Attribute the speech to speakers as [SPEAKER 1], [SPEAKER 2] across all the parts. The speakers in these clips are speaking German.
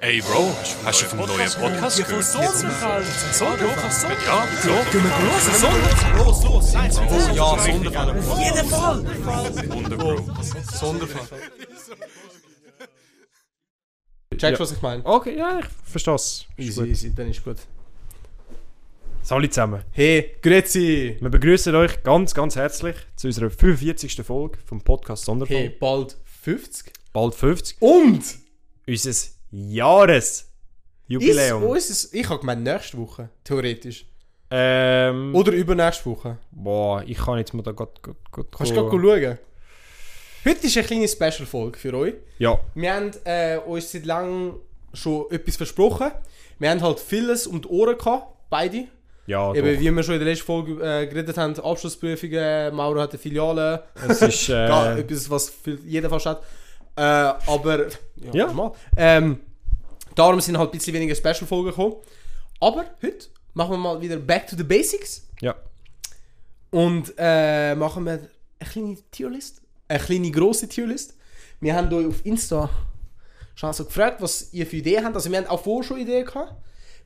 [SPEAKER 1] Ey, Bro, hast du vom neuen Podcast gehört? Sonderfall. Ja, klar. Gehen wir los, Sonderfall. Los, los. Oh ja, Sonderfall. Auf jeden Fall. Wunderbro. Sonderfall.
[SPEAKER 2] Checkst du, was ich meine?
[SPEAKER 3] Okay, ja, ich verstehe es.
[SPEAKER 2] Easy, easy, dann ist gut.
[SPEAKER 3] Hallo zusammen.
[SPEAKER 2] Hey, grüezi!
[SPEAKER 3] Wir begrüßen euch ganz, ganz herzlich zu unserer 45. Folge vom Podcast Sonderfall.
[SPEAKER 2] Hey, bald 50.
[SPEAKER 3] Bald 50.
[SPEAKER 2] Und?
[SPEAKER 3] Unser
[SPEAKER 2] Ist
[SPEAKER 3] Jahresjubiläum.
[SPEAKER 2] unseres, ich habe gemeint, nächste Woche, theoretisch.
[SPEAKER 3] Ähm,
[SPEAKER 2] Oder übernächste Woche.
[SPEAKER 3] boah, ich kann jetzt mal da grad, grad, grad
[SPEAKER 2] Kannst du
[SPEAKER 3] go-
[SPEAKER 2] gerade schauen. Heute ist eine kleine Special-Folge für euch.
[SPEAKER 3] Ja,
[SPEAKER 2] Wir haben äh, uns seit langem schon etwas versprochen. Wir haben halt vieles um die Ohren gehabt, beide.
[SPEAKER 3] ja,
[SPEAKER 2] Eben,
[SPEAKER 3] Ah, doch.
[SPEAKER 2] wie wir schon in der letzten Folge äh, geredet haben, Abschlussprüfungen, Mauro hat eine Filiale.
[SPEAKER 3] Es ist,
[SPEAKER 2] Ja,
[SPEAKER 3] äh,
[SPEAKER 2] etwas, was viel- jeder fast hat. Äh, aber. Ja,
[SPEAKER 3] Ja.
[SPEAKER 2] normal. Ähm, darum sind halt ein bisschen weniger Special-Folgen gekommen. Aber heute machen wir mal wieder Back to the Basics
[SPEAKER 3] ja,
[SPEAKER 2] und äh, machen wir eine kleine Tierlist. Eine kleine grosse Tierlist. Wir haben euch auf Insta schon so gefragt, was ihr für Ideen habt. Also, wir haben auch vorher schon Ideen gehabt.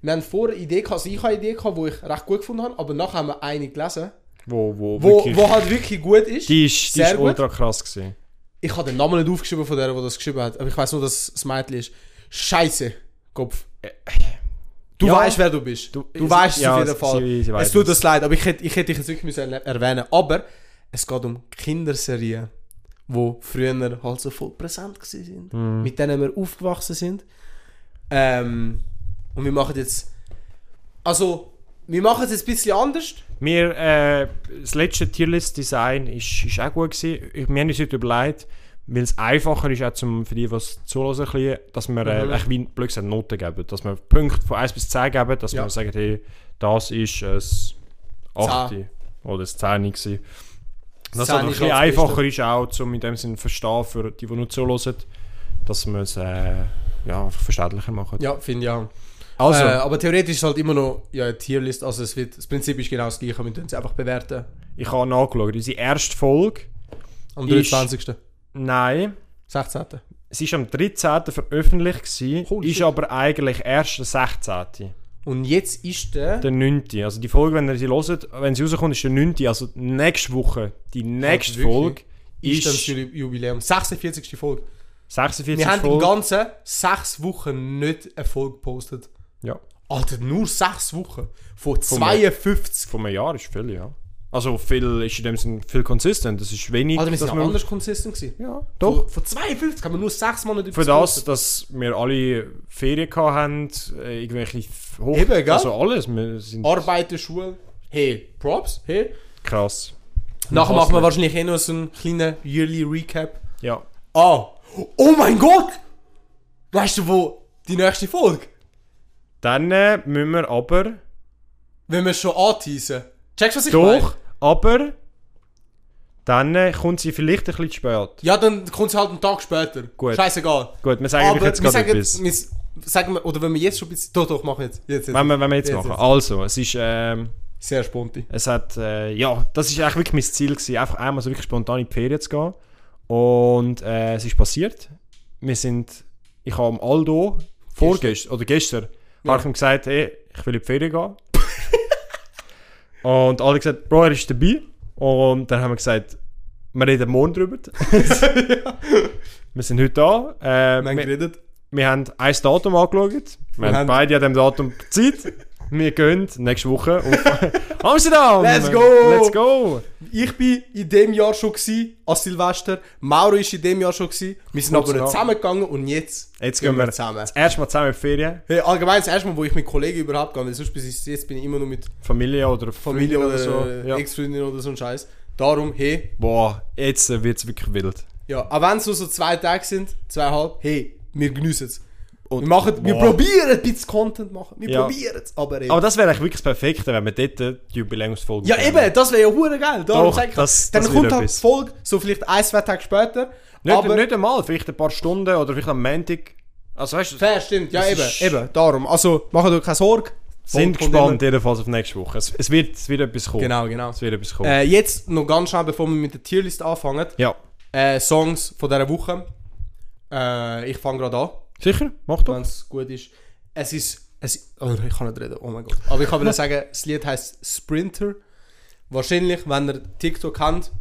[SPEAKER 2] Wir haben vorher eine Idee gehabt, also ich habe eine Idee gehabt, die ich recht gut gefunden habe, aber nachher haben wir eine gelesen,
[SPEAKER 3] wo, wo,
[SPEAKER 2] wo,
[SPEAKER 3] wirklich,
[SPEAKER 2] wo halt wirklich gut ist.
[SPEAKER 3] die ist, die
[SPEAKER 2] sehr
[SPEAKER 3] ist
[SPEAKER 2] gut.
[SPEAKER 3] ultra krass gewesen.
[SPEAKER 2] Ich habe den Namen nicht aufgeschrieben von der, die das geschrieben hat, aber ich weiß nur, dass es ein Mädchen ist. Scheiße, Kopf. Du
[SPEAKER 3] Ja.
[SPEAKER 2] weißt, wer du bist. Du,
[SPEAKER 3] Du-
[SPEAKER 2] weißt es
[SPEAKER 3] Ja,
[SPEAKER 2] auf jeden
[SPEAKER 3] sie-
[SPEAKER 2] Fall.
[SPEAKER 3] sie- sie weiß
[SPEAKER 2] es tut
[SPEAKER 3] es.
[SPEAKER 2] uns leid, aber ich hätte, ich hätte dich jetzt wirklich müssen erle- erwähnen Aber es geht um Kinderserien, wo früher halt so voll präsent gewesen sind,
[SPEAKER 3] Mhm.
[SPEAKER 2] mit denen wir aufgewachsen sind. Ähm, und wir machen jetzt. Also, wir machen es jetzt ein bisschen anders.
[SPEAKER 3] Wir, äh, das letzte Tierlist-Design ist, ist auch gut gewesen. Ich, wir haben uns heute überlegt, weil es einfacher ist, auch zum, für die, die es zuhören, ein bisschen, dass wir, äh,
[SPEAKER 2] Mhm.
[SPEAKER 3] echt wie blöd gesagt, Noten geben. Dass wir Punkte von 1 bis 10 geben, dass
[SPEAKER 2] Ja.
[SPEAKER 3] wir sagen, hey, das ist ein 8. Oder ein 10 gewesen. Dass es
[SPEAKER 2] Zehn
[SPEAKER 3] halt ein
[SPEAKER 2] ist
[SPEAKER 3] bisschen
[SPEAKER 2] als Beste.
[SPEAKER 3] einfacher ist, auch um in dem Sinne zu verstehen, für die, die nur zuhören, dass wir es äh, ja, einfach verständlicher machen.
[SPEAKER 2] Ja, finde ich auch.
[SPEAKER 3] Also,
[SPEAKER 2] Äh, aber theoretisch ist halt immer noch ja, eine Tierlist, also es wird, das Prinzip ist genau das gleiche, wir können sie einfach bewerten.
[SPEAKER 3] ich habe nachgeschaut. Unsere erste Folge,
[SPEAKER 2] Am
[SPEAKER 3] Ist-
[SPEAKER 2] 23.
[SPEAKER 3] nein,
[SPEAKER 2] 16.
[SPEAKER 3] Es war am 13. veröffentlicht, gewesen,
[SPEAKER 2] Holy
[SPEAKER 3] ist
[SPEAKER 2] shit.
[SPEAKER 3] aber eigentlich erst der 16.
[SPEAKER 2] Und jetzt ist der...
[SPEAKER 3] Der 9. Also die Folge, wenn ihr sie hört, wenn sie rauskommt, ist der 9. Also nächste Woche, die nächste
[SPEAKER 2] wirklich?
[SPEAKER 3] Folge,
[SPEAKER 2] ist dann das
[SPEAKER 3] ist
[SPEAKER 2] Ju- Jubiläum. 46. Folge.
[SPEAKER 3] 46
[SPEAKER 2] Wir haben im
[SPEAKER 3] Folge.
[SPEAKER 2] Ganzen sechs Wochen nicht eine Folge gepostet.
[SPEAKER 3] ja,
[SPEAKER 2] Alter, nur sechs Wochen. Von 52.
[SPEAKER 3] von einem Jahr ist viel, ja. Also viel ist in dem Sinne viel consistent. Das ist wenig.
[SPEAKER 2] Alter, Also wir sind
[SPEAKER 3] dass
[SPEAKER 2] auch anders konsistent gewesen.
[SPEAKER 3] Ja,
[SPEAKER 2] Von,
[SPEAKER 3] doch.
[SPEAKER 2] von 52 haben wir nur sechs Monate
[SPEAKER 3] Für
[SPEAKER 2] etwas
[SPEAKER 3] das,
[SPEAKER 2] gepostet.
[SPEAKER 3] dass wir alle Ferien gehabt haben, äh, irgendwelche Hoch...
[SPEAKER 2] Eben, gell?
[SPEAKER 3] Also alles, wir sind
[SPEAKER 2] Arbeit, Schule. Hey, Props. Hey.
[SPEAKER 3] krass.
[SPEAKER 2] Nachher
[SPEAKER 3] passt
[SPEAKER 2] machen wir
[SPEAKER 3] nicht.
[SPEAKER 2] wahrscheinlich eh noch so einen kleinen Yearly Recap.
[SPEAKER 3] Ja.
[SPEAKER 2] Ah. Oh mein Gott! Weißt du, wo die nächste Folge?
[SPEAKER 3] Dann äh, müssen wir aber...
[SPEAKER 2] Wenn wir schon anteasen. Checkst du, was ich meine?
[SPEAKER 3] Doch, aber dann äh, kommt sie vielleicht ein bisschen zu spät.
[SPEAKER 2] Ja, dann kommt es halt einen Tag später.
[SPEAKER 3] Gut.
[SPEAKER 2] Scheißegal.
[SPEAKER 3] Gut, wir sagen euch jetzt
[SPEAKER 2] wir
[SPEAKER 3] gerade
[SPEAKER 2] sagen,
[SPEAKER 3] etwas.
[SPEAKER 2] wir, s- sagen wir, oder wenn wir jetzt schon ein bisschen... Doch, doch, mach jetzt. Jetzt, jetzt.
[SPEAKER 3] Wenn wir, wenn wir jetzt
[SPEAKER 2] Jetzt,
[SPEAKER 3] machen.
[SPEAKER 2] jetzt.
[SPEAKER 3] Also, es ist, ähm,
[SPEAKER 2] Sehr spontan.
[SPEAKER 3] es hat, äh, ja, das ist eigentlich wirklich mein Ziel gewesen, einfach einmal so wirklich spontan in die Ferien zu gehen. Und äh, es ist passiert. Wir sind, ich habe am Aldo vorgestern, oder gestern, habe ich ihm gesagt, hey, ich will in die Ferien gehen. Und alle gesagt, Bro, er ist dabei. Und dann haben wir gesagt, wir reden morgen drüber. Wir sind heute da. Äh,
[SPEAKER 2] Wir haben
[SPEAKER 3] wir-
[SPEAKER 2] geredet.
[SPEAKER 3] wir haben ein Datum angeschaut. Wir haben
[SPEAKER 2] haben-
[SPEAKER 3] beide an diesem Datum Zeit. Wir gehen nächste Woche auf Amsterdam.
[SPEAKER 2] Let's go!
[SPEAKER 3] Let's go!
[SPEAKER 2] Ich bin in dem Jahr schon gewesen, an Silvester. Mauro ist in dem Jahr schon gewesen. Wir sind
[SPEAKER 3] Kurz
[SPEAKER 2] aber nicht
[SPEAKER 3] nach.
[SPEAKER 2] zusammengegangen und jetzt...
[SPEAKER 3] Jetzt gehen wir,
[SPEAKER 2] zusammen.
[SPEAKER 3] das erste Mal zusammen in die Ferien.
[SPEAKER 2] Hey, allgemein das erste Mal, wo ich mit Kollegen überhaupt gehe, weil sonst bis ich- jetzt bin ich immer nur mit
[SPEAKER 3] Familie oder Freunde
[SPEAKER 2] Familie oder äh, so,
[SPEAKER 3] Ja.
[SPEAKER 2] Ex-Freundin oder so ein Scheiß. Darum, hey,
[SPEAKER 3] Boah, jetzt wird es wirklich wild.
[SPEAKER 2] ja, auch wenn es nur so zwei Tage sind, zweieinhalb, hey, wir geniessen es.
[SPEAKER 3] Und-
[SPEAKER 2] Wir, machen, wir
[SPEAKER 3] Boah.
[SPEAKER 2] probieren ein bisschen Content machen. Wir
[SPEAKER 3] Ja.
[SPEAKER 2] probieren es, aber eben.
[SPEAKER 3] Aber das wäre eigentlich wirklich das Perfekte, wenn wir dort die Jubiläumsfolge
[SPEAKER 2] ja,
[SPEAKER 3] machen.
[SPEAKER 2] eben, das wäre ja hure geil. Darum
[SPEAKER 3] Äh, Doch,
[SPEAKER 2] sag ich
[SPEAKER 3] das-
[SPEAKER 2] Dann
[SPEAKER 3] das
[SPEAKER 2] kommt
[SPEAKER 3] wird
[SPEAKER 2] halt die
[SPEAKER 3] etwas.
[SPEAKER 2] Folge, so vielleicht ein, zwei Tage später.
[SPEAKER 3] Nicht,
[SPEAKER 2] aber
[SPEAKER 3] nicht einmal, vielleicht ein paar Stunden oder vielleicht am Montag. Also weißt du,
[SPEAKER 2] fair, stimmt. Ja,
[SPEAKER 3] Das
[SPEAKER 2] eben,
[SPEAKER 3] ist-
[SPEAKER 2] eben. Darum. Also, machen euch keine Sorge.
[SPEAKER 3] sind
[SPEAKER 2] Folge kommt immer.
[SPEAKER 3] gespannt jedenfalls auf nächste Woche. Es, es, wird, es wird etwas kommen.
[SPEAKER 2] Genau, genau.
[SPEAKER 3] Es wird etwas kommen.
[SPEAKER 2] Äh, jetzt noch ganz schnell, bevor wir mit der Tierlist anfangen.
[SPEAKER 3] ja.
[SPEAKER 2] Äh, Songs von dieser Woche. Äh, ich fange gerade an.
[SPEAKER 3] Sicher, mach doch.
[SPEAKER 2] wenn es gut ist. Es ist. Es, oh, ich kann nicht reden, oh mein Gott. Aber ich kann sagen, das Lied heißt Sprinter. Wahrscheinlich, wenn ihr TikTok kennt,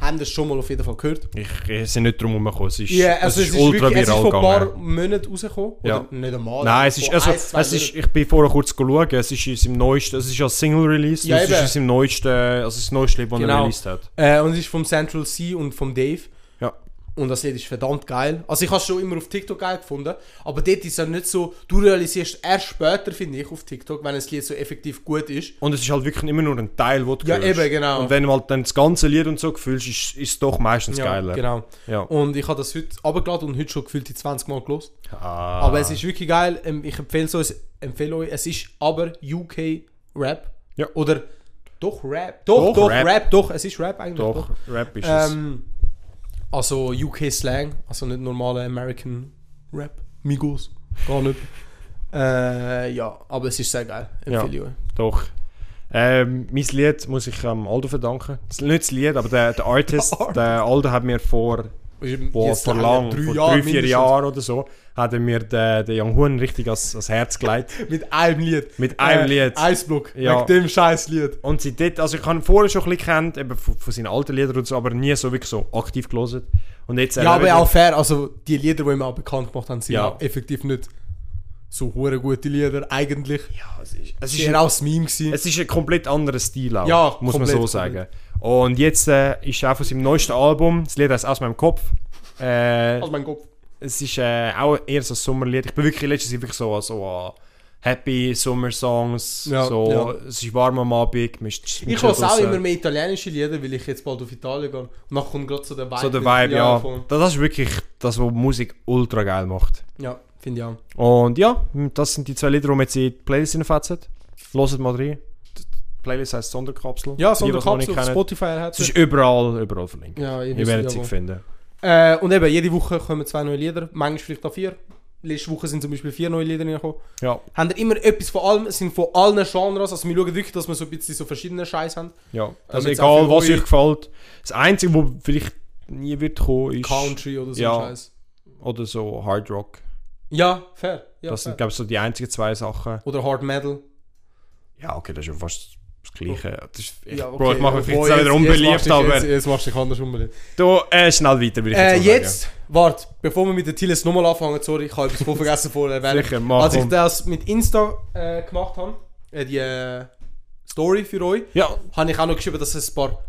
[SPEAKER 2] habt ihr es schon mal auf jeden Fall gehört.
[SPEAKER 3] Ich, ich sind nicht drum herumgekommen. Es ist,
[SPEAKER 2] Ja,
[SPEAKER 3] es
[SPEAKER 2] also
[SPEAKER 3] ist, ultra
[SPEAKER 2] wirklich, es ist
[SPEAKER 3] viral
[SPEAKER 2] vor ein paar
[SPEAKER 3] gegangen.
[SPEAKER 2] Monaten rausgekommen.
[SPEAKER 3] Ja.
[SPEAKER 2] Oder nicht einmal.
[SPEAKER 3] Nein, es ist,
[SPEAKER 2] vor
[SPEAKER 3] also,
[SPEAKER 2] ein, zwei
[SPEAKER 3] es ist,
[SPEAKER 2] Monaten.
[SPEAKER 3] ich bin vorher kurz geschaut, es ist aus dem neuesten, es ist als Single Release,
[SPEAKER 2] Ja,
[SPEAKER 3] und es
[SPEAKER 2] eben.
[SPEAKER 3] ist aus dem neuesten, also das neueste Lied, das er
[SPEAKER 2] Genau.
[SPEAKER 3] released hat.
[SPEAKER 2] Äh, und es ist vom Central C und vom Dave.
[SPEAKER 3] Ja.
[SPEAKER 2] Und das Lied ist verdammt geil. Also ich habe es schon immer auf TikTok geil gefunden. Aber dort ist es ja nicht so, du realisierst erst später, finde ich, auf TikTok, wenn ein Lied so effektiv gut ist.
[SPEAKER 3] Und es ist halt wirklich immer nur ein Teil, den du
[SPEAKER 2] Ja,
[SPEAKER 3] hörst.
[SPEAKER 2] eben, genau.
[SPEAKER 3] Und wenn du halt dann das ganze Lied und so fühlst, ist ist es doch meistens
[SPEAKER 2] Ja,
[SPEAKER 3] geiler.
[SPEAKER 2] genau.
[SPEAKER 3] Ja.
[SPEAKER 2] Und ich habe das heute runtergeladen und heute schon gefühlt die 20 Mal gelost.
[SPEAKER 3] Ah.
[SPEAKER 2] Aber es ist wirklich geil. Ähm, Ich empfehle es euch, empfehle euch. Es ist aber UK Rap.
[SPEAKER 3] Ja.
[SPEAKER 2] Oder doch Rap. Doch,
[SPEAKER 3] Doch,
[SPEAKER 2] doch, Rap.
[SPEAKER 3] Rap.
[SPEAKER 2] doch. Es ist Rap eigentlich.
[SPEAKER 3] Doch, Rap ist es.
[SPEAKER 2] Ähm, also UK Slang, also nicht normale American Rap. Migos. Gar nicht. äh, ja, aber es ist sehr geil.
[SPEAKER 3] Ja.
[SPEAKER 2] Empfehle ich euch.
[SPEAKER 3] Doch. Ähm, mein Lied muss ich ähm, Aldo verdanken. Das, nicht das Lied, aber der, der Artist,
[SPEAKER 2] Der Artist.
[SPEAKER 3] der Aldo hat mir vor,
[SPEAKER 2] Ist
[SPEAKER 3] boah,
[SPEAKER 2] jetzt
[SPEAKER 3] vor
[SPEAKER 2] leider
[SPEAKER 3] lang, vor drei, vier
[SPEAKER 2] mindestens.
[SPEAKER 3] Jahren oder so, hat er mir den, den Young Hoon richtig ans, ans Herz gelegt.
[SPEAKER 2] Mit einem Lied. Äh,
[SPEAKER 3] Mit einem Lied.
[SPEAKER 2] Eisblock.
[SPEAKER 3] Ja.
[SPEAKER 2] Mit dem scheiß Lied.
[SPEAKER 3] Und seitdem, also ich habe ihn vorher schon ein bisschen kennt, eben von, von seinen alten Liedern und so, aber nie so wirklich so aktiv gelesen. Und jetzt
[SPEAKER 2] Ja,
[SPEAKER 3] er wieder-
[SPEAKER 2] aber auch fair, also die Lieder, die wir auch bekannt gemacht haben, sind
[SPEAKER 3] Ja.
[SPEAKER 2] auch effektiv nicht so hure gute Lieder eigentlich.
[SPEAKER 3] Ja, es ist, es
[SPEAKER 2] Es
[SPEAKER 3] ist
[SPEAKER 2] ist auch das Meme gewesen.
[SPEAKER 3] Es ist ein komplett anderer Stil auch,
[SPEAKER 2] Ja,
[SPEAKER 3] muss man
[SPEAKER 2] komplett,
[SPEAKER 3] so sagen. Und jetzt äh, ist auch von seinem neuesten Album, das Lied heißt «Aus meinem Kopf». Äh,
[SPEAKER 2] Also mein Kopf.
[SPEAKER 3] es ist äh, auch eher so ein Sommerlied. Ich bin wirklich letztens wirklich so, so an happy Sommersongs.
[SPEAKER 2] Ja,
[SPEAKER 3] so,
[SPEAKER 2] ja.
[SPEAKER 3] Es ist warm am Abend. man ist- man
[SPEAKER 2] Ich
[SPEAKER 3] ist
[SPEAKER 2] höre auch
[SPEAKER 3] draussen.
[SPEAKER 2] immer mehr italienische Lieder, weil ich jetzt bald auf Italien gehe. Und dann kommt gerade so der Vibe.
[SPEAKER 3] So der Vibe, ja.
[SPEAKER 2] von-
[SPEAKER 3] Das, das ist wirklich das, was Musik ultra geil macht.
[SPEAKER 2] Ja, finde ich auch.
[SPEAKER 3] Und ja, das sind die zwei Lieder, die wir jetzt in die Playlist hineinfetzen. Hört mal rein. Die Playlist heisst «Sonderkapsel».
[SPEAKER 2] Ja,
[SPEAKER 3] Die, die es noch
[SPEAKER 2] Sonderkopf
[SPEAKER 3] nicht
[SPEAKER 2] auf
[SPEAKER 3] kennen.
[SPEAKER 2] Spotify
[SPEAKER 3] Es
[SPEAKER 2] hat
[SPEAKER 3] ist überall, überall verlinkt.
[SPEAKER 2] Ja, ich
[SPEAKER 3] Ihr werdet
[SPEAKER 2] weiß
[SPEAKER 3] sie
[SPEAKER 2] nicht.
[SPEAKER 3] finden.
[SPEAKER 2] Äh, und eben, jede Woche kommen zwei neue Lieder. Manchmal vielleicht auch vier. Letzte Woche sind zum Beispiel vier neue Lieder reingekommen.
[SPEAKER 3] Ja,
[SPEAKER 2] Haben ihr immer etwas von allem, es sind von allen Genres. Also wir schauen wirklich, dass wir so ein bisschen so verschiedene Scheiß haben.
[SPEAKER 3] ja. Also
[SPEAKER 2] jetzt auch
[SPEAKER 3] egal,
[SPEAKER 2] für
[SPEAKER 3] was
[SPEAKER 2] neue-
[SPEAKER 3] euch gefällt. Das Einzige, wo vielleicht nie wird kommen, ist...
[SPEAKER 2] Country oder so
[SPEAKER 3] Ja.
[SPEAKER 2] Scheiß.
[SPEAKER 3] Oder so Hard Rock.
[SPEAKER 2] Ja, fair. Ja,
[SPEAKER 3] das
[SPEAKER 2] fair.
[SPEAKER 3] sind, glaube ich, so die einzigen zwei Sachen.
[SPEAKER 2] Oder Hard Metal.
[SPEAKER 3] Ja, okay, das ist ja fast das Gleiche. Das ist, ich,
[SPEAKER 2] Ja,
[SPEAKER 3] Bro,
[SPEAKER 2] okay.
[SPEAKER 3] ich mache mich
[SPEAKER 2] Obwohl,
[SPEAKER 3] jetzt auch wieder unbeliebt,
[SPEAKER 2] jetzt machst du dich-
[SPEAKER 3] aber...
[SPEAKER 2] Jetzt, jetzt machst du dich anders unbeliebt.
[SPEAKER 3] Du, äh, schnell weiter, würde ich
[SPEAKER 2] Äh,
[SPEAKER 3] jetzt mal
[SPEAKER 2] jetzt, warte, bevor wir mit den Tiles nochmal anfangen, sorry, ich habe etwas voll vergessen vorher
[SPEAKER 3] sagen.
[SPEAKER 2] erwähnen.
[SPEAKER 3] Sicher, mach um.
[SPEAKER 2] Als ich
[SPEAKER 3] komm.
[SPEAKER 2] das mit Insta äh, gemacht habe, äh, die äh, Story für euch,
[SPEAKER 3] Ja,
[SPEAKER 2] habe ich auch noch geschrieben, dass ihr ein paar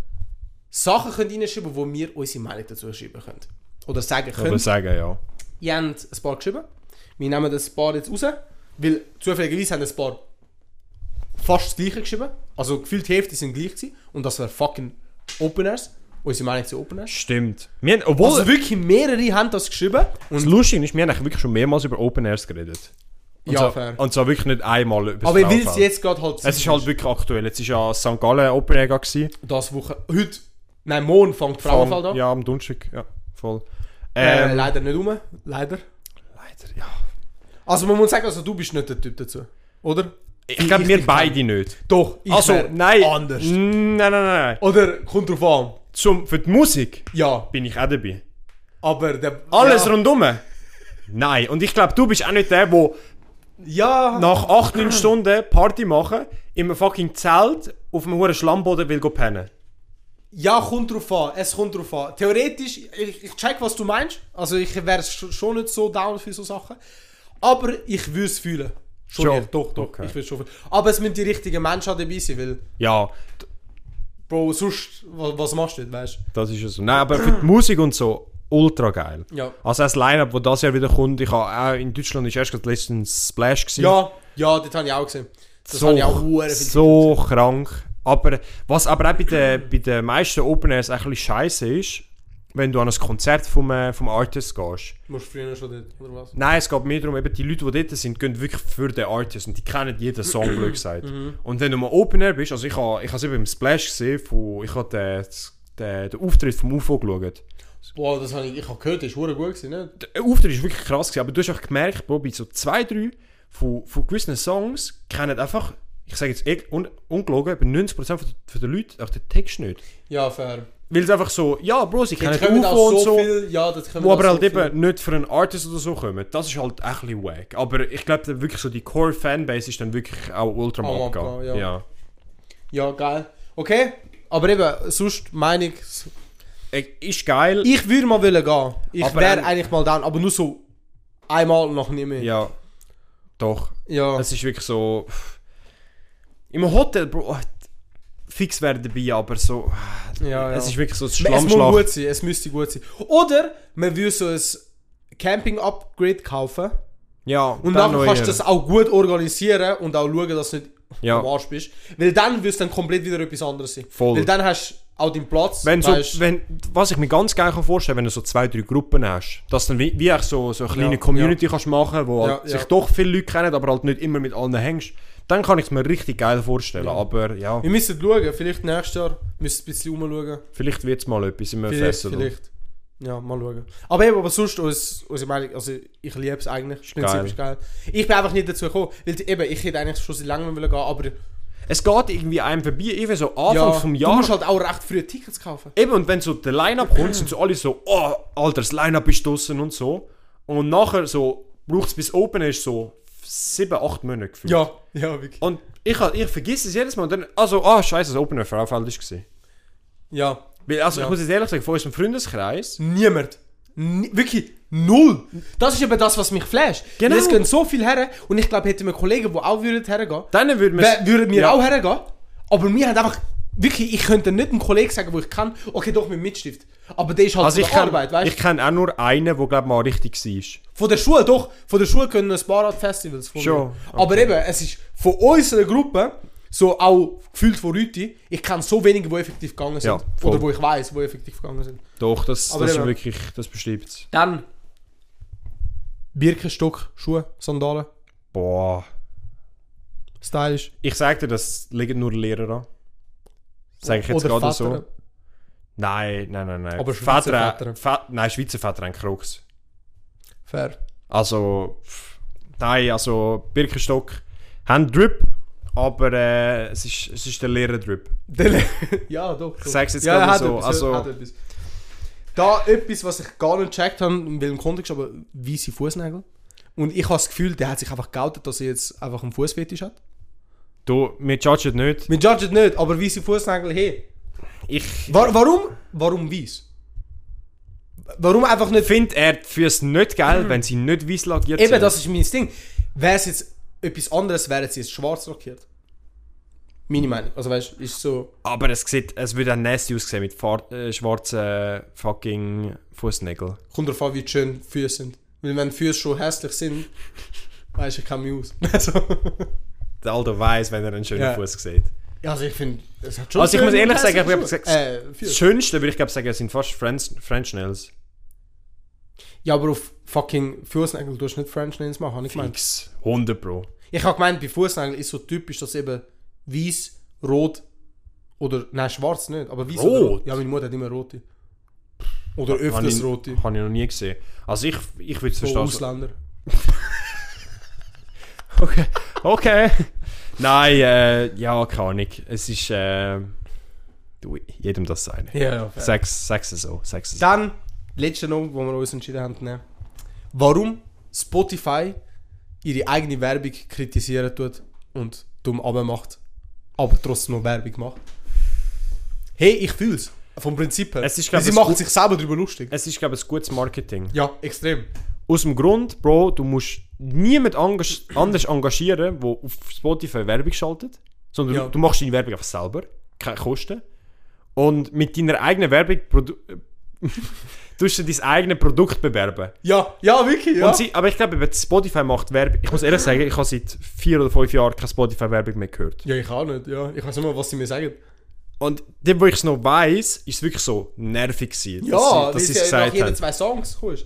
[SPEAKER 2] Sachen könnt reinschreiben könnt, wo wir unsere Meinung dazu schreiben können. Oder sagen
[SPEAKER 3] ich würde
[SPEAKER 2] können.
[SPEAKER 3] sagen, ja.
[SPEAKER 2] Ihr habt ein paar geschrieben. Wir nehmen das paar jetzt raus, weil zufälligerweise haben ein paar fast das gleiche geschrieben. Also gefühlt die Hälfte sind gleich gewesen. Und das wären fucking Openers. Unsere Meinung zu Openers.
[SPEAKER 3] Stimmt. Wir haben, obwohl,
[SPEAKER 2] Also wirklich mehrere haben das geschrieben.
[SPEAKER 3] das Lustige ist, wir haben eigentlich wirklich schon mehrmals über Open Airs geredet. Und
[SPEAKER 2] Ja,
[SPEAKER 3] so,
[SPEAKER 2] fair.
[SPEAKER 3] Und zwar wirklich nicht einmal über
[SPEAKER 2] Aber weil es jetzt gerade halt
[SPEAKER 3] Also Es ist halt wirklich aktuell. Jetzt ist ja St. Gallen Open Air gewesen.
[SPEAKER 2] das Woche, heute, nein, morgen fängt Frauenfeld an.
[SPEAKER 3] Ja, am Donnerstag. Ja, voll.
[SPEAKER 2] Äh,
[SPEAKER 3] Ähm,
[SPEAKER 2] leider nicht um, leider.
[SPEAKER 3] leider, ja.
[SPEAKER 2] Also man muss sagen, also du bist nicht der Typ dazu, oder?
[SPEAKER 3] Ich glaube, wir beide nicht.
[SPEAKER 2] Doch, ich
[SPEAKER 3] also,
[SPEAKER 2] wär
[SPEAKER 3] nein.
[SPEAKER 2] anders.
[SPEAKER 3] Nein, nein, nein. nein.
[SPEAKER 2] Oder, kommt drauf an.
[SPEAKER 3] Zum, für die Musik
[SPEAKER 2] Ja,
[SPEAKER 3] bin ich auch dabei.
[SPEAKER 2] aber der...
[SPEAKER 3] Alles
[SPEAKER 2] ja.
[SPEAKER 3] rundum. Nein. Und ich glaube, du bist auch nicht der, der
[SPEAKER 2] Ja,
[SPEAKER 3] nach 8, 9 Stunden Party machen, in einem fucking Zelt auf einem hohen Schlammboden will go pennen.
[SPEAKER 2] ja, kommt drauf an, es kommt drauf an. Theoretisch, ich, ich check, was du meinst. Also ich wäre sch- schon nicht so down für so Sachen. Aber ich würde es fühlen. Schon,
[SPEAKER 3] Schon.
[SPEAKER 2] ja, doch, doch,
[SPEAKER 3] Okay.
[SPEAKER 2] ich würde schon fühlen. Aber es müssen die richtigen Menschen auch dabei sein, weil...
[SPEAKER 3] Ja,
[SPEAKER 2] Bro, sonst, was, was machst du nicht, weißt du?
[SPEAKER 3] das ist ja so. Nein, aber für die Musik und so, ultra geil.
[SPEAKER 2] Ja.
[SPEAKER 3] Also das Line-Up, das das Jahr wieder kommt, ich habe auch in Deutschland ist erst gerade letztens Splash gewesen.
[SPEAKER 2] Ja, ja, das habe ich auch gesehen. Das
[SPEAKER 3] so,
[SPEAKER 2] habe ich auch hure viel
[SPEAKER 3] so krank. Aber was aber auch bei den, bei den meisten Open Airs ein bisschen scheiße ist, wenn du an ein Konzert vom, äh, vom Artist gehst.
[SPEAKER 2] Du musst früher schon dort, oder was?
[SPEAKER 3] Nein, es geht mehr darum, eben die Leute, die dort sind, gehen wirklich für den Artist und die kennen jeden Song, blöd gesagt. Und wenn du mal Open Air bist, also ich habe ich habe es eben im Splash gesehen, von, ich habe den, den, den Auftritt vom UFO geschaut.
[SPEAKER 2] Boah, das habe ich, ich habe gehört, das war hure gut gewesen, ne?
[SPEAKER 3] der Auftritt ist wirklich krass gewesen, aber du hast auch gemerkt, Bro, bei so zwei, drei von, von gewissen Songs kennen einfach, ich sage jetzt eh, un, ungelogen, aber 90% von, von den Leuten auch den Text nicht.
[SPEAKER 2] Ja, fair.
[SPEAKER 3] Weil es einfach so, ja, Bro, sie kennen
[SPEAKER 2] Jetzt kommen da
[SPEAKER 3] UFO und
[SPEAKER 2] so,
[SPEAKER 3] so.
[SPEAKER 2] viel, ja, das kommen
[SPEAKER 3] Wo
[SPEAKER 2] da
[SPEAKER 3] aber
[SPEAKER 2] so
[SPEAKER 3] halt
[SPEAKER 2] viel.
[SPEAKER 3] eben nicht für einen Artist oder so kommen. Das ist halt echt ein bisschen wack. Aber ich glaube, wirklich so die Core-Fanbase ist dann wirklich auch ultra
[SPEAKER 2] Am
[SPEAKER 3] am
[SPEAKER 2] Abgehen,
[SPEAKER 3] Abgehen.
[SPEAKER 2] ja.
[SPEAKER 3] Ja.
[SPEAKER 2] Ja, geil. Okay, aber eben, sonst meine ich...
[SPEAKER 3] Äh, Ist geil.
[SPEAKER 2] Ich würde mal wollen gehen. Ich
[SPEAKER 3] Aber
[SPEAKER 2] wäre
[SPEAKER 3] ein-
[SPEAKER 2] eigentlich mal down, aber nur so einmal noch nicht mehr.
[SPEAKER 3] Ja. Doch.
[SPEAKER 2] ja.
[SPEAKER 3] Es ist wirklich so... Im Hotel, Bro, oh, fix wäre dabei, aber so...
[SPEAKER 2] Ja, ja.
[SPEAKER 3] Es ist ah, wirklich so das
[SPEAKER 2] es muss
[SPEAKER 3] Schlammschlag.
[SPEAKER 2] gut sein, es müsste gut sein. Oder man würde so ein Camping-Upgrade kaufen
[SPEAKER 3] Ja,
[SPEAKER 2] und dann,
[SPEAKER 3] dann noch
[SPEAKER 2] kannst
[SPEAKER 3] eher.
[SPEAKER 2] du das auch gut organisieren und auch schauen, dass du nicht
[SPEAKER 3] Ja.
[SPEAKER 2] am Arsch bist. Weil dann wirst du dann komplett wieder etwas anderes sein.
[SPEAKER 3] Voll.
[SPEAKER 2] Weil dann hast du auch deinen Platz.
[SPEAKER 3] Wenn so,
[SPEAKER 2] weißt-
[SPEAKER 3] wenn, was ich mir ganz gerne kann vorstellen wenn du so zwei, drei Gruppen hast, dass dann wie, wie echt so, so eine kleine
[SPEAKER 2] Ja,
[SPEAKER 3] Community kannst machen, wo
[SPEAKER 2] Ja,
[SPEAKER 3] halt
[SPEAKER 2] ja.
[SPEAKER 3] sich doch viele Leute kennen, aber halt nicht immer mit allen hängst, dann kann ich es mir richtig geil vorstellen. Aber ja,
[SPEAKER 2] wir müssen schauen, vielleicht nächstes Jahr müssen wir ein bisschen umschauen.
[SPEAKER 3] vielleicht wird es mal etwas im
[SPEAKER 2] Vielleicht,
[SPEAKER 3] Fest oder
[SPEAKER 2] vielleicht. Ja, mal schauen. Aber eben, aber sonst, uns, unsere Meinung, also ich liebe es eigentlich. Ich finde es
[SPEAKER 3] geil.
[SPEAKER 2] ist geil. Ich bin einfach nicht dazu gekommen, weil eben, ich hätte eigentlich schon seit langem wollen gehen, aber
[SPEAKER 3] Es geht irgendwie einem vorbei, eben so Anfang vom
[SPEAKER 2] du
[SPEAKER 3] Jahr.
[SPEAKER 2] musst halt auch recht früh Tickets kaufen.
[SPEAKER 3] Eben, und wenn so der Line-Up kommt, sind so alle so, oh, Alter, das Line-Up ist draussen und so. Und nachher so, braucht es bis Open ist so sieben, acht Monate gefühlt.
[SPEAKER 2] Ja, ja, wirklich.
[SPEAKER 3] Und ich, hab- ich vergesse es jedes Mal. Und dann, also, ah, scheiße, das Open Air Frauenfeld ist gesehen.
[SPEAKER 2] Ja.
[SPEAKER 3] Weil, also,
[SPEAKER 2] Ja.
[SPEAKER 3] ich muss jetzt ehrlich sagen, von unserem Freundeskreis.
[SPEAKER 2] Niemand. Ni wirklich null. Das ist eben das, was mich flasht.
[SPEAKER 3] Genau.
[SPEAKER 2] Weil Es gehen so viel her und ich glaube, hätten wir Kollegen, die auch würden hergehen,
[SPEAKER 3] Dann würden
[SPEAKER 2] wär- würden wir
[SPEAKER 3] ja.
[SPEAKER 2] auch hergehen. Aber wir haben einfach, wirklich, ich könnte nicht einem Kollegen sagen, wo ich kann, okay, doch mit Mitstift. Aber der ist halt
[SPEAKER 3] Also,
[SPEAKER 2] von
[SPEAKER 3] ich
[SPEAKER 2] der Arbeit,
[SPEAKER 3] kenne
[SPEAKER 2] weißt du?
[SPEAKER 3] ich kenn auch nur einen, der, glaube mal richtig war.
[SPEAKER 2] Von der Schule, doch. Von der Schule können ein paar Festivals von
[SPEAKER 3] Schon,
[SPEAKER 2] mir. Aber eben, es ist von unserer Gruppe, so auch gefühlt von Leuten, ich kenne so wenige, die effektiv gegangen sind.
[SPEAKER 3] Ja, voll.
[SPEAKER 2] Oder wo ich weiß, die effektiv gegangen sind.
[SPEAKER 3] Doch, das,
[SPEAKER 2] Aber
[SPEAKER 3] das ist
[SPEAKER 2] eben.
[SPEAKER 3] wirklich, das bestimmt es.
[SPEAKER 2] Dann. Birkenstock, Schuhe, Sandalen.
[SPEAKER 3] Boah.
[SPEAKER 2] Stylisch.
[SPEAKER 3] Ich sag dir, das liegen nur Lehrer an. Sag ich jetzt
[SPEAKER 2] Oder Väter.
[SPEAKER 3] gerade so. Nein, nein, nein, nein.
[SPEAKER 2] Aber Schweizer Väter.
[SPEAKER 3] Väter- nein, Schweizer Väter haben Krux.
[SPEAKER 2] Fair.
[SPEAKER 3] Also, pff, nein, also Birkenstock haben Drip, aber äh, es, ist, es ist der leere Drip.
[SPEAKER 2] Dele ja, doch. doch.
[SPEAKER 3] sag's jetzt
[SPEAKER 2] ja,
[SPEAKER 3] gerade
[SPEAKER 2] er hat
[SPEAKER 3] so,
[SPEAKER 2] Etwas,
[SPEAKER 3] also-
[SPEAKER 2] er hat etwas. Da etwas, was ich gar nicht gecheckt habe, in welchem Kontext, aber weiße Fußnägel. Und ich habe das Gefühl, der hat sich einfach geoutet, dass er jetzt einfach einen Fußfetisch hat.
[SPEAKER 3] Du, wir judgen nicht.
[SPEAKER 2] Wir judgen nicht, aber weiße Fußnägel, hey.
[SPEAKER 3] Ich
[SPEAKER 2] Wa warum? Warum weiß? Warum einfach nicht. Mhm.
[SPEAKER 3] finde er fürs nicht geil, wenn sie nicht weiß lackiert
[SPEAKER 2] Eben,
[SPEAKER 3] sind.
[SPEAKER 2] das ist mein Ding. Wäre es jetzt etwas anderes, wäre es jetzt schwarz lackiert. Meine Meinung. Also, weißt du, ist so.
[SPEAKER 3] aber es, sieht, es würde auch nasty aussehen mit Fahr äh, schwarzen fucking Fußnägeln.
[SPEAKER 2] Kommt drauf an, wie schön Füße sind. Weil, wenn Füße schon hässlich sind, weißt du, ich kann mich aus. Also,
[SPEAKER 3] Der Alter weiß, wenn er einen schönen
[SPEAKER 2] Ja.
[SPEAKER 3] Fuß sieht.
[SPEAKER 2] also ich finde, es hat schon.
[SPEAKER 3] Also, ich muss
[SPEAKER 2] schöne
[SPEAKER 3] ehrlich
[SPEAKER 2] und
[SPEAKER 3] sagen, ich
[SPEAKER 2] hässliche
[SPEAKER 3] hab
[SPEAKER 2] Schuhe.
[SPEAKER 3] gesagt-
[SPEAKER 2] Äh,
[SPEAKER 3] Das
[SPEAKER 2] Füße.
[SPEAKER 3] Schönste würde ich glaube sagen, sind fast French, French Nails.
[SPEAKER 2] Ja, aber auf fucking Fußnägel tust du nicht French Nails machen, hab ich gemeint.
[SPEAKER 3] Fix. 100 Pro.
[SPEAKER 2] Ich habe gemeint, bei Fußnägeln ist so typisch, dass eben weiß, rot oder nein, schwarz nicht, aber weiß oder
[SPEAKER 3] Rot?
[SPEAKER 2] rot. Ja, meine Mutter hat immer rote. Oder
[SPEAKER 3] Habe
[SPEAKER 2] öfters
[SPEAKER 3] ich,
[SPEAKER 2] rote.
[SPEAKER 3] hab ich noch nie gesehen. Also ich, ich würde es
[SPEAKER 2] Von
[SPEAKER 3] verstehen.
[SPEAKER 2] Ausländer.
[SPEAKER 3] Okay. okay. Nein, äh, ja, keine Ahnung. Es ist. Äh, du, jedem das seine.
[SPEAKER 2] Ja, ja. fair.
[SPEAKER 3] Sag's, sag's es so. Sag's es so.
[SPEAKER 2] Dann, letzte noch, wo wir uns entschieden haben, ne? warum Spotify ihre eigene Werbung kritisieren tut und dumm aber macht, aber trotzdem noch Werbung macht. Hey, ich fühl's. Vom Prinzip her.
[SPEAKER 3] Es ist,
[SPEAKER 2] Weil
[SPEAKER 3] glaub,
[SPEAKER 2] sie
[SPEAKER 3] es
[SPEAKER 2] machen
[SPEAKER 3] gut-
[SPEAKER 2] sich selber darüber lustig.
[SPEAKER 3] Es ist, glaube ich, ein gutes Marketing.
[SPEAKER 2] Ja, extrem.
[SPEAKER 3] Aus dem Grund, Bro, du musst niemand engas- anders engagieren, der auf Spotify Werbung schaltet. Sondern
[SPEAKER 2] Ja.
[SPEAKER 3] du, du machst deine Werbung einfach selber. Keine Kosten. Und mit deiner eigenen Werbung produ- tust du dein eigenes Produkt bewerben.
[SPEAKER 2] Ja, ja, wirklich. Ja.
[SPEAKER 3] Und sie, aber ich glaube, eben, Spotify macht Werbung. Ich muss ehrlich sagen, ich habe seit vier oder fünf Jahren keine Spotify-Werbung mehr gehört.
[SPEAKER 2] Ja, ich auch nicht, ja. Ich weiß nicht mal, was sie mir sagen.
[SPEAKER 3] Und dem, wo ich es noch weiss, ist es wirklich so nervig gewesen, dass sie dass sie es
[SPEAKER 2] nach
[SPEAKER 3] gesagt
[SPEAKER 2] jeden
[SPEAKER 3] haben.
[SPEAKER 2] zwei Songs kommst.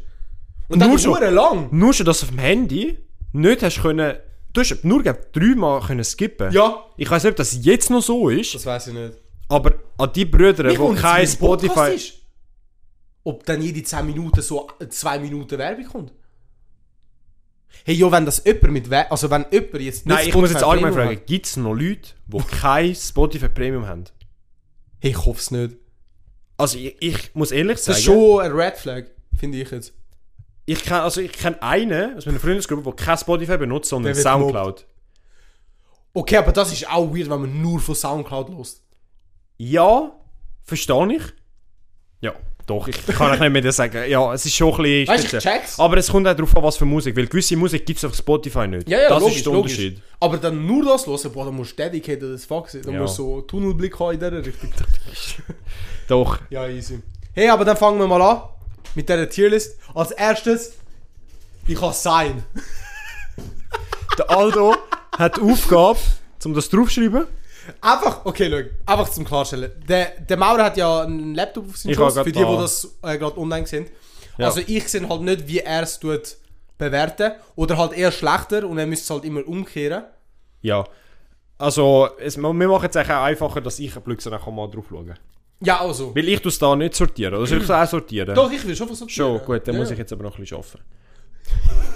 [SPEAKER 2] Und dann
[SPEAKER 3] Nur
[SPEAKER 2] ist
[SPEAKER 3] schon.
[SPEAKER 2] es lang.
[SPEAKER 3] Nur schon, dass du auf dem Handy nicht hast können, du hast nur glaub, dreimal können skippen.
[SPEAKER 2] Ja.
[SPEAKER 3] Ich weiß nicht, ob das jetzt noch so ist,
[SPEAKER 2] Das weiß ich nicht.
[SPEAKER 3] aber an die Brüder,
[SPEAKER 2] Mich
[SPEAKER 3] die
[SPEAKER 2] wundert's,
[SPEAKER 3] kein
[SPEAKER 2] wie ein Podcast
[SPEAKER 3] Spotify...
[SPEAKER 2] ist. Ob dann jede 10 Minuten so 2 Minuten Werbung kommt. Hey, jo, wenn das jemand mit Werbung... Also wenn jemand jetzt nicht
[SPEAKER 3] Nein, ich muss jetzt
[SPEAKER 2] Spotify
[SPEAKER 3] allgemein
[SPEAKER 2] Premium
[SPEAKER 3] fragen, gibt es noch Leute, die kein Spotify Premium haben?
[SPEAKER 2] hat- Hey, ich hoffe es nicht.
[SPEAKER 3] Also ich, ich muss ehrlich
[SPEAKER 2] Das
[SPEAKER 3] sagen,
[SPEAKER 2] ist schon ein Red Flag, finde ich jetzt.
[SPEAKER 3] ich kenne also ich kenn einen aus meiner Freundesgruppe, der kein Spotify benutzt, sondern
[SPEAKER 2] Der wird
[SPEAKER 3] Soundcloud.
[SPEAKER 2] Okay, aber das ist auch weird, wenn man nur von Soundcloud lost.
[SPEAKER 3] Ja, verstehe ich. Ja, doch, ich kann euch nicht mehr das sagen. Ja, es ist schon ein bisschen
[SPEAKER 2] Weißt du,
[SPEAKER 3] speziell.
[SPEAKER 2] ich check's.
[SPEAKER 3] Aber es kommt auch darauf an, was für Musik, weil gewisse Musik gibt es auf Spotify nicht. das ist der Unterschied.
[SPEAKER 2] Aber dann nur das hören, boah, dann musst du dedicated as fuck sein. Dann
[SPEAKER 3] Ja.
[SPEAKER 2] musst du so einen Tunnelblick haben in dieser Richtung.
[SPEAKER 3] Doch.
[SPEAKER 2] ja, easy. Hey, aber dann fangen wir mal an mit dieser Tierlist. Als erstes, ich kann sein.
[SPEAKER 3] Der Aldo hat die Aufgabe, um das draufzuschreiben.
[SPEAKER 2] Einfach, okay, schau, einfach zum Klarstellen. Der, der Maurer hat ja einen Laptop auf seinem
[SPEAKER 3] Ich hab
[SPEAKER 2] Schoß, für
[SPEAKER 3] grad
[SPEAKER 2] die, die
[SPEAKER 3] da.
[SPEAKER 2] das äh, gerade online sind.
[SPEAKER 3] Ja.
[SPEAKER 2] Also ich sehe halt nicht, wie er es tut bewerten. Oder halt eher schlechter und er müsste es halt immer umkehren.
[SPEAKER 3] Ja. Also, es, wir machen es eigentlich auch einfacher, dass ich ein Blödsinn auch mal drauf schauen kann.
[SPEAKER 2] Ja, also.
[SPEAKER 3] Weil ich tue es da nicht sortieren. Oder soll ich es auch sortieren?
[SPEAKER 2] Doch, ich will schon was sortieren.
[SPEAKER 3] Schon, gut, dann
[SPEAKER 2] ja.
[SPEAKER 3] muss ich jetzt aber noch ein bisschen arbeiten.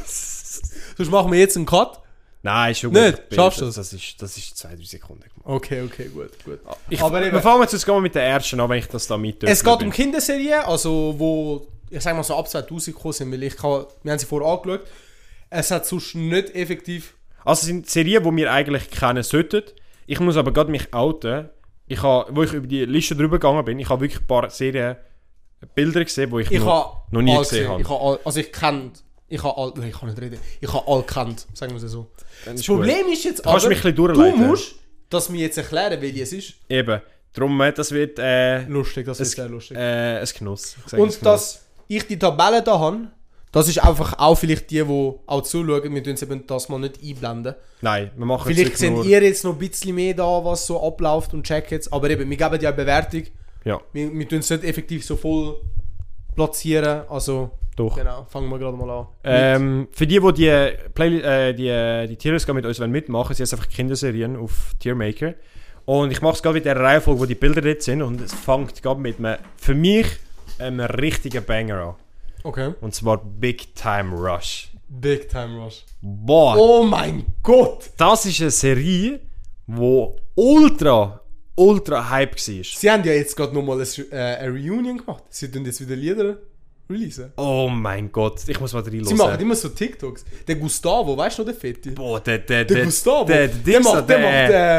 [SPEAKER 2] Sonst machen wir jetzt einen Cut.
[SPEAKER 3] Nein, ist schon
[SPEAKER 2] Nicht?
[SPEAKER 3] gut.
[SPEAKER 2] Schaffst du das?
[SPEAKER 3] Das ist, das ist zwei, drei Sekunden gemacht.
[SPEAKER 2] Okay, okay, gut, gut.
[SPEAKER 3] Ich,
[SPEAKER 2] Aber
[SPEAKER 3] aber
[SPEAKER 2] eben-
[SPEAKER 3] wir fangen jetzt jetzt gleich mal mit der ersten an, wenn ich das da mit
[SPEAKER 2] es geht um Kinderserien, also wo, ich sag mal so ab 2000 gekommen sind, weil ich kann, wir haben sie vorher angeschaut. Es hat sonst nicht effektiv...
[SPEAKER 3] Also es sind Serien, die wir eigentlich kennen sollten. Ich muss aber gerade mich outen. Ich habe, wo ich über die Liste drüber gegangen bin, ich habe wirklich ein paar Serien, Bilder gesehen, die ich,
[SPEAKER 2] Ich
[SPEAKER 3] noch,
[SPEAKER 2] habe
[SPEAKER 3] noch nie
[SPEAKER 2] all
[SPEAKER 3] gesehen habe.
[SPEAKER 2] Ich habe all, also ich kennt. Ich habe all, nein, ich kann nicht reden. Ich habe all kennt, sagen wir es so. Das
[SPEAKER 3] ist
[SPEAKER 2] Problem ist jetzt
[SPEAKER 3] kannst du mich ein bisschen durchleiten.
[SPEAKER 2] du musst das mir jetzt erklären, welche es ist.
[SPEAKER 3] Eben. Darum, äh, das wird äh,
[SPEAKER 2] Lustig, das
[SPEAKER 3] ein,
[SPEAKER 2] ist sehr lustig.
[SPEAKER 3] Äh, ein Genuss. Ich sage ein Genuss.
[SPEAKER 2] Und dass ich die Tabelle da habe, das ist einfach auch vielleicht die, die auch zuschauen. Wir tun sie eben das mal nicht einblenden.
[SPEAKER 3] Nein, wir machen es
[SPEAKER 2] Vielleicht
[SPEAKER 3] wirklich
[SPEAKER 2] seht
[SPEAKER 3] nur-
[SPEAKER 2] ihr jetzt noch ein bisschen mehr da, was so abläuft und checkt jetzt. Aber eben, wir geben ja eine Bewertung.
[SPEAKER 3] Ja,
[SPEAKER 2] Wir, wir tun es nicht effektiv so voll platzieren. Also,
[SPEAKER 3] doch.
[SPEAKER 2] genau, fangen wir gerade mal an.
[SPEAKER 3] Ähm, für die, die die, Play äh, die, die Tierlist mit uns wollen mitmachen wollen, sind jetzt einfach Kinderserien auf Tiermaker. Und ich mache es gerade in der Reihenfolge, wo die Bilder dort sind. Und es fängt gerade mit einem, für mich, einem richtigen Banger an.
[SPEAKER 2] Okay.
[SPEAKER 3] Und zwar Big Time Rush.
[SPEAKER 2] Big Time Rush.
[SPEAKER 3] Boah,
[SPEAKER 2] Oh mein Gott!
[SPEAKER 3] das ist eine Serie, wo ultra, ultra Hype war.
[SPEAKER 2] Sie haben ja jetzt gerade nochmal eine, äh, eine Reunion gemacht. Sie tun jetzt wieder Lieder releasen.
[SPEAKER 3] Oh mein Gott, ich muss mal reinhören.
[SPEAKER 2] Sie machen immer so TikToks. Der Gustavo, weißt du noch, der Fette?
[SPEAKER 3] Boah, der, der,
[SPEAKER 2] der Gustavo.
[SPEAKER 3] der, der,
[SPEAKER 2] der macht, der,
[SPEAKER 3] der-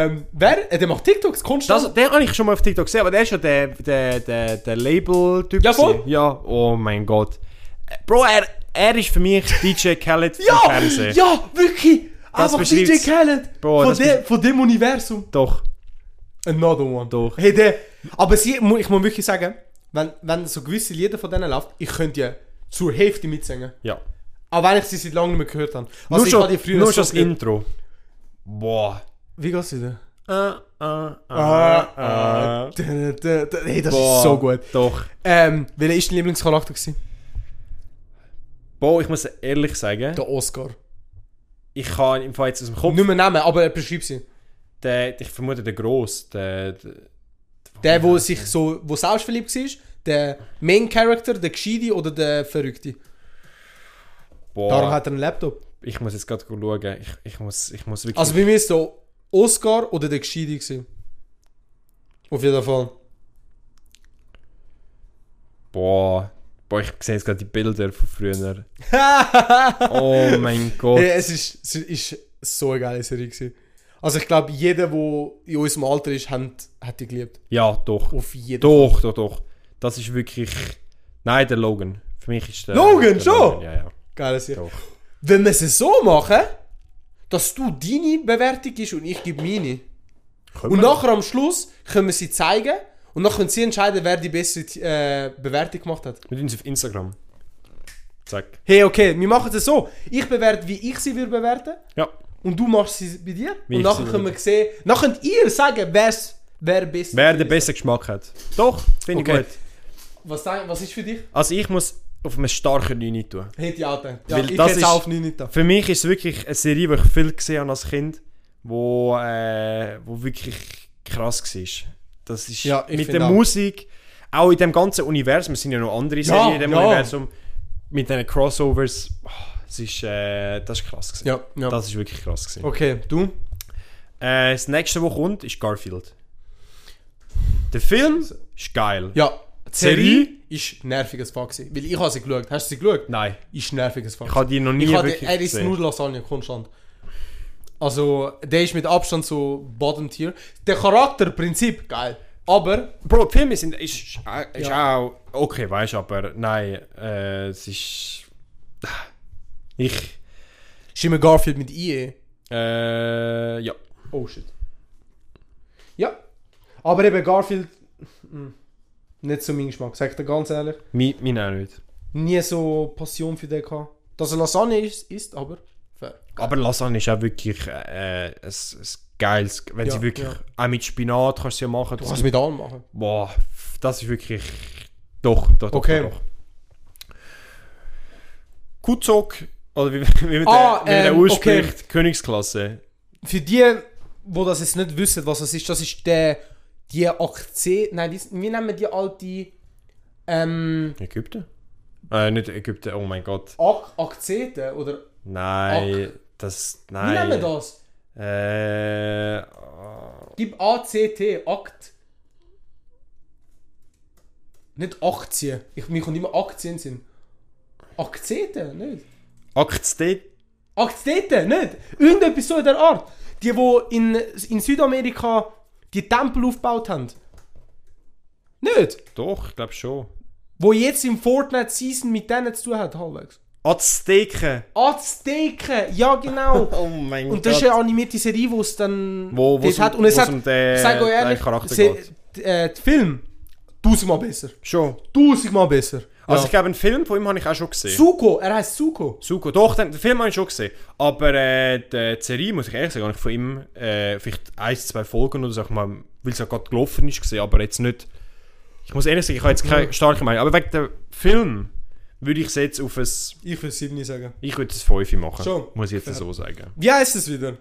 [SPEAKER 2] macht, ähm, wer? Äh, der macht TikToks konstant.
[SPEAKER 3] Das, den habe ich schon mal auf TikTok gesehen, aber der ist ja der, der, der, der Label-Typ.
[SPEAKER 2] Ja, voll.
[SPEAKER 3] gewesen. Ja, oh mein Gott. Äh, Bro, er, er ist für mich DJ Khaled
[SPEAKER 2] ja!
[SPEAKER 3] im Fernsehen.
[SPEAKER 2] Ja, wirklich!
[SPEAKER 3] Das
[SPEAKER 2] Einfach DJ
[SPEAKER 3] beschreibt's.
[SPEAKER 2] Khaled.
[SPEAKER 3] Bro,
[SPEAKER 2] von,
[SPEAKER 3] das
[SPEAKER 2] de, von dem Universum.
[SPEAKER 3] Doch.
[SPEAKER 2] Another one.
[SPEAKER 3] Doch.
[SPEAKER 2] Hey, der. Aber sie, mu- ich muss wirklich sagen, wenn, wenn so gewisse Lieder von denen läuft, ich könnte ja zur Hälfte mitsingen.
[SPEAKER 3] Ja.
[SPEAKER 2] Auch wenn ich sie seit langem nicht mehr gehört habe. Also ich habe
[SPEAKER 3] nur
[SPEAKER 2] die
[SPEAKER 3] schon,
[SPEAKER 2] früher
[SPEAKER 3] nur
[SPEAKER 2] so
[SPEAKER 3] schon das
[SPEAKER 2] viel-
[SPEAKER 3] Intro. Boah.
[SPEAKER 2] Wie geht's dir denn?
[SPEAKER 3] Äh, äh,
[SPEAKER 2] Ah,
[SPEAKER 3] äh,
[SPEAKER 2] ah.
[SPEAKER 3] äh.
[SPEAKER 2] Dun, dun, dun. Hey, das
[SPEAKER 3] Boah.
[SPEAKER 2] ist so gut.
[SPEAKER 3] Doch.
[SPEAKER 2] Ähm, welcher ist dein Lieblingscharakter gewesen?
[SPEAKER 3] Boah, ich muss ehrlich sagen,
[SPEAKER 2] Der Oscar.
[SPEAKER 3] ich kann im Fall jetzt aus dem Kopf,
[SPEAKER 2] Nicht mehr Namen, aber er beschreibt sie.
[SPEAKER 3] der, ich vermute der Gross, der, der
[SPEAKER 2] Der, wo sich so, wo selbst verliebt war, der Main Character, der Gescheite oder der Verrückte.
[SPEAKER 3] boah,
[SPEAKER 2] Darum hat er einen Laptop.
[SPEAKER 3] ich muss jetzt gerade schauen, ich, ich, muss, ich muss wirklich,
[SPEAKER 2] Also bei mir ist der Oscar oder der Gescheite gewesen. Auf jeden Fall.
[SPEAKER 3] boah, boah, ich sehe jetzt gerade die Bilder von früher. Oh mein Gott.
[SPEAKER 2] Hey, es ist, es ist so eine geile Serie gewesen. Also ich glaube, jeder, der in unserem Alter ist, hat, hat die geliebt.
[SPEAKER 3] Ja, doch.
[SPEAKER 2] Auf jeden
[SPEAKER 3] Doch, doch, doch. Das ist wirklich. Nein, der Logan. Für mich ist der.
[SPEAKER 2] Logan,
[SPEAKER 3] der
[SPEAKER 2] schon?
[SPEAKER 3] Ja, ja.
[SPEAKER 2] Geile Serie.
[SPEAKER 3] Doch.
[SPEAKER 2] Wenn wir es so machen, dass du deine Bewertung ist und ich gebe meine. und nachher am Schluss können wir sie zeigen und dann können sie entscheiden, wer die beste äh, Bewertung gemacht hat.
[SPEAKER 3] Wir tun es auf Instagram. Zack.
[SPEAKER 2] Hey, okay, wir machen es so. Ich bewerte, wie ich sie würde bewerten
[SPEAKER 3] Ja.
[SPEAKER 2] und du machst sie bei dir.
[SPEAKER 3] Wie
[SPEAKER 2] und
[SPEAKER 3] ich
[SPEAKER 2] nachher
[SPEAKER 3] sie
[SPEAKER 2] können
[SPEAKER 3] würde.
[SPEAKER 2] wir sehen, nachher könnt ihr sagen, wer's, wer best
[SPEAKER 3] Wer den besten Geschmack hat. Doch, finde
[SPEAKER 2] Okay.
[SPEAKER 3] ich gut.
[SPEAKER 2] was, denk- was ist für dich?
[SPEAKER 3] Also, ich muss auf einem starken 9 tun.
[SPEAKER 2] Hätte ich auch gedacht. Ja,
[SPEAKER 3] Weil
[SPEAKER 2] ich
[SPEAKER 3] das
[SPEAKER 2] hätte es
[SPEAKER 3] ist-
[SPEAKER 2] auch auf 9 nicht getan.
[SPEAKER 3] Für mich ist es wirklich eine Serie, die ich viel gesehen habe als Kind, wo, äh, wo wirklich krass war. Das ist
[SPEAKER 2] Ja, ich
[SPEAKER 3] mit
[SPEAKER 2] finde
[SPEAKER 3] der
[SPEAKER 2] auch.
[SPEAKER 3] Musik, auch in dem ganzen Universum, es sind ja noch andere
[SPEAKER 2] Ja,
[SPEAKER 3] Serien in dem
[SPEAKER 2] ja.
[SPEAKER 3] Universum, mit diesen Crossovers, oh, es ist, äh, das ist krass gewesen.
[SPEAKER 2] Ja, ja.
[SPEAKER 3] Das ist wirklich krass gewesen.
[SPEAKER 2] Okay, du?
[SPEAKER 3] Äh, das nächste, was kommt, ist Garfield. Der Film ist geil.
[SPEAKER 2] Ja. Die Serie ist nervig als Fuck. gewesen. Weil ich habe sie geschaut. Hast du sie geschaut?
[SPEAKER 3] Nein.
[SPEAKER 2] Ist nervig als Fuck.
[SPEAKER 3] Ich habe die noch nie
[SPEAKER 2] Ich hatte,
[SPEAKER 3] wirklich
[SPEAKER 2] er ist
[SPEAKER 3] gesehen.
[SPEAKER 2] nur Lasagne, konstant. Also, der ist mit Abstand so Bottom Tier. Der Charakter, Prinzip, geil. Aber,
[SPEAKER 3] Bro, die Filme sind ist, äh, ist
[SPEAKER 2] Ja.
[SPEAKER 3] auch okay, weißt du, aber nein, äh, es ist ich
[SPEAKER 2] Jimmy Garfield mit E. IE.
[SPEAKER 3] äh, ja.
[SPEAKER 2] Oh shit. Ja. Aber eben Garfield. mm, Nicht so mein Geschmack, sag ich dir ganz ehrlich.
[SPEAKER 3] Mi, meine auch nicht.
[SPEAKER 2] Nie so Passion für den gehabt. Dass er Lasagne ist, ist aber fair.
[SPEAKER 3] Aber Lasagne ist auch wirklich äh, ein, ein geiles, wenn
[SPEAKER 2] Ja,
[SPEAKER 3] sie wirklich
[SPEAKER 2] ja.
[SPEAKER 3] auch mit Spinat kannst du ja machen.
[SPEAKER 2] Du
[SPEAKER 3] Das
[SPEAKER 2] kannst mit allem machen.
[SPEAKER 3] boah, das ist wirklich doch, doch, doch,
[SPEAKER 2] Okay.
[SPEAKER 3] doch. doch. Kuzok oder wie, wie man
[SPEAKER 2] Ah,
[SPEAKER 3] den, wie man den
[SPEAKER 2] ähm,
[SPEAKER 3] ausspricht, Königsklasse.
[SPEAKER 2] Für die, wo das jetzt nicht wissen, was das ist, das ist der. Die Aktie. Nein, die, wir nennen die alte. Ähm.
[SPEAKER 3] Ägypten? Äh, nicht Ägypten, oh mein Gott.
[SPEAKER 2] Ak Akzete oder.
[SPEAKER 3] Nein, das.
[SPEAKER 2] Wie
[SPEAKER 3] Nein.
[SPEAKER 2] nennen wir das?
[SPEAKER 3] Äh.
[SPEAKER 2] Gib ACT, Akt. Nicht Aktien. Ich, mir kommt immer Aktien in den Sinn. Akzete, nicht?
[SPEAKER 3] Akzte.
[SPEAKER 2] Akzete, nicht? Irgendetwas so in der Art. Die, die in, in Südamerika die Tempel aufgebaut haben. Nicht?
[SPEAKER 3] Doch, ich glaube schon.
[SPEAKER 2] Wo jetzt im Fortnite Season mit denen zu tun hat, halbwegs.
[SPEAKER 3] Azteken!
[SPEAKER 2] Azteken, ja genau.
[SPEAKER 3] Oh mein
[SPEAKER 2] Und das ist eine animierte Serie, wo es dann
[SPEAKER 3] Wo- wo
[SPEAKER 2] dort
[SPEAKER 3] es
[SPEAKER 2] hat.
[SPEAKER 3] um-
[SPEAKER 2] Und es
[SPEAKER 3] wo es
[SPEAKER 2] hat,
[SPEAKER 3] um den-
[SPEAKER 2] ich sag euch
[SPEAKER 3] den
[SPEAKER 2] ehrlich,
[SPEAKER 3] Charakter
[SPEAKER 2] se-
[SPEAKER 3] geht.
[SPEAKER 2] d- äh, der Film tausendmal besser.
[SPEAKER 3] Schon.
[SPEAKER 2] Tausendmal besser.
[SPEAKER 3] Also,
[SPEAKER 2] ja.
[SPEAKER 3] ich glaube, einen Film von ihm habe ich auch schon gesehen.
[SPEAKER 2] Zuko, er heißt Zuko.
[SPEAKER 3] Suko. Doch, den, den Film habe ich schon gesehen. Aber äh, die Serie, muss ich ehrlich sagen, habe ich von ihm äh, vielleicht ein, zwei Folgen oder so, ich mal, weil es ja gerade gelaufen ist, gesehen, aber jetzt nicht. Ich muss ehrlich sagen, ich habe jetzt keine starke Meinung. Aber wegen dem Film würde ich es jetzt auf ein.
[SPEAKER 2] Ich will Sydney sagen.
[SPEAKER 3] Ich würde es 5 machen.
[SPEAKER 2] Schon.
[SPEAKER 3] Muss ich jetzt so sagen.
[SPEAKER 2] Wie heißt es wieder?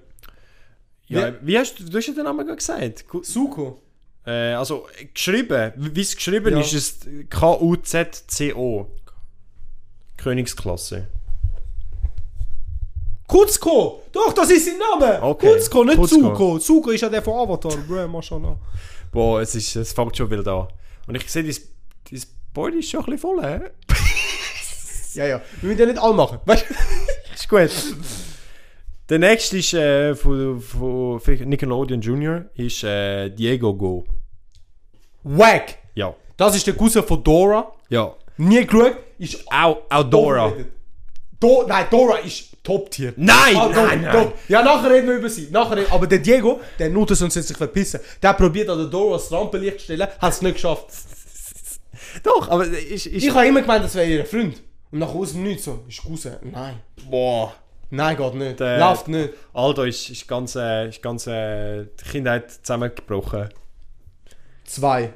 [SPEAKER 3] Ja, wie hast du, du hast ja den Namen gerade gesagt? Ku-
[SPEAKER 2] Zuko.
[SPEAKER 3] Äh, also äh, geschrieben, wie wie es geschrieben
[SPEAKER 2] Ja.
[SPEAKER 3] ist, ist es K-U-Z-C-O. Königsklasse.
[SPEAKER 2] Kutzko! Doch, das ist sein Name!
[SPEAKER 3] Okay.
[SPEAKER 2] Kutzko, nicht
[SPEAKER 3] Kutzko.
[SPEAKER 2] Zuko. Zuko ist ja der von Avatar, bro, mashallah.
[SPEAKER 3] Boah, es, ist, es fängt schon wild an. Und ich sehe, dein, dein Beutel ist schon ein bisschen voll, hä?
[SPEAKER 2] Ja, ja. Wir müssen ja nicht alle machen. Weißt du?
[SPEAKER 3] Ist gut. Der nächste ist äh, von, von Nickelodeon Junior, ist äh, Diego Go.
[SPEAKER 2] Wack!
[SPEAKER 3] Ja.
[SPEAKER 2] Das ist der Cousin von Dora.
[SPEAKER 3] Ja.
[SPEAKER 2] Nie geschaut. Ist
[SPEAKER 3] Au, auch Dora.
[SPEAKER 2] Oh, Do nein, Dora ist Top-Tier.
[SPEAKER 3] Nein,
[SPEAKER 2] Ah,
[SPEAKER 3] nein,
[SPEAKER 2] doch,
[SPEAKER 3] nein.
[SPEAKER 2] doch. Ja, nachher reden wir über sie. Nachher reden. Aber der Diego, der Nutus und sich verpissen. Der probiert an der Dora das Rampenlicht zu stellen, hat es nicht geschafft.
[SPEAKER 3] Doch, aber äh, ist. ist
[SPEAKER 2] Ich habe immer gemeint, das wäre ihr Freund. Und nach außen nichts so. Ist Cousin. Nein.
[SPEAKER 3] boah.
[SPEAKER 2] Nein, geht nicht.
[SPEAKER 3] Der-
[SPEAKER 2] Läuft nicht.
[SPEAKER 3] Aldo ist, ist ganz, äh, ist ganz äh, die Kindheit zusammengebrochen.
[SPEAKER 2] Zwei.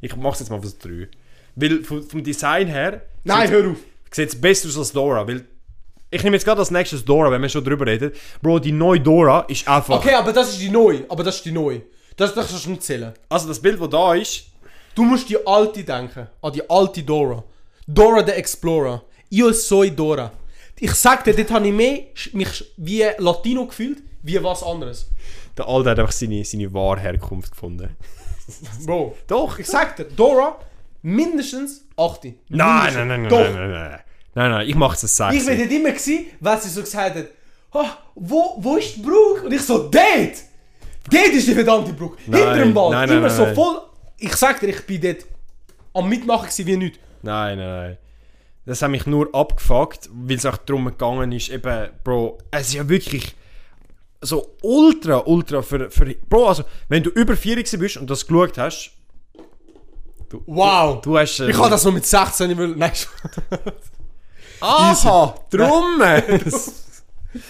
[SPEAKER 3] Ich mach's jetzt mal fürs 3. Weil vom, vom Design her
[SPEAKER 2] Nein, hör auf.
[SPEAKER 3] sieht es besser aus als Dora. Weil ich nehme jetzt gerade als nächstes Dora, wenn wir schon drüber reden. Bro, die neue Dora ist einfach.
[SPEAKER 2] Okay, aber das ist die neue. Aber das ist die neue. Das, das kannst du nicht zählen.
[SPEAKER 3] Also das Bild, das da ist,
[SPEAKER 2] Du musst die alte denken. An die alte Dora. Dora the Explorer. Io soy Dora. Ich sag dir, dort habe ich mehr sch- mich sch- wie Latino gefühlt, wie was anderes.
[SPEAKER 3] der Aldo hat einfach seine, seine wahre Herkunft gefunden.
[SPEAKER 2] Bro.
[SPEAKER 3] Doch,
[SPEAKER 2] Ich sag dir, Dora, mindestens 80.
[SPEAKER 3] Nein, nein, nein, nein,
[SPEAKER 2] Doch.
[SPEAKER 3] nein, nein, nein. Nein, nein, ich mach's als
[SPEAKER 2] Ich
[SPEAKER 3] 6.
[SPEAKER 2] war dort immer, gewesen, weil sie so gesagt hat, oh, wo, wo ist die Brücke? Und ich so, dort! Dort ist die verdammte Brücke.
[SPEAKER 3] Nein,
[SPEAKER 2] Hinter dem Wald.
[SPEAKER 3] nein, nein,
[SPEAKER 2] immer
[SPEAKER 3] nein,
[SPEAKER 2] so
[SPEAKER 3] nein.
[SPEAKER 2] voll. Ich sag dir, ich bin dort am Mitmachen gewesen wie nichts.
[SPEAKER 3] Nein, nein, nein. Das hat mich nur abgefuckt, weil es auch darum gegangen ist, eben, Bro, es ist ja wirklich so ultra, ultra für, für Bro, also, wenn du über 40 bist und das geschaut hast,
[SPEAKER 2] Wow.
[SPEAKER 3] du hast... äh,
[SPEAKER 2] Ich kann das nur mit 16 will. Nein,
[SPEAKER 3] Aha, drum!
[SPEAKER 2] ich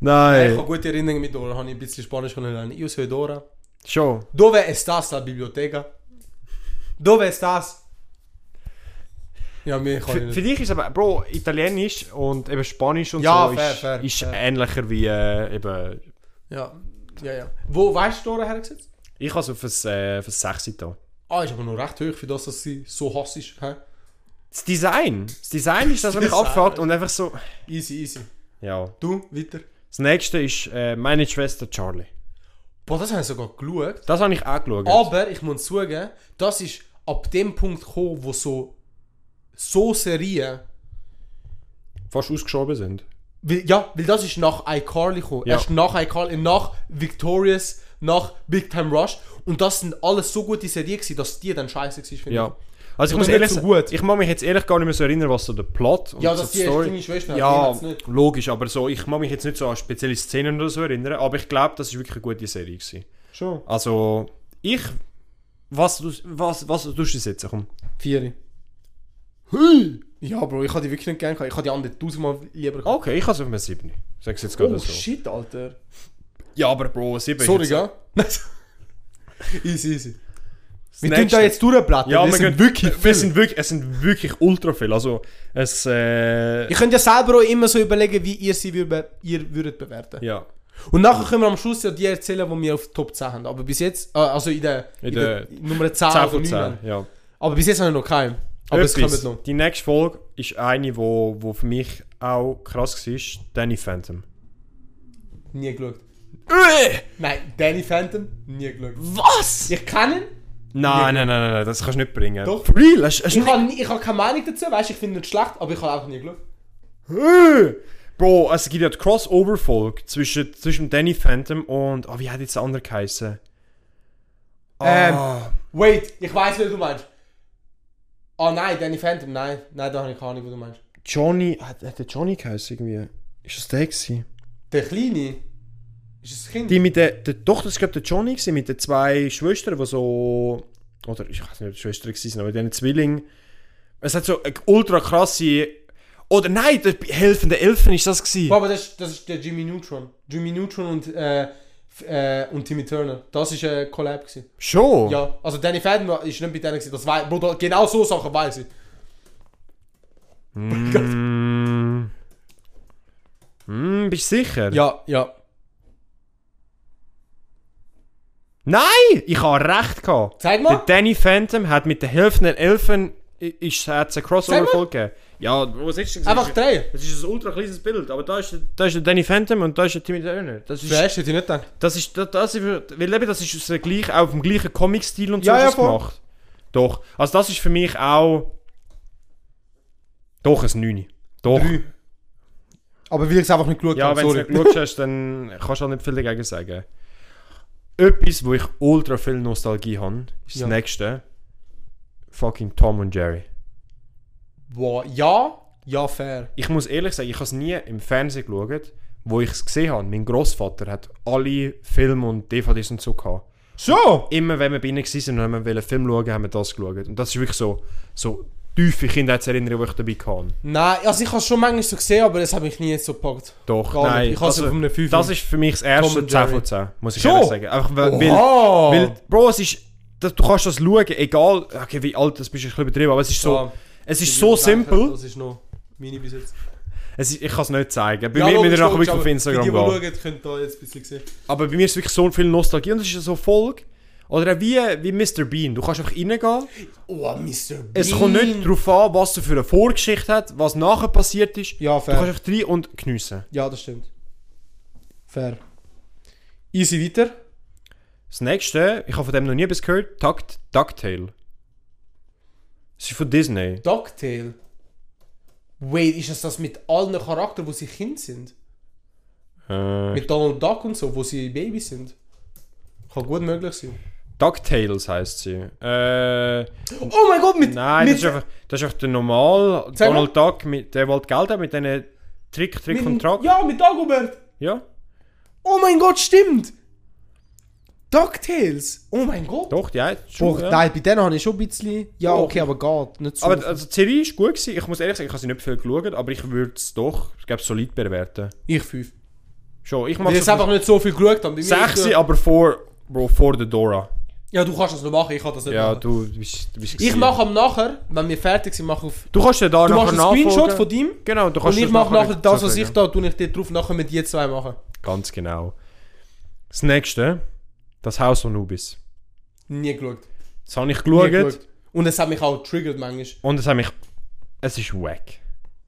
[SPEAKER 3] nein,
[SPEAKER 2] habe gute Erinnerungen mit Dora. Habe ich ein bisschen Spanisch können lernen. Ich soy Dora.
[SPEAKER 3] schon.
[SPEAKER 2] Dove estás la biblioteca? Dove estás? Ja, mir kann ich
[SPEAKER 3] Für,
[SPEAKER 2] nicht.
[SPEAKER 3] für dich ist aber, Bro, Italienisch und eben Spanisch und
[SPEAKER 2] Ja,
[SPEAKER 3] so
[SPEAKER 2] fair,
[SPEAKER 3] ist,
[SPEAKER 2] fair,
[SPEAKER 3] ist
[SPEAKER 2] fair.
[SPEAKER 3] ähnlicher wie äh, eben...
[SPEAKER 2] Ja, ja, ja. Wo weißt du Dora hergesetzt?
[SPEAKER 3] Ich habe es auf das, äh, auf das 6 da.
[SPEAKER 2] Ah, ist aber noch recht hoch für das, dass sie so hass ist. Hä?
[SPEAKER 3] Das Design, das Design ist das, was mich
[SPEAKER 2] Design.
[SPEAKER 3] abfuckt und einfach so...
[SPEAKER 2] Easy, easy.
[SPEAKER 3] Ja.
[SPEAKER 2] Du, weiter.
[SPEAKER 3] Das nächste ist äh, meine Schwester Charlie.
[SPEAKER 2] Boah, das haben ich sogar geschaut. Oh.
[SPEAKER 3] Das habe ich auch geschaut.
[SPEAKER 2] Aber ich muss zugeben, das ist ab dem Punkt gekommen, wo so, so Serien
[SPEAKER 3] Fast ausgeschoben sind.
[SPEAKER 2] Weil, ja, weil das ist nach iCarly gekommen.
[SPEAKER 3] Ja.
[SPEAKER 2] Erst nach iCarly, nach Victorious, nach Big Time Rush. Und das sind alles so gute Serien gewesen, dass die dann scheiße gewesen finde
[SPEAKER 3] Ja. Also ich
[SPEAKER 2] Oder
[SPEAKER 3] muss
[SPEAKER 2] nicht
[SPEAKER 3] ehrlich
[SPEAKER 2] so
[SPEAKER 3] sagen,
[SPEAKER 2] gut.
[SPEAKER 3] ich mag mich jetzt ehrlich gar nicht mehr so erinnern, was so der Plot und
[SPEAKER 2] Ja,
[SPEAKER 3] so
[SPEAKER 2] dass die Dinge schwester hat, die
[SPEAKER 3] Ja,
[SPEAKER 2] hat's nicht.
[SPEAKER 3] logisch, aber so, ich mag mich jetzt nicht so an spezielle Szenen oder so erinnern, aber ich glaube, das ist wirklich eine gute Serie gewesen.
[SPEAKER 2] ich. Schon.
[SPEAKER 3] Also, ich, was, du- was, was tust du jetzt? Komm.
[SPEAKER 2] Vier. Hui! Ja, Bro, ich habe die wirklich nicht gern gehabt. Ich habe die anderen tausendmal lieber gehabt.
[SPEAKER 3] Okay, ich habe es auf einem 7. Sag's jetzt
[SPEAKER 2] Oh,
[SPEAKER 3] gerade Oh, so.
[SPEAKER 2] shit, Alter.
[SPEAKER 3] Ja, aber Bro, 7
[SPEAKER 2] Sorry, gell? easy, easy. Wir
[SPEAKER 3] nächste.
[SPEAKER 2] tun da jetzt durchblättern.
[SPEAKER 3] Ja,
[SPEAKER 2] wir
[SPEAKER 3] wir
[SPEAKER 2] sind
[SPEAKER 3] gehen-
[SPEAKER 2] wirklich
[SPEAKER 3] wir
[SPEAKER 2] viel.
[SPEAKER 3] sind wirklich, es sind wirklich ultra viel. Also, es, äh,
[SPEAKER 2] Ihr könnt ja selber auch immer so überlegen, wie ihr sie würbe- ihr würdet bewerten.
[SPEAKER 3] ja,
[SPEAKER 2] Und nachher können wir am Schluss ja die erzählen, die wir auf Top 10 haben. Aber bis jetzt, äh, also in der,
[SPEAKER 3] In der
[SPEAKER 2] Nummer 10,
[SPEAKER 3] 10
[SPEAKER 2] von
[SPEAKER 3] von
[SPEAKER 2] 9.
[SPEAKER 3] 10, ja.
[SPEAKER 2] Aber bis jetzt haben wir noch keinen. Aber es
[SPEAKER 3] Etwas.
[SPEAKER 2] kommt noch.
[SPEAKER 3] Die nächste Folge ist eine, die wo, wo für mich auch krass war. Danny Phantom.
[SPEAKER 2] Nie geschaut. Nein, Danny Phantom, nie geschaut.
[SPEAKER 3] Äh! Was?
[SPEAKER 2] Ich kenne ihn.
[SPEAKER 3] Nein, nein, nein, nein, nein, das kannst du nicht bringen.
[SPEAKER 2] Doch.
[SPEAKER 3] For real? Hast, hast du
[SPEAKER 2] Ich
[SPEAKER 3] nicht...
[SPEAKER 2] habe ich hab keine Meinung dazu, weißt du, ich finde ihn nicht schlecht, aber ich habe einfach nie geschaut.
[SPEAKER 3] Äh! Bro, es gibt ja die Crossover-Folge zwischen, zwischen Danny Phantom und... Oh, wie hat jetzt der andere geheißen? Ah,
[SPEAKER 2] Wait, ich weiß, wie du meinst. Oh nein, Danny Phantom, nein. Nein, da habe ich keine Ahnung, was du meinst.
[SPEAKER 3] Johnny... Hat, hat der Johnny geheißen irgendwie? Ist das der gewesen?
[SPEAKER 2] Der Kleine? Ist das Kind?
[SPEAKER 3] Die mit der, der doch, das war der Johnny gewesen, mit den zwei Schwestern, die so. Oder ich weiß nicht, ob die Schwestern waren, aber mit diesen Zwillingen. Es hat so eine ultra krasse. Oder nein, der helfende Elfen ist das gewesen.
[SPEAKER 2] Boah, aber das, ist- das ist der Jimmy Neutron. Jimmy Neutron und, äh, f- äh, und Timmy Turner. Das war ein Collab. Gewesen.
[SPEAKER 3] Schon?
[SPEAKER 2] Ja, also Danny Phantom war- ist nicht bei denen. Gewesen. Das war, Bro, da- genau so Sachen weiß ich.
[SPEAKER 3] Mm. Mm, bist du sicher?
[SPEAKER 2] Ja, ja.
[SPEAKER 3] Nein! Ich habe recht gehabt.
[SPEAKER 2] Zeig
[SPEAKER 3] Der
[SPEAKER 2] mal.
[SPEAKER 3] Danny Phantom hat mit den helfenden Elfen. i- Ist, hat es eine Crossover-Folge gegeben. Ja, was ist das?
[SPEAKER 2] Einfach drei.
[SPEAKER 3] Es ist ein ultra kleines Bild, aber da ist, der- da ist der Danny Phantom und da ist der Timmy Turner. Das ist,
[SPEAKER 2] Fresh, hätte ich nicht gedacht.
[SPEAKER 3] Das ist, das, das ist, weil eben, das ist aus der gleich, auch auf dem gleichen Comic-Stil und so
[SPEAKER 2] Ja,
[SPEAKER 3] ist
[SPEAKER 2] ja,
[SPEAKER 3] das
[SPEAKER 2] voll.
[SPEAKER 3] gemacht. Doch. Also das ist für mich auch... Doch, ein 9. Doch.
[SPEAKER 2] Aber weil ich es einfach nicht geschaut
[SPEAKER 3] Ja, wenn du es nicht geschaut hast, dann kannst du auch nicht viel dagegen sagen. Etwas, wo ich ultra viel Nostalgie habe, ist
[SPEAKER 2] Ja.
[SPEAKER 3] das nächste. Fucking Tom und Jerry.
[SPEAKER 2] Boah, ja, ja, fair.
[SPEAKER 3] Ich muss ehrlich sagen, ich habe es nie im Fernsehen geschaut, wo ich es gesehen habe. Mein Großvater hat alle Filme und DVDs und so gehabt.
[SPEAKER 2] So!
[SPEAKER 3] immer wenn wir bei ihnen waren und haben wir einen Film schauen, haben wir das geschaut. Und das ist wirklich so, so tiefe Kindheitserinnerung, die ich dabei kann.
[SPEAKER 2] Nein, also ich habe es schon manchmal so gesehen, aber das hat mich nie so gepackt.
[SPEAKER 3] Doch,
[SPEAKER 2] Gar
[SPEAKER 3] nein.
[SPEAKER 2] nicht. Ich habe es auf einem 5.
[SPEAKER 3] das ist für mich das
[SPEAKER 2] Tom
[SPEAKER 3] erste
[SPEAKER 2] und
[SPEAKER 3] 10
[SPEAKER 2] Jerry.
[SPEAKER 3] von 10, muss ich
[SPEAKER 2] Schon?
[SPEAKER 3] ehrlich sagen. Einfach weil, weil,
[SPEAKER 2] Oha!
[SPEAKER 3] weil, Bro, es ist, das, du kannst das schauen, egal, okay, wie alt, das bist du ein bisschen übertrieben, aber es ist so,
[SPEAKER 2] Ja.
[SPEAKER 3] es ist so simpel,
[SPEAKER 2] Das ist noch meine bis jetzt.
[SPEAKER 3] es ist, ich kann es nicht zeigen. Bei mir müsst ihr nachher wirklich auf Instagram
[SPEAKER 2] die, die
[SPEAKER 3] gehen.
[SPEAKER 2] schauen, könnt da jetzt ein bisschen sehen.
[SPEAKER 3] Aber bei mir ist wirklich so viel Nostalgie und es ist so Folge, oder auch wie, wie Mr. Bean, du kannst einfach reingehen,
[SPEAKER 2] Oh, Mr. Bean.
[SPEAKER 3] Es kommt nicht darauf an, was du für eine Vorgeschichte hast, was nachher passiert ist.
[SPEAKER 2] Ja,
[SPEAKER 3] du
[SPEAKER 2] fair.
[SPEAKER 3] kannst einfach rein und geniessen.
[SPEAKER 2] Ja, das stimmt. Fair. Easy weiter.
[SPEAKER 3] Das nächste, ich habe von dem noch nie etwas gehört, Duck, Ducktail. Das ist von Disney.
[SPEAKER 2] Ducktail. Wait, ist das das mit allen Charakteren, wo sie Kind sind?
[SPEAKER 3] Äh,
[SPEAKER 2] Mit Donald Duck und so, wo sie Babys sind? Kann gut möglich sein.
[SPEAKER 3] Ducktails heisst sie. Äh,
[SPEAKER 2] Oh mein Gott, mit...
[SPEAKER 3] nein, das
[SPEAKER 2] mit,
[SPEAKER 3] ist, einfach, das ist einfach der normal
[SPEAKER 2] Sag mal.
[SPEAKER 3] Donald Duck, mit, der wollte Geld haben mit diesen Trick, Trick und
[SPEAKER 2] mit,
[SPEAKER 3] Track.
[SPEAKER 2] Ja, mit Dagobert.
[SPEAKER 3] Ja,
[SPEAKER 2] Oh mein Gott, stimmt. Ducktales. Oh mein Gott.
[SPEAKER 3] doch, ja. schon,
[SPEAKER 2] Doch,
[SPEAKER 3] ja.
[SPEAKER 2] nein, bei denen habe ich schon ein bisschen... Ja,
[SPEAKER 3] Doch.
[SPEAKER 2] okay, aber geht. Nicht so.
[SPEAKER 3] Aber also, die Serie ist gut gewesen. Ich muss ehrlich sagen, ich habe sie nicht viel geschaut, aber ich würde es doch, ich glaube, solid bewerten.
[SPEAKER 2] ich fünf.
[SPEAKER 3] Schon, ich
[SPEAKER 2] Weil
[SPEAKER 3] mache
[SPEAKER 2] ich jetzt einfach nicht so viel geschaut habe. Bei mir ist
[SPEAKER 3] Sechs,
[SPEAKER 2] ja-
[SPEAKER 3] aber vor, bro, vor der Dora.
[SPEAKER 2] Ja, du kannst das noch machen, ich kann das nicht
[SPEAKER 3] Ja,
[SPEAKER 2] machen.
[SPEAKER 3] du bist, du bist
[SPEAKER 2] Ich mache am nachher, wenn wir fertig sind, mache ich auf...
[SPEAKER 3] Du kannst ja da
[SPEAKER 2] Du machst einen Screenshot
[SPEAKER 3] nachfolgen.
[SPEAKER 2] von deinem
[SPEAKER 3] Genau, du kannst
[SPEAKER 2] und ich
[SPEAKER 3] das
[SPEAKER 2] mache nachher das, was ich
[SPEAKER 3] nachfolgen.
[SPEAKER 2] da tue, ich dir drauf nachher mit dir zwei machen.
[SPEAKER 3] Ganz genau. Das nächste, das Haus von Nubis.
[SPEAKER 2] Nie geschaut.
[SPEAKER 3] Das habe ich
[SPEAKER 2] Nie
[SPEAKER 3] geschaut
[SPEAKER 2] geschaut. Und es hat mich auch triggert manchmal.
[SPEAKER 3] und es hat mich. Es ist wack.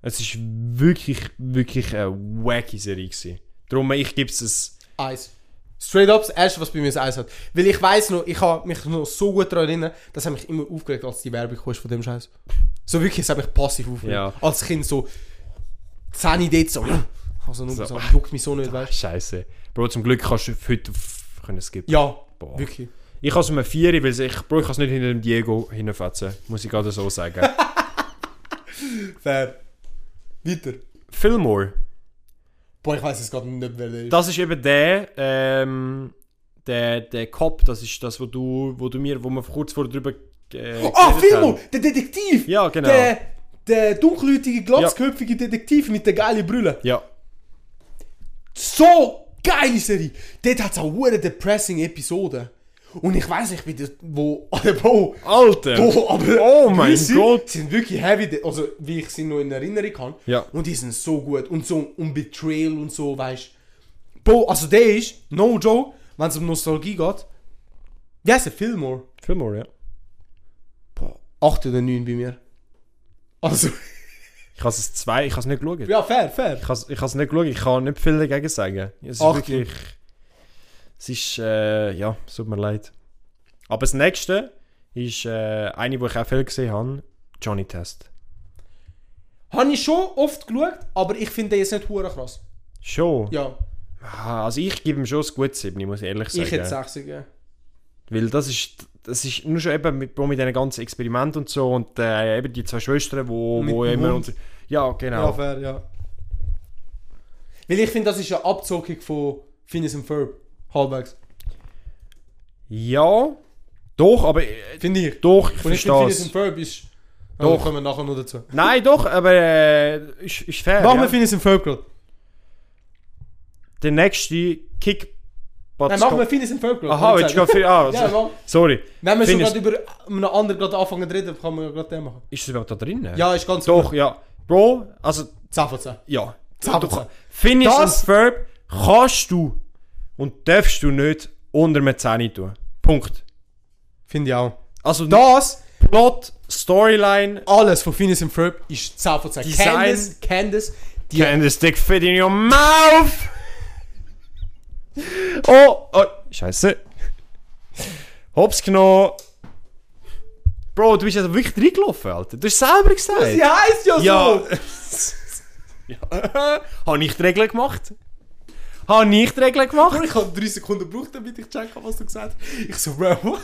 [SPEAKER 3] Es ist wirklich, wirklich eine wacke Serie gewesen. Darum, ich gebe es
[SPEAKER 2] Eins.
[SPEAKER 3] ein
[SPEAKER 2] Straight up das erste, was bei mir ins Eis hat. Weil ich weiß noch, ich habe mich noch so gut daran erinnern, das hat mich immer aufgeregt, als die Werbung kam von dem Scheiß. So wirklich, es hat mich passiv aufgeregt.
[SPEAKER 3] Ja.
[SPEAKER 2] Als Kind so 10 dort so. Also nur so,
[SPEAKER 3] So.
[SPEAKER 2] juckt mich so nicht, weißt du?
[SPEAKER 3] Scheiße. Bro, zum Glück kannst du heute f- können skippen.
[SPEAKER 2] Ja,
[SPEAKER 3] Boah.
[SPEAKER 2] wirklich.
[SPEAKER 3] Ich habe es um 4, weil ich, Bro, ich kann es nicht hinter dem Diego hinfetzen. Muss ich gerade so sagen.
[SPEAKER 2] Fair. Äh, Weiter.
[SPEAKER 3] Fillmore.
[SPEAKER 2] Boah, ich weiß jetzt gerade nicht, wer der ist.
[SPEAKER 3] Das ist eben der, ähm, der, der Cop, das ist das, wo du, wo du mir, wo wir kurz vorher drüber äh,
[SPEAKER 2] Ah,
[SPEAKER 3] geredet
[SPEAKER 2] Filmo,
[SPEAKER 3] haben.
[SPEAKER 2] der Detektiv!
[SPEAKER 3] Ja, genau.
[SPEAKER 2] Der, der dunkelhäutige, glatzköpfige Detektiv mit der geilen Brille.
[SPEAKER 3] Ja.
[SPEAKER 2] So geile Serie! Dort hat es auch eine depressing Episode. Und ich weiß nicht, wie das, wo. Aber Bro,
[SPEAKER 3] Alter!
[SPEAKER 2] Bro, aber
[SPEAKER 3] oh mein
[SPEAKER 2] gewisse
[SPEAKER 3] Gott!
[SPEAKER 2] sind wirklich heavy, also wie ich sie noch in Erinnerung habe.
[SPEAKER 3] Ja.
[SPEAKER 2] Und die sind so gut. Und so um Betrayal und so, weißt du. Bro, also der ist, no joke, wenn es um Nostalgie geht. Wie heißt der Fillmore?
[SPEAKER 3] Fillmore, ja.
[SPEAKER 2] Boah, 8 oder 9 bei mir. Also.
[SPEAKER 3] Ich habe es zwei, ich habe es nicht geschaut.
[SPEAKER 2] Ja, fair, fair.
[SPEAKER 3] Ich habe es nicht geschaut, ich kann nicht viel dagegen sagen. Es ist
[SPEAKER 2] Ach,
[SPEAKER 3] wirklich. Es ist. Äh, ja, es tut mir leid. Aber das nächste ist äh, eine, die ich auch viel gesehen habe: Johnny Test.
[SPEAKER 2] Habe ich schon oft geschaut, aber ich finde den jetzt nicht hure krass.
[SPEAKER 3] Schon.
[SPEAKER 2] Ja,
[SPEAKER 3] Ah, Also ich gebe ihm schon ein gutes 7, muss ich ehrlich sagen.
[SPEAKER 2] ich hätte 6 gegeben.
[SPEAKER 3] Weil das ist, das ist nur schon eben mit, wo mit diesen ganzen Experimenten und so und äh, eben die zwei Schwestern, wo,
[SPEAKER 2] Mit
[SPEAKER 3] wo
[SPEAKER 2] dem
[SPEAKER 3] immer
[SPEAKER 2] Hund.
[SPEAKER 3] unter... Ja,
[SPEAKER 2] Ja,
[SPEAKER 3] genau.
[SPEAKER 2] fair, ja. Weil ich finde, das ist eine Abzockung von Phineas und Ferb. Halbwegs.
[SPEAKER 3] Ja, doch, aber... Äh,
[SPEAKER 2] Finde ich.
[SPEAKER 3] doch, ich
[SPEAKER 2] Und ich finde,
[SPEAKER 3] verstehe
[SPEAKER 2] Phineas und
[SPEAKER 3] es.
[SPEAKER 2] Ferb ist...
[SPEAKER 3] Doch.
[SPEAKER 2] Da kommen wir nachher noch dazu.
[SPEAKER 3] Nein, doch, aber äh, ist, ist fair.
[SPEAKER 2] Machen wir
[SPEAKER 3] ja.
[SPEAKER 2] Phineas und Ferb gerade.
[SPEAKER 3] Der nächste Kick...
[SPEAKER 2] Nein, machen wir Phineas und Ferb gerade.
[SPEAKER 3] Aha, jetzt geht viel... Ah,
[SPEAKER 2] Ja,
[SPEAKER 3] so,
[SPEAKER 2] Mann.
[SPEAKER 3] sorry.
[SPEAKER 2] Wenn wir schon
[SPEAKER 3] Phineas-
[SPEAKER 2] gerade über einen anderen gerade anfangen zu reden, kann man ja gerade den machen.
[SPEAKER 3] Ist das überhaupt da drin?
[SPEAKER 2] Ja, ist ganz
[SPEAKER 3] Doch, ja. Bro, also
[SPEAKER 2] 10 von 10.
[SPEAKER 3] Ja.
[SPEAKER 2] Zap-
[SPEAKER 3] Du- Finish
[SPEAKER 2] Das-
[SPEAKER 3] das und Verb kannst du und darfst du nicht unter einem 10 tun. Punkt.
[SPEAKER 2] Finde ich auch.
[SPEAKER 3] Also
[SPEAKER 2] Das...
[SPEAKER 3] Plot, Storyline,
[SPEAKER 2] alles von Phineas und Ferb ist 10 von 10.
[SPEAKER 3] Design.
[SPEAKER 2] Candice, Candice, die...
[SPEAKER 3] can the stick fit in your mouth? Oh, oh, scheiße. Hops genommen. Bro, du bist also wirklich reingelaufen, Alter. Du hast selber gesagt.
[SPEAKER 2] Sie heißt ja,
[SPEAKER 3] Ja.
[SPEAKER 2] so!
[SPEAKER 3] ja. Habe ich die Regeln gemacht? Habe ich die Regeln gemacht?
[SPEAKER 2] Bro, ich habe 3 Sekunden gebraucht, damit ich checken, was du gesagt hast. Ich so, Bro.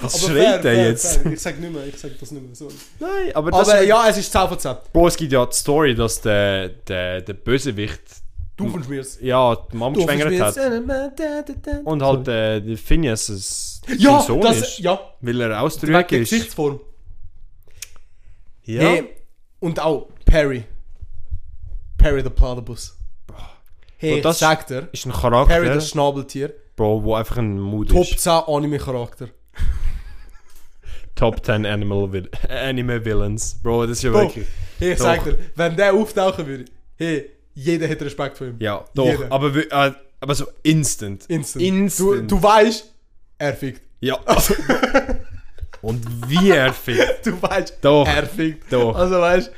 [SPEAKER 3] Was
[SPEAKER 2] Aber fair,
[SPEAKER 3] schreit
[SPEAKER 2] fair,
[SPEAKER 3] der jetzt?
[SPEAKER 2] Fair. Ich sag nicht mehr, ich sag das nicht mehr. So.
[SPEAKER 3] Nein, aber das
[SPEAKER 2] Aber ja, es ist 10 von 10.
[SPEAKER 3] Bro, es gibt ja die Story, dass der, der, der Bösewicht
[SPEAKER 2] Du von mir's.
[SPEAKER 3] ja, die Mama geschwängert hat.
[SPEAKER 2] hat.
[SPEAKER 3] Und halt äh, der Phineas es
[SPEAKER 2] Ja,
[SPEAKER 3] sein Sohn
[SPEAKER 2] das,
[SPEAKER 3] ist.
[SPEAKER 2] ja,
[SPEAKER 3] Weil er
[SPEAKER 2] wegen
[SPEAKER 3] ausdrückt
[SPEAKER 2] der
[SPEAKER 3] ist.
[SPEAKER 2] Gesichtsform.
[SPEAKER 3] Ja.
[SPEAKER 2] Hey, und auch Perry. Perry the Platypus. Hey,
[SPEAKER 3] Und das-
[SPEAKER 2] ich sag dir,
[SPEAKER 3] Ist ein
[SPEAKER 2] Perry
[SPEAKER 3] Charakter,
[SPEAKER 2] das Schnabeltier,
[SPEAKER 3] Bro, wo einfach ein Mood
[SPEAKER 2] Top
[SPEAKER 3] ist.
[SPEAKER 2] 10 Anime-Charakter.
[SPEAKER 3] Top 10 Animal Vil Anime Villains. Bro, das ist ja
[SPEAKER 2] Bro,
[SPEAKER 3] wirklich...
[SPEAKER 2] hey, ich
[SPEAKER 3] Doch.
[SPEAKER 2] sag dir, wenn der auftauchen würde, hey, jeder hätte Respekt vor ihm.
[SPEAKER 3] Ja, doch.
[SPEAKER 2] Jeder.
[SPEAKER 3] Aber, wi- äh, aber so instant.
[SPEAKER 2] Instant. Du,
[SPEAKER 3] Instant.
[SPEAKER 2] du weißt, er fickt.
[SPEAKER 3] Ja. Also, und wie er fickt.
[SPEAKER 2] Du weißt,
[SPEAKER 3] Doch.
[SPEAKER 2] er fickt.
[SPEAKER 3] Doch.
[SPEAKER 2] Also weißt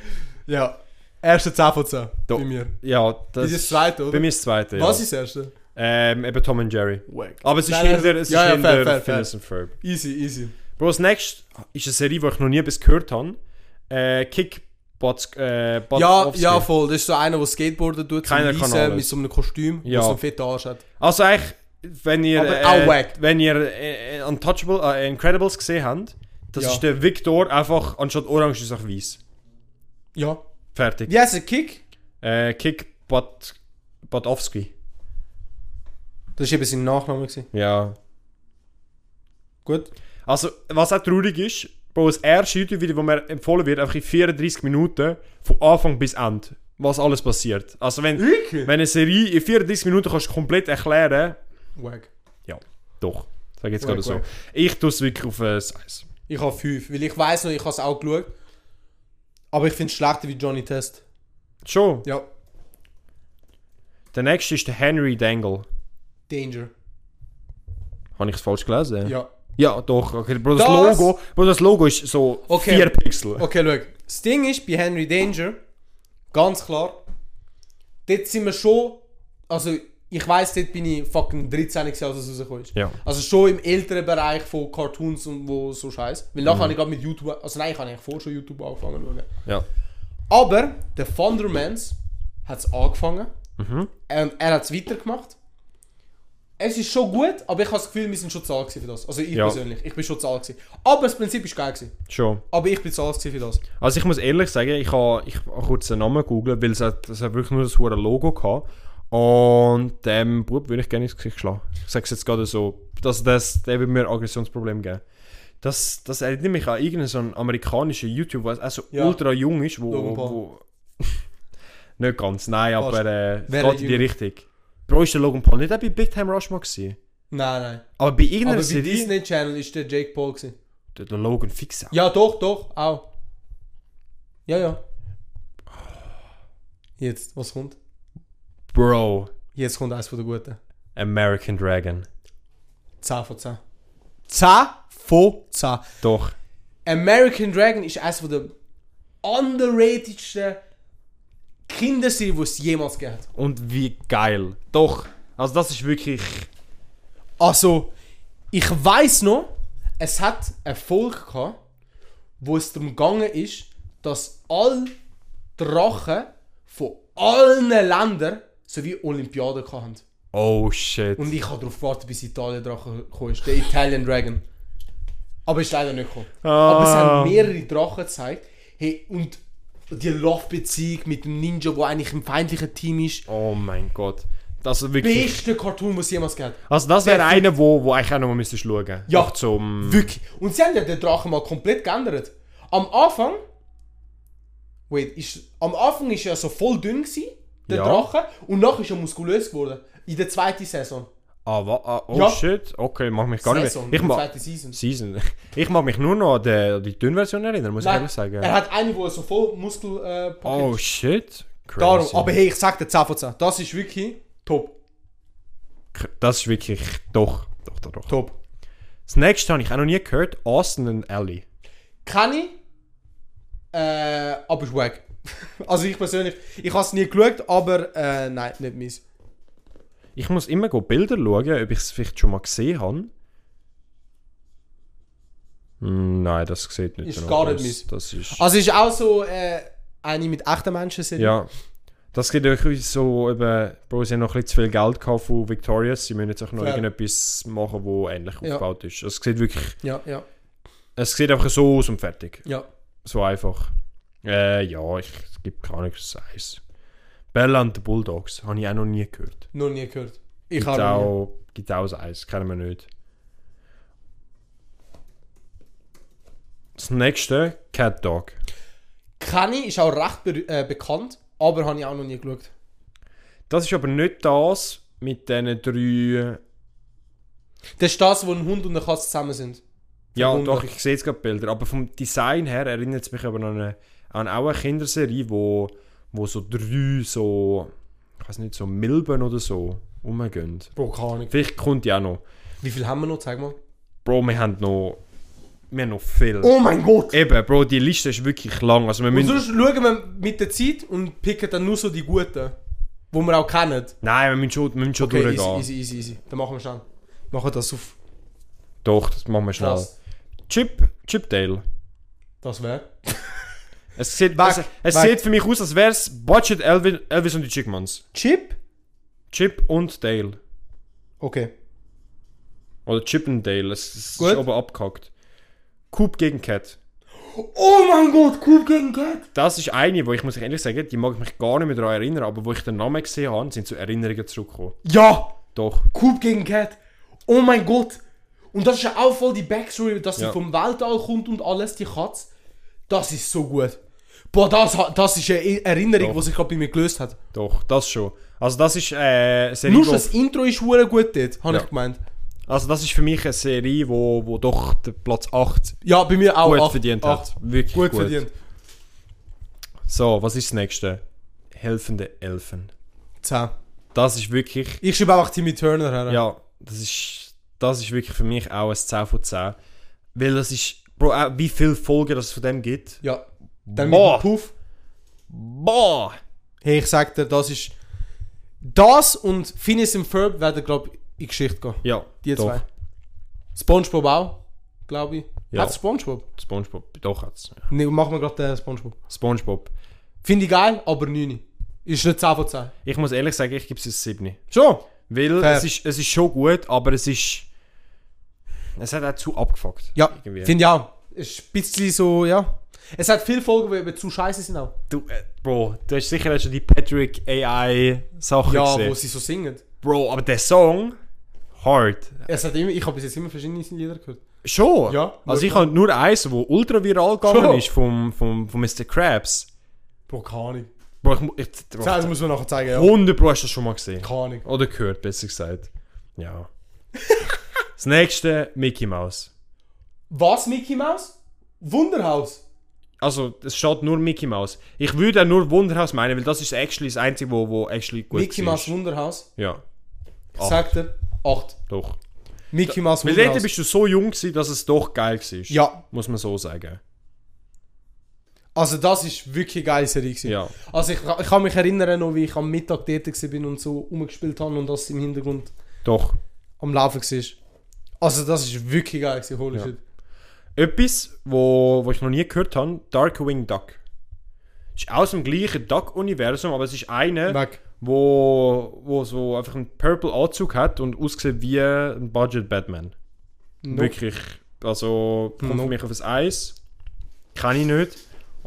[SPEAKER 2] du, ja. Erste 10 von 10
[SPEAKER 3] Doch.
[SPEAKER 2] bei mir.
[SPEAKER 3] Ja, das...
[SPEAKER 2] Ist das zweite, oder?
[SPEAKER 3] Bei mir ist das zweite,
[SPEAKER 2] Was
[SPEAKER 3] ja.
[SPEAKER 2] ist das erste?
[SPEAKER 3] Ähm, eben Tom und Jerry.
[SPEAKER 2] Wack.
[SPEAKER 3] Aber es ist
[SPEAKER 2] Nein, nein,
[SPEAKER 3] hinter, es
[SPEAKER 2] ja,
[SPEAKER 3] ist
[SPEAKER 2] ja, fair,
[SPEAKER 3] hinter
[SPEAKER 2] fair,
[SPEAKER 3] Phineas und Ferb.
[SPEAKER 2] Easy, easy.
[SPEAKER 3] Bro, das nächste ist eine Serie, die ich noch nie bis gehört habe. Äh, Kick Bots, äh, Bot
[SPEAKER 2] Ja,
[SPEAKER 3] Offscreen.
[SPEAKER 2] ja, voll. Das ist so einer, der Skateboarden tut, so
[SPEAKER 3] Keiner
[SPEAKER 2] ein
[SPEAKER 3] kann
[SPEAKER 2] Riesen
[SPEAKER 3] alles.
[SPEAKER 2] mit so einem Kostüm,
[SPEAKER 3] Ja.
[SPEAKER 2] wo so einen fetten Arsch hat.
[SPEAKER 3] Also eigentlich, wenn ihr,
[SPEAKER 2] Aber auch
[SPEAKER 3] äh,
[SPEAKER 2] wack.
[SPEAKER 3] wenn ihr äh, Untouchable, äh, Incredibles gesehen habt, das
[SPEAKER 2] Ja.
[SPEAKER 3] ist der Victor einfach anstatt orange ist auch weiß.
[SPEAKER 2] Ja.
[SPEAKER 3] Fertig.
[SPEAKER 2] Wie heißt der Kick?
[SPEAKER 3] Äh, Kick Bot, Botowski.
[SPEAKER 2] Das war eben sein Nachname. Gewesen.
[SPEAKER 3] Ja.
[SPEAKER 2] Gut.
[SPEAKER 3] Also, was auch traurig ist, Bro, das erste YouTube-Video, das mir empfohlen wird, einfach in 34 Minuten, von Anfang bis Ende, was alles passiert. Also, wenn,
[SPEAKER 2] Wirklich?
[SPEAKER 3] wenn eine Serie in 34 Minuten kannst du komplett erklären
[SPEAKER 2] Wack.
[SPEAKER 3] Ja, doch. Sag jetzt
[SPEAKER 2] Wack,
[SPEAKER 3] gerade so.
[SPEAKER 2] wack.
[SPEAKER 3] Ich tue es wirklich auf äh, Eis.
[SPEAKER 2] Ich habe 5, weil ich weiß noch, ich habe es auch geschaut. Aber ich finde es schlechter wie Johnny Test.
[SPEAKER 3] Schon.
[SPEAKER 2] Ja.
[SPEAKER 3] Der nächste ist der Henry Dangle.
[SPEAKER 2] Danger.
[SPEAKER 3] Habe ich es falsch gelesen?
[SPEAKER 2] Ja.
[SPEAKER 3] Ja, doch. Okay, Bro, das,
[SPEAKER 2] Das-
[SPEAKER 3] Logo, Bro, das Logo ist so
[SPEAKER 2] Okay.
[SPEAKER 3] vier Pixel.
[SPEAKER 2] Okay, schau. Das Ding ist, bei Henry Danger, ganz klar, dort sind wir schon, also ich weiss, dort bin ich fucking 13 gewesen, als es rausgekommen ist.
[SPEAKER 3] Ja.
[SPEAKER 2] Also schon im älteren Bereich von Cartoons und wo so scheiß. Weil
[SPEAKER 3] Mhm.
[SPEAKER 2] nachher habe ich gerade mit YouTube, also nein, ich habe eigentlich vorher schon YouTube angefangen zu schauen.
[SPEAKER 3] Ja.
[SPEAKER 2] Aber der Thundermans hat es angefangen.
[SPEAKER 3] Mhm.
[SPEAKER 2] Und er hat es weitergemacht. Es ist schon gut, aber ich habe das Gefühl, wir sind schon zu alt gewesen für das. Also ich
[SPEAKER 3] Ja.
[SPEAKER 2] persönlich, ich bin schon zu alt gewesen. Aber das Prinzip ist geil gewesen.
[SPEAKER 3] Schon.
[SPEAKER 2] Aber ich bin zu alt gewesen für das.
[SPEAKER 3] Also ich muss ehrlich sagen, ich habe ich habe kurz den Namen googeln, weil es hat, es hat wirklich nur das hure Logo gehabt. Und dem Bub würde ich gerne ins Gesicht schlagen. Ich sage es jetzt gerade so, dass das, der würde mir ein Aggressionsproblem geben. Das, das erinnert mich an irgendeinen so einen amerikanischen YouTuber, der also
[SPEAKER 2] Ja.
[SPEAKER 3] ultra jung ist, wo...
[SPEAKER 2] Logan Paul.
[SPEAKER 3] wo nicht ganz, nein,
[SPEAKER 2] Fast.
[SPEAKER 3] aber äh, es
[SPEAKER 2] Wäre
[SPEAKER 3] geht in die
[SPEAKER 2] jung.
[SPEAKER 3] Richtung. Bro, ist der Logan Paul nicht auch bei Big Time Rush mal gewesen?
[SPEAKER 2] Nein, nein.
[SPEAKER 3] Aber bei irgendeiner
[SPEAKER 2] Aber bei
[SPEAKER 3] Serie...
[SPEAKER 2] Disney Channel ist der Jake Paul gewesen.
[SPEAKER 3] Der, der Logan fix auch.
[SPEAKER 2] Ja, doch, doch, auch. Ja, ja. Jetzt, was kommt?
[SPEAKER 3] Bro,
[SPEAKER 2] Jetzt kommt eins von der Guten.
[SPEAKER 3] American Dragon.
[SPEAKER 2] 10 von 10. 10 von 10.
[SPEAKER 3] Doch.
[SPEAKER 2] American Dragon ist eines von der underratedsten Kinderserien, die es jemals gegeben hat.
[SPEAKER 3] Und wie geil. Doch. Also das ist wirklich...
[SPEAKER 2] Also, ich weiß noch, es hat Erfolg gehabt, wo es darum gegangen ist, dass alle Drachen von allen Ländern sowie Olympiaden hatten.
[SPEAKER 3] Oh shit.
[SPEAKER 2] Und ich habe darauf gewartet, bis Italien Drachen gekommen ist. Der Italian Dragon. Aber ist leider nicht gekommen. Aber es haben mehrere Drachen gezeigt. Hey, und die Love-Beziehung mit dem Ninja, der eigentlich im feindlichen Team ist.
[SPEAKER 3] oh mein Gott. Das ist wirklich...
[SPEAKER 2] Beste Cartoon, was es jemals gegeben hat.
[SPEAKER 3] Also das wäre einer, wo, wo eigentlich auch nochmal müsstest schauen müsstest.
[SPEAKER 2] Ja.
[SPEAKER 3] Zum...
[SPEAKER 2] Wirklich. Und sie haben ja den Drachen mal komplett geändert. Am Anfang. Wait, ist, am Anfang war er so voll dünn, gewesen, der
[SPEAKER 3] Ja.
[SPEAKER 2] Drache. Und nachher ist er muskulös geworden. In der zweiten Saison.
[SPEAKER 3] Ah, wa, ah, oh
[SPEAKER 2] Ja.
[SPEAKER 3] shit. Okay, mach mich gar nicht
[SPEAKER 2] Saison,
[SPEAKER 3] mehr... Ich
[SPEAKER 2] die
[SPEAKER 3] mag...
[SPEAKER 2] zweite Season.
[SPEAKER 3] Season. Ich mag mich nur noch an die, an die Dünnversion erinnern, muss ich
[SPEAKER 2] Nein,
[SPEAKER 3] ehrlich sagen.
[SPEAKER 2] Er hat einen, der so voll Muskel äh, packt.
[SPEAKER 3] oh shit. also. Crazy.
[SPEAKER 2] Darum, aber hey, ich sag dir 10 von 10. Das ist wirklich top.
[SPEAKER 3] Das ist wirklich... Doch. Doch, doch, doch.
[SPEAKER 2] Top.
[SPEAKER 3] Das nächste habe ich auch noch nie gehört. Austin and Ellie.
[SPEAKER 2] Kann ich, äh, aber ist wack. also ich persönlich, ich habe es nie geschaut, aber äh, nein, nicht meins.
[SPEAKER 3] Ich muss immer go Bilder schauen, ob ich es vielleicht schon mal gesehen habe. Hm, Nein, das sieht nicht
[SPEAKER 2] Ist
[SPEAKER 3] danach
[SPEAKER 2] gar nicht
[SPEAKER 3] aus.
[SPEAKER 2] meins.
[SPEAKER 3] Das ist...
[SPEAKER 2] Also ist auch so äh, eine mit echten Menschen sind.
[SPEAKER 3] ja. Das geht wirklich so eben... Bro, sie haben noch ein bisschen zu viel Geld gehabt von Victorious. Sie müssen jetzt auch noch
[SPEAKER 2] Fair.
[SPEAKER 3] irgendetwas machen, wo ähnlich
[SPEAKER 2] Ja.
[SPEAKER 3] aufgebaut ist. Es sieht wirklich...
[SPEAKER 2] ja, ja.
[SPEAKER 3] Es sieht einfach so aus und fertig.
[SPEAKER 2] ja.
[SPEAKER 3] So einfach. Äh, ja, ich, es gibt gar nichts Eis. Bella and the Bulldogs habe ich auch noch nie gehört.
[SPEAKER 2] Noch nie gehört. Ich
[SPEAKER 3] Gibt
[SPEAKER 2] habe
[SPEAKER 3] auch, gibt auch ein Eis, kennen wir nicht. Das nächste, Cat Dog.
[SPEAKER 2] Kenny ist auch recht be äh, bekannt, aber habe ich auch noch nie geschaut.
[SPEAKER 3] Das ist aber nicht das mit diesen drei.
[SPEAKER 2] Das ist das, wo ein Hund und eine Katze zusammen sind.
[SPEAKER 3] Ja,
[SPEAKER 2] Verbunden.
[SPEAKER 3] doch, ich sehe jetzt gerade Bilder. Aber vom Design her erinnert es mich aber an, eine, an auch eine Kinderserie, wo, wo so drei so. Ich weiß nicht, so Milben oder so rumgehen.
[SPEAKER 2] Bro, keine Ahnung.
[SPEAKER 3] Vielleicht kommt ja noch.
[SPEAKER 2] Wie viel haben wir noch? Zeig mal.
[SPEAKER 3] Bro, wir haben noch, wir haben noch viel.
[SPEAKER 2] Oh mein Gott!
[SPEAKER 3] Eben, Bro, die Liste ist wirklich lang. Also wir
[SPEAKER 2] Und
[SPEAKER 3] müssen,
[SPEAKER 2] sonst schauen wir mit der Zeit und picken dann nur so die guten, die wir auch kennen.
[SPEAKER 3] nein, wir müssen schon, wir müssen schon
[SPEAKER 2] Okay, easy,
[SPEAKER 3] durchgehen.
[SPEAKER 2] easy, easy, easy. Dann machen wir schnell. Machen das auf
[SPEAKER 3] Doch, das machen wir schnell.
[SPEAKER 2] das.
[SPEAKER 3] Chip, Chip Dale.
[SPEAKER 2] Das wäre.
[SPEAKER 3] Es sieht,
[SPEAKER 2] Back,
[SPEAKER 3] es, es
[SPEAKER 2] back.
[SPEAKER 3] sieht für mich aus, als wäre es Budget Elvis, Elvis und die Chickmans.
[SPEAKER 2] Chip?
[SPEAKER 3] Chip und Dale.
[SPEAKER 2] Okay.
[SPEAKER 3] Oder Chip und Dale. Es, es
[SPEAKER 2] Gut.
[SPEAKER 3] ist oben abgehackt. Coop gegen Cat.
[SPEAKER 2] Oh mein Gott, Coop gegen Cat!
[SPEAKER 3] Das ist eine, wo ich muss ich ehrlich sagen, die mag ich mich gar nicht mehr daran erinnern, aber wo ich den Namen gesehen habe, sind so Erinnerungen zurückgekommen.
[SPEAKER 2] Ja!
[SPEAKER 3] Doch.
[SPEAKER 2] Coop gegen Cat! Oh mein Gott! Und das ist ja auch voll die Backstory, dass sie
[SPEAKER 3] Ja.
[SPEAKER 2] vom Weltall kommt und alles, die Katze. Das ist so gut. Boah, das, ha- das ist eine E- Erinnerung,
[SPEAKER 3] Doch.
[SPEAKER 2] die sich gerade bei mir gelöst hat.
[SPEAKER 3] Doch, das schon. Also das ist äh, Serie,
[SPEAKER 2] Nur
[SPEAKER 3] wo-
[SPEAKER 2] schon das Intro ist verdammt gut dort, habe
[SPEAKER 3] Ja.
[SPEAKER 2] ich gemeint.
[SPEAKER 3] Also das ist für mich eine Serie, wo, wo doch den Platz 8
[SPEAKER 2] Ja, bei mir auch.
[SPEAKER 3] gut
[SPEAKER 2] Acht,
[SPEAKER 3] verdient
[SPEAKER 2] acht.
[SPEAKER 3] hat. Wirklich
[SPEAKER 2] Gut,
[SPEAKER 3] gut,
[SPEAKER 2] verdient.
[SPEAKER 3] So, was ist das nächste? Helfende Elfen.
[SPEAKER 2] 10.
[SPEAKER 3] Das ist wirklich,
[SPEAKER 2] Ich schreibe einfach Timmy Turner her.
[SPEAKER 3] ja, das ist, das ist wirklich für mich auch ein 10 von 10. Weil das ist, Bro, auch wie viele Folgen das es von dem gibt.
[SPEAKER 2] Ja. Dann mit
[SPEAKER 3] Boah.
[SPEAKER 2] dem Puff.
[SPEAKER 3] Boah!
[SPEAKER 2] Hey, ich sag dir, das ist. Das und Phineas und Ferb werden, glaube ich, in Geschichte gehen.
[SPEAKER 3] Ja,
[SPEAKER 2] Die
[SPEAKER 3] doch.
[SPEAKER 2] zwei. Spongebob auch, glaube ich.
[SPEAKER 3] Ja.
[SPEAKER 2] Hat Spongebob?
[SPEAKER 3] Spongebob, doch hat's. Ja.
[SPEAKER 2] Ne, machen wir gerade den Spongebob.
[SPEAKER 3] Spongebob.
[SPEAKER 2] Finde ich geil, aber 9. Ist nicht 10 von 10.
[SPEAKER 3] Ich muss ehrlich sagen, ich gebe es ein 7.
[SPEAKER 2] Schon?
[SPEAKER 3] Weil
[SPEAKER 2] Fair.
[SPEAKER 3] es ist, es ist schon gut, aber es ist. Es hat auch zu abgefuckt.
[SPEAKER 2] Ja,
[SPEAKER 3] Irgendwie.
[SPEAKER 2] finde ich auch. Ist ein bisschen so, ja. Es hat viele Folgen, die eben zu scheiße sind auch.
[SPEAKER 3] Du, äh, Bro, du hast sicher schon die Patrick AI-Sache
[SPEAKER 2] Ja,
[SPEAKER 3] gesehen.
[SPEAKER 2] wo sie so singen.
[SPEAKER 3] Bro, aber der Song. Hard.
[SPEAKER 2] Es hat immer, ich habe bis jetzt immer verschiedene Lieder gehört.
[SPEAKER 3] Schon?
[SPEAKER 2] Ja,
[SPEAKER 3] Also
[SPEAKER 2] wirklich.
[SPEAKER 3] ich habe nur eins, wo ultra viral gegangen
[SPEAKER 2] Schon?
[SPEAKER 3] ist vom, vom, vom Mr. Krabs.
[SPEAKER 2] Bro, keine Ahnung.
[SPEAKER 3] Bro, ich, mu- ich, bro,
[SPEAKER 2] Das muss man nachher zeigen, ja.
[SPEAKER 3] 100 Pro hast du das schon mal gesehen.
[SPEAKER 2] Keine Ahnung.
[SPEAKER 3] Oder gehört, besser gesagt. Ja. das nächste, Mickey Mouse.
[SPEAKER 2] Was, Mickey Mouse? Wunderhaus?
[SPEAKER 3] Also, es steht nur Mickey Mouse. Ich würde auch nur Wunderhaus meinen, weil das ist actually das einzige, wo, wo actually gut
[SPEAKER 2] Mickey
[SPEAKER 3] war.
[SPEAKER 2] Mouse Wunderhaus?
[SPEAKER 3] Ja, Acht.
[SPEAKER 2] Sagt er? 8.
[SPEAKER 3] doch.
[SPEAKER 2] Mickey Mouse
[SPEAKER 3] Weil dort
[SPEAKER 2] Wunderhaus.
[SPEAKER 3] bist du so jung gewesen, dass es doch geil war.
[SPEAKER 2] Ja.
[SPEAKER 3] Muss man so sagen.
[SPEAKER 2] Also das ist wirklich eine geile Serie. gewesen.
[SPEAKER 3] Ja.
[SPEAKER 2] Also ich, ich kann mich erinnern, noch, wie ich am Mittag dort gewesen bin und so rumgespielt habe und das im Hintergrund
[SPEAKER 3] Doch.
[SPEAKER 2] am Laufen war. Also das ist wirklich geil gewesen, holy
[SPEAKER 3] Ja.
[SPEAKER 2] shit.
[SPEAKER 3] Etwas, wo, wo ich noch nie gehört habe, Darkwing Duck. Ist aus dem gleichen Duck-Universum, aber es ist einer,
[SPEAKER 2] Weg.
[SPEAKER 3] wo, wo so einfach einen purple Anzug hat und aussieht wie ein Budget Batman.
[SPEAKER 2] Nope.
[SPEAKER 3] Wirklich. Also, kommt für
[SPEAKER 2] Nope.
[SPEAKER 3] mich auf das Eis. Kann ich nicht.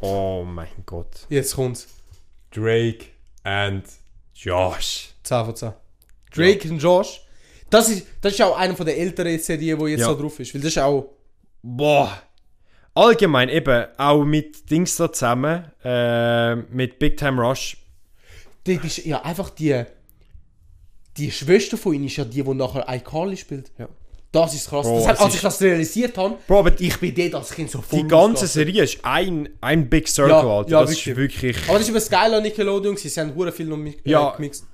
[SPEAKER 3] Oh mein Gott.
[SPEAKER 2] Jetzt kommt's.
[SPEAKER 3] Drake and Josh.
[SPEAKER 2] 10 von 10. Drake und Josh. Das ist, das ist auch einer von der älteren Serien, die jetzt
[SPEAKER 3] Ja.
[SPEAKER 2] so drauf ist. Weil das ist auch...
[SPEAKER 3] Boah. Allgemein eben, auch mit Dings da zusammen, äh, mit Big Time Rush.
[SPEAKER 2] Die, die, ist ja, einfach die... Die Schwester von ihnen ist ja die, die nachher iCarly spielt.
[SPEAKER 3] Ja.
[SPEAKER 2] Das ist krass.
[SPEAKER 3] Bro,
[SPEAKER 2] das hat,
[SPEAKER 3] es
[SPEAKER 2] als
[SPEAKER 3] ist-
[SPEAKER 2] ich das realisiert habe,
[SPEAKER 3] Bro, aber die,
[SPEAKER 2] ich bin dort als Kind so voll
[SPEAKER 3] die ganze
[SPEAKER 2] ausgerastet.
[SPEAKER 3] Serie ist ein, ein Big Circle,
[SPEAKER 2] Ja,
[SPEAKER 3] Alter.
[SPEAKER 2] ja,
[SPEAKER 3] das ist wirklich,
[SPEAKER 2] Aber das ist über Skyler und Nickelodeon, gewesen. sie haben hure viel noch mi- äh,
[SPEAKER 3] Ja.
[SPEAKER 2] gemixt.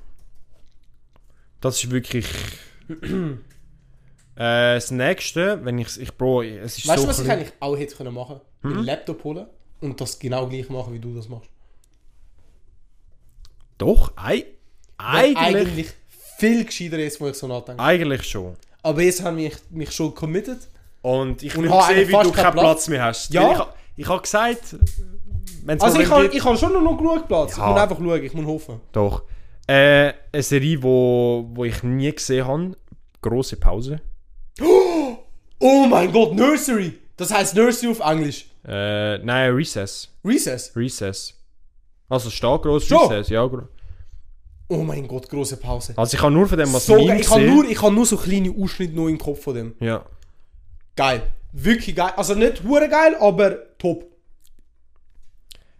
[SPEAKER 3] das ist wirklich... äh, das nächste, wenn ich ich Bro, es ist
[SPEAKER 2] Weißt
[SPEAKER 3] so
[SPEAKER 2] du, was ich
[SPEAKER 3] klein.
[SPEAKER 2] eigentlich auch hätte können machen können? Einen Laptop holen und das genau gleich machen, wie du das machst.
[SPEAKER 3] Doch, ei,
[SPEAKER 2] Eigentlich,
[SPEAKER 3] eigentlich,
[SPEAKER 2] eigentlich viel gescheiter ist, wo ich so nachdenke.
[SPEAKER 3] eigentlich schon.
[SPEAKER 2] Aber jetzt habe ich mich schon committed.
[SPEAKER 3] Und ich
[SPEAKER 2] Und
[SPEAKER 3] will
[SPEAKER 2] habe
[SPEAKER 3] sehen,
[SPEAKER 2] eigentlich
[SPEAKER 3] wie
[SPEAKER 2] fast
[SPEAKER 3] du keinen
[SPEAKER 2] keinen
[SPEAKER 3] Platz.
[SPEAKER 2] Platz
[SPEAKER 3] mehr hast.
[SPEAKER 2] Ja.
[SPEAKER 3] Weil Ich, ha- ich habe gesagt, wenn es
[SPEAKER 2] Also ich habe ich hab schon noch genug Platz.
[SPEAKER 3] Ja.
[SPEAKER 2] Ich muss einfach schauen, ich muss hoffen.
[SPEAKER 3] Doch. Äh, eine Serie, wo, wo ich nie gesehen habe. Große Pause.
[SPEAKER 2] Oh mein Gott, Nursery! Das heißt Nursery auf Englisch.
[SPEAKER 3] Äh, nein, Recess.
[SPEAKER 2] Recess.
[SPEAKER 3] Recess. Also steht groß
[SPEAKER 2] Schon?
[SPEAKER 3] Recess, ja. gro-
[SPEAKER 2] Oh mein Gott, große Pause.
[SPEAKER 3] Also ich habe nur von dem was
[SPEAKER 2] So geil. Ich habe
[SPEAKER 3] gesehen.
[SPEAKER 2] nur, ich habe nur so kleine Ausschnitte noch im Kopf von dem.
[SPEAKER 3] ja.
[SPEAKER 2] Geil. Wirklich geil. Also nicht hure geil, aber top.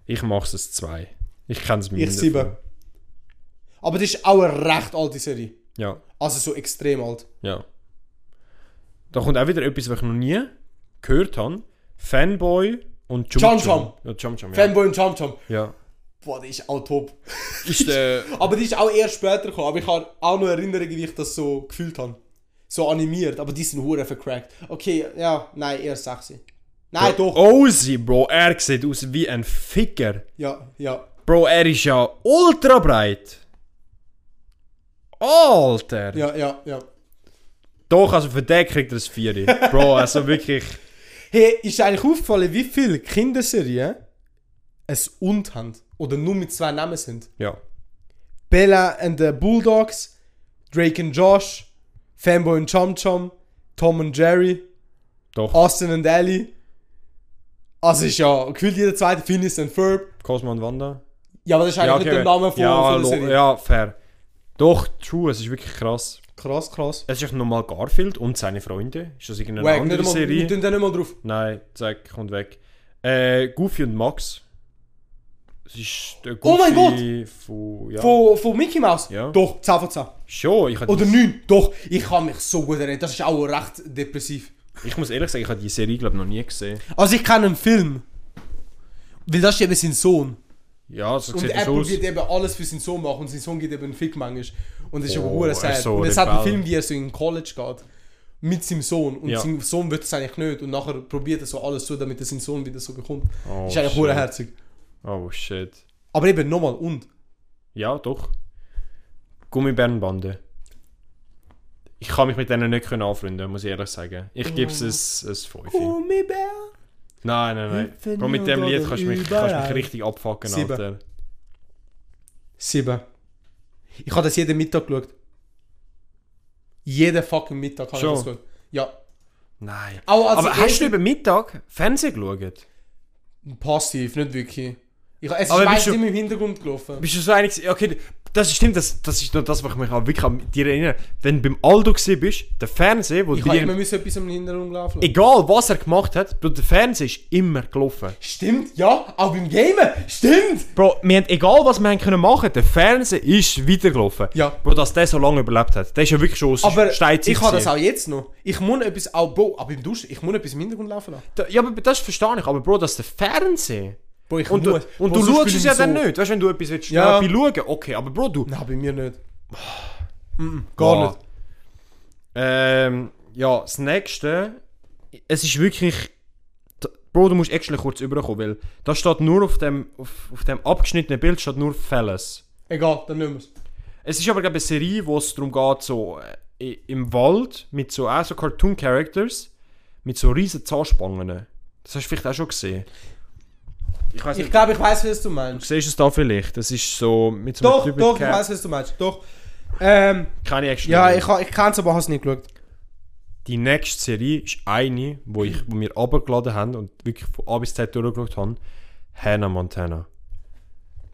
[SPEAKER 3] Ich mache es zwei. Ich kenne es
[SPEAKER 2] Ich sieben. Aber das ist auch eine recht alte Serie.
[SPEAKER 3] Ja,
[SPEAKER 2] Also so extrem alt.
[SPEAKER 3] ja. Da kommt auch wieder etwas, was ich noch nie gehört habe. Fanboy und Chum
[SPEAKER 2] Chum Chum.
[SPEAKER 3] Ja, Chum Chum, ja.
[SPEAKER 2] Fanboy und Chum Chum.
[SPEAKER 3] ja.
[SPEAKER 2] Boah, die ist auch top.
[SPEAKER 3] Ist, äh,
[SPEAKER 2] Aber die ist auch eher später gekommen. Aber ich habe auch noch Erinnerungen, wie ich das so gefühlt habe. So animiert. Aber die sind hure vercrackt. Okay, ja, nein, eher sexy. Nein, doch.
[SPEAKER 3] Ozzy, Bro, er sieht aus wie ein Ficker.
[SPEAKER 2] Ja, ja.
[SPEAKER 3] Bro, er ist ja ultra breit. Alter!
[SPEAKER 2] Ja, ja, ja.
[SPEAKER 3] Doch, also für den kriegt er ein Vieri. Bro, also wirklich.
[SPEAKER 2] Hey, ist dir eigentlich aufgefallen, wie viele Kinderserien es und haben? Oder nur mit zwei Namen sind?
[SPEAKER 3] Ja.
[SPEAKER 2] Bella and the Bulldogs, Drake and Josh, Fanboy and Chum Chum, Tom and Jerry,
[SPEAKER 3] Doch,
[SPEAKER 2] Austin and Ellie. Also
[SPEAKER 3] Mhm.
[SPEAKER 2] ist ja gefühlt jeder zweite Phineas and Ferb.
[SPEAKER 3] Cosmo und Wanda.
[SPEAKER 2] Ja, aber das ist eigentlich nicht der Name von,
[SPEAKER 3] ja,
[SPEAKER 2] von der
[SPEAKER 3] lo-
[SPEAKER 2] Serie.
[SPEAKER 3] ja, fair. Doch, true, es ist wirklich krass.
[SPEAKER 2] Krass, krass.
[SPEAKER 3] Es ist einfach nochmal Garfield und seine Freunde. Ist das irgendeine
[SPEAKER 2] Wack,
[SPEAKER 3] andere
[SPEAKER 2] nicht mal, wir
[SPEAKER 3] genau, Serie?
[SPEAKER 2] tun da nicht mal drauf.
[SPEAKER 3] Nein, zack, kommt weg. Äh, Goofy und Max. Es ist der Goofy
[SPEAKER 2] Oh mein
[SPEAKER 3] von. Ja.
[SPEAKER 2] Von, von Mickey Mouse?
[SPEAKER 3] Ja.
[SPEAKER 2] Doch, 10 von 10.
[SPEAKER 3] Schon, ich hab
[SPEAKER 2] Oder
[SPEAKER 3] die-
[SPEAKER 2] 9. Doch, ich kann mich so gut erinnern. Das ist auch recht depressiv.
[SPEAKER 3] Ich muss ehrlich sagen, ich habe die Serie, glaube ich, noch nie gesehen.
[SPEAKER 2] Also ich kenne einen Film. Weil das ist eben sein Sohn.
[SPEAKER 3] Ja, so
[SPEAKER 2] Und
[SPEAKER 3] sieht
[SPEAKER 2] er
[SPEAKER 3] das aus.
[SPEAKER 2] probiert eben alles für seinen Sohn machen und sein Sohn geht eben einen Fick manchmal. Und das ist
[SPEAKER 3] Oh,
[SPEAKER 2] aber hure
[SPEAKER 3] er
[SPEAKER 2] sad.
[SPEAKER 3] ist so
[SPEAKER 2] und es hat einen
[SPEAKER 3] rebell.
[SPEAKER 2] Film, wie er so in College geht. Mit seinem Sohn. Und
[SPEAKER 3] Ja.
[SPEAKER 2] sein Sohn wird es eigentlich nicht. Und nachher probiert er so alles zu, damit er seinen Sohn wieder so bekommt.
[SPEAKER 3] Oh,
[SPEAKER 2] ist eigentlich
[SPEAKER 3] shit.
[SPEAKER 2] hure herzig.
[SPEAKER 3] Oh shit.
[SPEAKER 2] Aber eben nochmal und.
[SPEAKER 3] Ja, doch. Gummibärenbande. Ich kann mich mit denen nicht können anfreunden, muss ich ehrlich sagen. Ich gebe es ein, ein 5.
[SPEAKER 2] Gummibär.
[SPEAKER 3] Nein, nein, nein.
[SPEAKER 2] Hüpfen
[SPEAKER 3] Bro, mit dem
[SPEAKER 2] oder
[SPEAKER 3] Lied kannst du mich, kannst du mich
[SPEAKER 2] überall.
[SPEAKER 3] richtig abfucken,
[SPEAKER 2] Sieben.
[SPEAKER 3] Alter.
[SPEAKER 2] 7. Ich habe das jeden Mittag geschaut. Jeden fucking Mittag habe ich
[SPEAKER 3] Schon?
[SPEAKER 2] das geschaut. Ja.
[SPEAKER 3] Nein.
[SPEAKER 2] Auch als
[SPEAKER 3] Aber
[SPEAKER 2] ich
[SPEAKER 3] hast du
[SPEAKER 2] erst-
[SPEAKER 3] über Mittag Fernsehen geschaut?
[SPEAKER 2] Passiv, nicht wirklich. Ich, es ist
[SPEAKER 3] Aber bist
[SPEAKER 2] meist
[SPEAKER 3] du-
[SPEAKER 2] immer im Hintergrund gelaufen.
[SPEAKER 3] Bist du so einig? gewesen? Okay, das ist stimmt, das, das ist nur das, was ich mich auch wirklich an dir erinnere. Wenn du beim Aldo gewesen bist, der Fernseher, wo
[SPEAKER 2] Ich
[SPEAKER 3] dir...
[SPEAKER 2] habe immer müssen etwas im Hintergrund laufen lassen.
[SPEAKER 3] Egal was er gemacht hat, Bro, der Fernseher ist immer gelaufen.
[SPEAKER 2] Stimmt, ja, auch beim Gamen. Stimmt!
[SPEAKER 3] Bro, wir haben, egal was wir haben können machen, der Fernseher ist weitergelaufen.
[SPEAKER 2] Ja.
[SPEAKER 3] Bro, dass der so lange überlebt hat. Der ist ja wirklich schon aus
[SPEAKER 2] Aber
[SPEAKER 3] Steinzeit
[SPEAKER 2] ich habe das
[SPEAKER 3] gewesen.
[SPEAKER 2] auch jetzt noch. Ich muss etwas, auch, Bro, auch beim Duschen, ich muss etwas im Hintergrund laufen lassen.
[SPEAKER 3] Da- Ja, aber das verstehe ich. Aber Bro, dass der Fernseher...
[SPEAKER 2] Bro, ich
[SPEAKER 3] Und du,
[SPEAKER 2] muss.
[SPEAKER 3] und
[SPEAKER 2] Bro,
[SPEAKER 3] du
[SPEAKER 2] sonst
[SPEAKER 3] schaust
[SPEAKER 2] bin
[SPEAKER 3] es
[SPEAKER 2] ich
[SPEAKER 3] ja
[SPEAKER 2] so-
[SPEAKER 3] dann nicht. Weißt du, wenn du etwas willst,
[SPEAKER 2] Ja.
[SPEAKER 3] ja. schnell schauen Okay, aber Bro, du...
[SPEAKER 2] Nein, bei mir nicht. Mm, gar
[SPEAKER 3] Boah.
[SPEAKER 2] nicht.
[SPEAKER 3] Ähm, ja, das nächste. Es ist wirklich. D- Bro, du musst actually kurz überkommen, weil da steht nur auf dem, auf, auf dem abgeschnittenen Bild steht nur Fellas.
[SPEAKER 2] Egal, dann nehmen wir es.
[SPEAKER 3] Es ist aber glaub, ich, eine Serie, wo es darum geht, so äh, i- im Wald mit so, auch so Cartoon Characters mit so riesen Zahnspangen. Das hast du vielleicht auch schon gesehen. Ich weiß
[SPEAKER 2] Ich
[SPEAKER 3] nicht,
[SPEAKER 2] glaube, ich weiß, was du meinst.
[SPEAKER 3] du siehst es da vielleicht. Das ist so mit so einem
[SPEAKER 2] Doch,
[SPEAKER 3] Typ mit
[SPEAKER 2] doch, ich
[SPEAKER 3] Cap-
[SPEAKER 2] weiß, was du meinst. Doch. Ähm,
[SPEAKER 3] Keine Action.
[SPEAKER 2] ja, ich, ha- ich kenne es, aber habe es nicht geschaut.
[SPEAKER 3] Die nächste Serie ist eine, wo, ich, wo wir runtergeladen haben und wirklich von A bis Z durchgeschaut haben. Hannah Montana.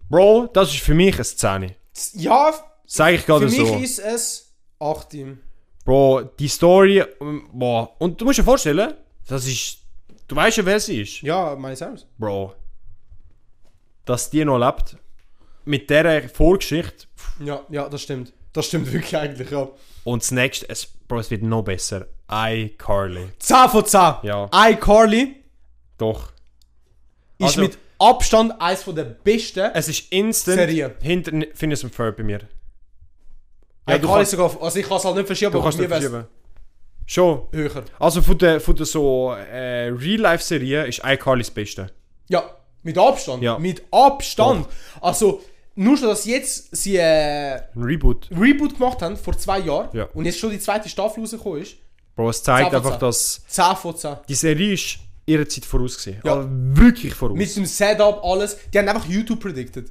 [SPEAKER 3] Bro, das ist für mich eine Szene.
[SPEAKER 2] Ja, f-
[SPEAKER 3] Sag ich
[SPEAKER 2] für
[SPEAKER 3] gerade
[SPEAKER 2] mich
[SPEAKER 3] so.
[SPEAKER 2] ist es 18.
[SPEAKER 3] Bro, die Story. ähm, Boah. Und du musst dir vorstellen, das ist. Du weißt ja, wer sie ist.
[SPEAKER 2] Ja, meine selbst.
[SPEAKER 3] Bro. Dass die noch lebt. Mit dieser Vorgeschichte.
[SPEAKER 2] Ja, ja, das stimmt. Das stimmt wirklich eigentlich, ja.
[SPEAKER 3] Und das nächste, es, Bro, es wird noch besser. iCarly.
[SPEAKER 2] 10 von 10.
[SPEAKER 3] Ja.
[SPEAKER 2] iCarly
[SPEAKER 3] Doch.
[SPEAKER 2] ist
[SPEAKER 3] Also-
[SPEAKER 2] mit Abstand eines der besten.
[SPEAKER 3] Es ist instant.
[SPEAKER 2] Serie.
[SPEAKER 3] Hinter Phineas und Ferb bei mir. Ja, du
[SPEAKER 2] iCarly
[SPEAKER 3] kannst-
[SPEAKER 2] sogar, auf- also ich kann es halt nicht verschieben,
[SPEAKER 3] Du
[SPEAKER 2] aber
[SPEAKER 3] kannst
[SPEAKER 2] mir
[SPEAKER 3] nicht
[SPEAKER 2] wäre
[SPEAKER 3] verschieben. Schon.
[SPEAKER 2] höher.
[SPEAKER 3] Also von der, von der so äh, Real-Life-Serie ist iCarly das Beste.
[SPEAKER 2] Ja, mit Abstand.
[SPEAKER 3] Ja.
[SPEAKER 2] Mit Abstand. Also, nur schon, dass jetzt sie äh,
[SPEAKER 3] Ein Reboot.
[SPEAKER 2] Reboot gemacht haben, vor zwei Jahren,
[SPEAKER 3] Ja.
[SPEAKER 2] und jetzt schon die zweite Staffel rausgekommen ist,
[SPEAKER 3] Bro, es zeigt
[SPEAKER 2] Zehn von
[SPEAKER 3] einfach,
[SPEAKER 2] zehn.
[SPEAKER 3] dass
[SPEAKER 2] 10 von 10.
[SPEAKER 3] die Serie ist ihrer Zeit voraus gewesen.
[SPEAKER 2] Ja.
[SPEAKER 3] Also wirklich voraus.
[SPEAKER 2] Mit dem Setup, alles. Die haben einfach YouTube predicted.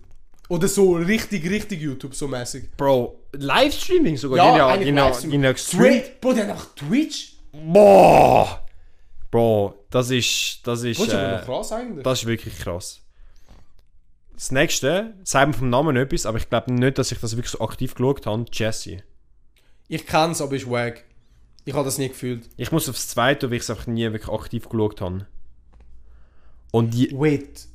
[SPEAKER 2] Oder so richtig, richtig YouTube, so mäßig.
[SPEAKER 3] Bro, Livestreaming sogar.
[SPEAKER 2] eigentlich
[SPEAKER 3] genau,
[SPEAKER 2] Livestream.
[SPEAKER 3] genau,
[SPEAKER 2] Twitch. Bro, die haben einfach Twitch.
[SPEAKER 3] Boah! Bro, das ist, das ist,
[SPEAKER 2] Das ist aber
[SPEAKER 3] äh,
[SPEAKER 2] noch krass eigentlich.
[SPEAKER 3] das ist wirklich krass. Das nächste, sagt mir vom Namen etwas, aber ich glaube nicht, dass ich das wirklich so aktiv geschaut habe, Jesse.
[SPEAKER 2] Ich kenn's, aber ist wack. Ich habe das nie gefühlt.
[SPEAKER 3] Ich muss aufs zweite, weil ich es einfach nie wirklich aktiv geschaut habe. Und die,
[SPEAKER 2] Wait.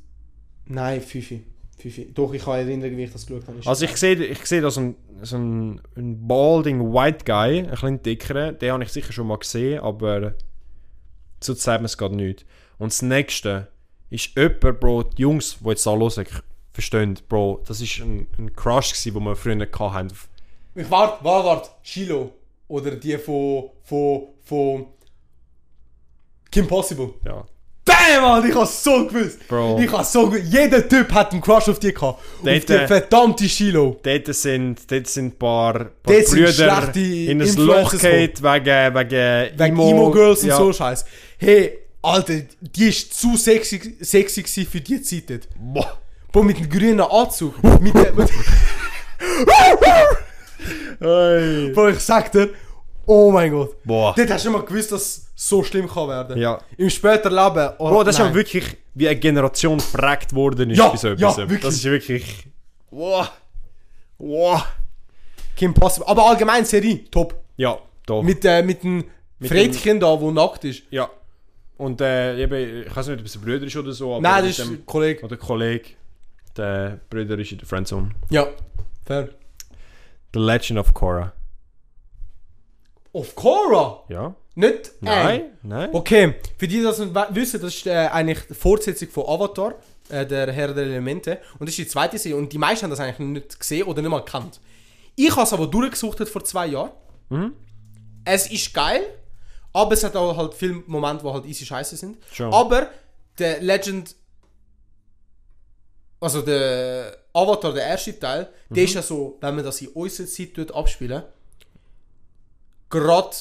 [SPEAKER 2] Nein, Fifi. Fifi. Doch, ich kann erinnern, wie ich das geschaut habe. Ist
[SPEAKER 3] Also ich sehe ich seh da so einen, so einen, einen balding white guy, einen kleinen dickeren, den habe ich sicher schon mal gesehen, aber so sagt man es gerade nicht. Und das nächste ist jemand, Bro, die Jungs, die jetzt da hören, ich- verstehen, Bro, das ist ein, ein Crush gewesen, den wir früher hatten.
[SPEAKER 2] Ich warte, warte, warte. Shiloh. Oder die von. von. von. Kim Possible.
[SPEAKER 3] Ja.
[SPEAKER 2] Bam, Mann, ich hab's so gewusst.
[SPEAKER 3] Bro.
[SPEAKER 2] Ich hab's so gewusst. Jeder Typ hat einen Crush auf die gehabt.
[SPEAKER 3] Der-
[SPEAKER 2] auf die
[SPEAKER 3] der-
[SPEAKER 2] verdammte Shiloh.
[SPEAKER 3] Dort sind, dort sind ein paar, paar
[SPEAKER 2] Dort sind
[SPEAKER 3] Brüder
[SPEAKER 2] schlechte
[SPEAKER 3] in ein Loch
[SPEAKER 2] Influences
[SPEAKER 3] geht wegen, wegen,
[SPEAKER 2] Wegen Emo-Girls
[SPEAKER 3] ja.
[SPEAKER 2] und so Scheiß. Hey, Alter, die ist zu sexy, sexy gsi für die Zeit dort.
[SPEAKER 3] Boah.
[SPEAKER 2] Boah, mit dem grünen Anzug. mit der, mit,
[SPEAKER 3] Hey.
[SPEAKER 2] boah, ich sag dir, oh mein Gott.
[SPEAKER 3] Boah.
[SPEAKER 2] Dort hast du immer gewusst, dass es so schlimm kann werden.
[SPEAKER 3] Ja.
[SPEAKER 2] Im späteren Leben. Oh,
[SPEAKER 3] Bro, das ist
[SPEAKER 2] nein.
[SPEAKER 3] aber wirklich, wie eine Generation geprägt worden ist
[SPEAKER 2] Ja,
[SPEAKER 3] bei so
[SPEAKER 2] ja,
[SPEAKER 3] etwas.
[SPEAKER 2] wirklich.
[SPEAKER 3] Das ist wirklich. Wow. Wow.
[SPEAKER 2] Kim Possible. Aber allgemein Serie, top.
[SPEAKER 3] Ja, da.
[SPEAKER 2] Mit, äh, mit dem Fredchen da, wo nackt ist.
[SPEAKER 3] ja. Und äh, eben, ich weiß nicht, ob es ein Bruder ist oder so, aber
[SPEAKER 2] Nein,
[SPEAKER 3] mit
[SPEAKER 2] das ist
[SPEAKER 3] dem,
[SPEAKER 2] ein Kollege.
[SPEAKER 3] oder Kollege, der Bruder ist in der Friendzone.
[SPEAKER 2] Ja, fair.
[SPEAKER 3] The Legend of Korra.
[SPEAKER 2] Auf Cora?
[SPEAKER 3] Ja?
[SPEAKER 2] Nicht?
[SPEAKER 3] Nein,
[SPEAKER 2] Aang.
[SPEAKER 3] nein.
[SPEAKER 2] Okay, für die, die das nicht we- wissen, das ist äh, eigentlich die Fortsetzung von Avatar, äh, der Herr der Elemente. Und das ist die zweite Serie. Und die meisten haben das eigentlich nicht gesehen oder nicht mal gekannt. Ich habe es aber durchgesuchtet vor zwei Jahren. Es ist geil, aber es hat auch halt viele Momente, die halt easy scheiße sind.
[SPEAKER 3] Schon.
[SPEAKER 2] Aber der Legend also der Avatar, der erste Teil, der ist ja so, wenn man das in unserer Zeit tut, abspielen, gerade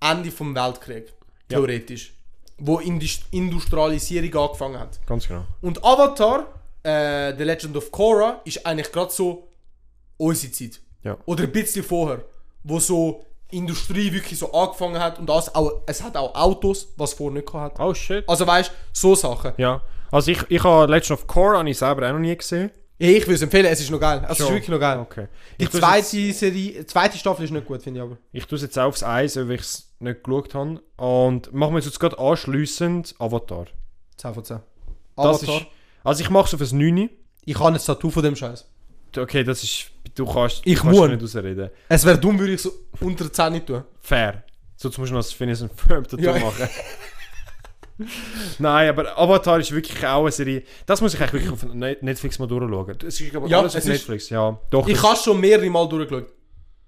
[SPEAKER 2] Ende vom Weltkrieg, theoretisch, wo Indust Industrialisierung angefangen hat.
[SPEAKER 3] Ganz genau.
[SPEAKER 2] Und Avatar, äh, The Legend of Korra, ist eigentlich gerade so unsere Zeit.
[SPEAKER 3] Ja.
[SPEAKER 2] Oder ein bisschen vorher, wo so Industrie wirklich so angefangen hat und das auch, es hat auch Autos, was vorher nicht gehabt hat.
[SPEAKER 3] Oh shit.
[SPEAKER 2] Also weißt du, so Sachen.
[SPEAKER 3] Ja. Also ich, ich habe Legend of Korra habe ich selber auch noch nie gesehen.
[SPEAKER 2] Hey, ich würde es empfehlen, es ist noch geil. Also, es ist
[SPEAKER 3] Schon.
[SPEAKER 2] wirklich noch geil.
[SPEAKER 3] Okay.
[SPEAKER 2] Die
[SPEAKER 3] Ich tu's
[SPEAKER 2] zweite,
[SPEAKER 3] jetzt-
[SPEAKER 2] Serie, zweite Staffel ist nicht gut, finde ich aber.
[SPEAKER 3] Ich tue es jetzt auch aufs Eis, weil ich es nicht geschaut habe. Und machen wir jetzt gerade anschliessend Avatar.
[SPEAKER 2] 10 von 10.
[SPEAKER 3] Das
[SPEAKER 2] Avatar.
[SPEAKER 3] Ist, also ich mache es auf ein 9.
[SPEAKER 2] Ich habe ein Tattoo von dem Scheiß.
[SPEAKER 3] Okay, das ist... Du kannst,
[SPEAKER 2] Ich
[SPEAKER 3] du kannst
[SPEAKER 2] muss.
[SPEAKER 3] nicht ausreden.
[SPEAKER 2] Es wäre dumm, würde ich so unter 10 tun.
[SPEAKER 3] Fair. So zum Beispiel noch das Phineas und Ferb dazu
[SPEAKER 2] Ja.
[SPEAKER 3] machen. Nein, aber Avatar ist wirklich auch eine Serie... Das muss ich eigentlich wirklich auf Net- Netflix mal durchschauen. Es ist aber
[SPEAKER 2] Ja,
[SPEAKER 3] alles auf
[SPEAKER 2] es ist-
[SPEAKER 3] Netflix, ja. Doch,
[SPEAKER 2] Ich
[SPEAKER 3] das-
[SPEAKER 2] habe schon mehrere Mal durchgeschaut.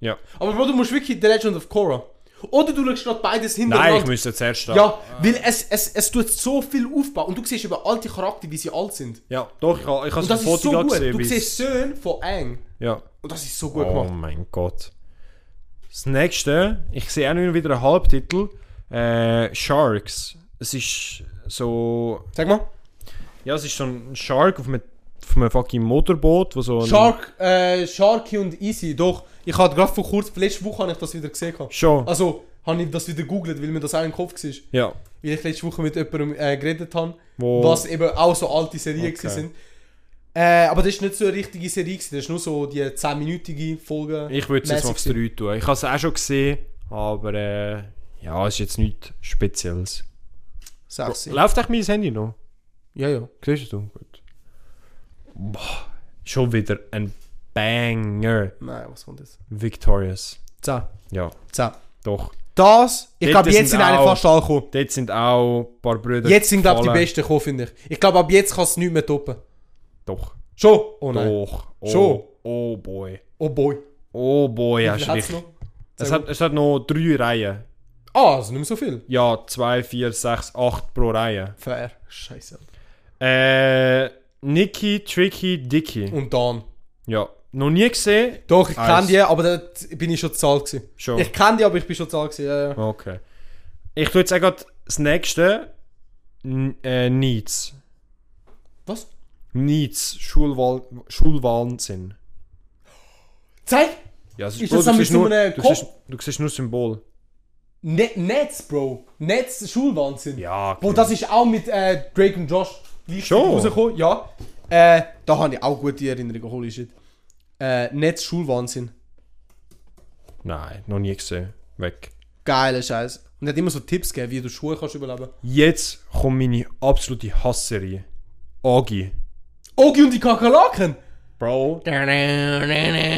[SPEAKER 3] ja.
[SPEAKER 2] Aber Bro, du musst wirklich The Legend of Korra. Oder du schaust gerade beides
[SPEAKER 3] Nein, ich
[SPEAKER 2] hintereinander.
[SPEAKER 3] müsste zuerst da.
[SPEAKER 2] ja, weil es, es, es tut so viel aufbauen und du siehst über alte Charaktere, wie sie alt sind.
[SPEAKER 3] ja. Doch, ich habe ich
[SPEAKER 2] Und
[SPEAKER 3] habe es
[SPEAKER 2] das
[SPEAKER 3] auf
[SPEAKER 2] ist so
[SPEAKER 3] Foto
[SPEAKER 2] gut.
[SPEAKER 3] gesehen.
[SPEAKER 2] Du
[SPEAKER 3] wie es-
[SPEAKER 2] siehst Söhne von Aang.
[SPEAKER 3] Ja.
[SPEAKER 2] Und das ist so gut
[SPEAKER 3] oh
[SPEAKER 2] gemacht.
[SPEAKER 3] mein Gott. Das nächste, ich sehe auch nur wieder einen Halbtitel. Äh, Sharks. Es ist so.
[SPEAKER 2] Sag mal.
[SPEAKER 3] Ja, es ist so ein Shark auf einem, auf einem fucking Motorboot, wo so ein.
[SPEAKER 2] Shark, äh, Sharky und Easy, doch. Ich habe gerade vor kurzem, letzte Woche habe ich das wieder gesehen. gehabt.
[SPEAKER 3] Schon.
[SPEAKER 2] Also, habe ich das wieder gegoogelt, weil mir das auch im Kopf war.
[SPEAKER 3] ja.
[SPEAKER 2] Weil ich letzte Woche mit jemandem äh, geredet habe,
[SPEAKER 3] Wo-
[SPEAKER 2] was eben auch so alte Serien
[SPEAKER 3] Okay.
[SPEAKER 2] okay. sind. Äh, aber das war nicht so eine richtige Serie, gewesen, das war nur so die 10-minütige Folge.
[SPEAKER 3] Ich würde es jetzt mal aufs
[SPEAKER 2] mäßig gewesen.
[SPEAKER 3] 3 tun. Ich habe es auch schon gesehen, aber äh, ja, es ist jetzt nichts Spezielles.
[SPEAKER 2] Sechs.
[SPEAKER 3] Läuft echt mein Handy noch?
[SPEAKER 2] Ja, ja.
[SPEAKER 3] Siehst du? Gut. Boah, schon wieder ein Banger.
[SPEAKER 2] Nein, was kommt jetzt?
[SPEAKER 3] Victorious.
[SPEAKER 2] 10.
[SPEAKER 3] Ja,
[SPEAKER 2] 10.
[SPEAKER 3] doch.
[SPEAKER 2] Das, ich
[SPEAKER 3] Dort
[SPEAKER 2] glaube, jetzt
[SPEAKER 3] sind
[SPEAKER 2] sind eigentlich
[SPEAKER 3] auch-
[SPEAKER 2] fast alle gekommen.
[SPEAKER 3] Dort sind auch ein paar Brüder.
[SPEAKER 2] Jetzt sind, glaube ich, die
[SPEAKER 3] gefallen.
[SPEAKER 2] besten gekommen, finde ich. Ich glaube, ab jetzt kann es nicht mehr toppen.
[SPEAKER 3] Doch.
[SPEAKER 2] Schon? Oh nein. Oh,
[SPEAKER 3] Doch. Oh,
[SPEAKER 2] Schon.
[SPEAKER 3] Oh boy.
[SPEAKER 2] boy.
[SPEAKER 3] Oh boy, hast du
[SPEAKER 2] hat's
[SPEAKER 3] dich.
[SPEAKER 2] noch?
[SPEAKER 3] Es hat, es hat noch drei Reihen.
[SPEAKER 2] Ah, also nicht mehr so viel.
[SPEAKER 3] Ja, zwei, vier, sechs, acht pro Reihe.
[SPEAKER 2] Fair. Scheiße.
[SPEAKER 3] Äh, Nicky, Tricky, Dicky.
[SPEAKER 2] Und dann.
[SPEAKER 3] Ja. Noch nie gesehen?
[SPEAKER 2] Doch, ich kenne
[SPEAKER 3] Eins.
[SPEAKER 2] die, aber da bin ich schon zu alt gewesen.
[SPEAKER 3] Schon.
[SPEAKER 2] Ich kenne die, aber ich bin schon zu alt gewesen. Ja, ja.
[SPEAKER 3] Okay. Ich tue jetzt auch gerade das nächste. N äh, Needs.
[SPEAKER 2] Was?
[SPEAKER 3] Needs. Schulwahl Schulwahnsinn.
[SPEAKER 2] Zeig!
[SPEAKER 3] Ja, es
[SPEAKER 2] Ist
[SPEAKER 3] Bro,
[SPEAKER 2] das
[SPEAKER 3] du
[SPEAKER 2] dann mit
[SPEAKER 3] siehst
[SPEAKER 2] so
[SPEAKER 3] nur-
[SPEAKER 2] einem
[SPEAKER 3] du
[SPEAKER 2] Kopf?
[SPEAKER 3] siehst- Du siehst nur Symbol.
[SPEAKER 2] Ne Netz, Bro. Netz, Schulwahnsinn.
[SPEAKER 3] Ja, genau.
[SPEAKER 2] Bro, das ist auch mit äh, Drake und Josh gleichzeitig
[SPEAKER 3] Schon?
[SPEAKER 2] rausgekommen. Ja. Äh, da habe ich auch gute Erinnerungen. Holy shit. Äh, Netz, Schulwahnsinn.
[SPEAKER 3] Nein, noch nie gesehen. Weg.
[SPEAKER 2] Geiler Scheiß. Und er hat immer so Tipps gegeben, wie du Schuhe kannst überleben.
[SPEAKER 3] Jetzt kommt meine absolute Hassserie. Agi.
[SPEAKER 2] Ogi und die Kakerlaken!
[SPEAKER 3] Bro. Bro ich,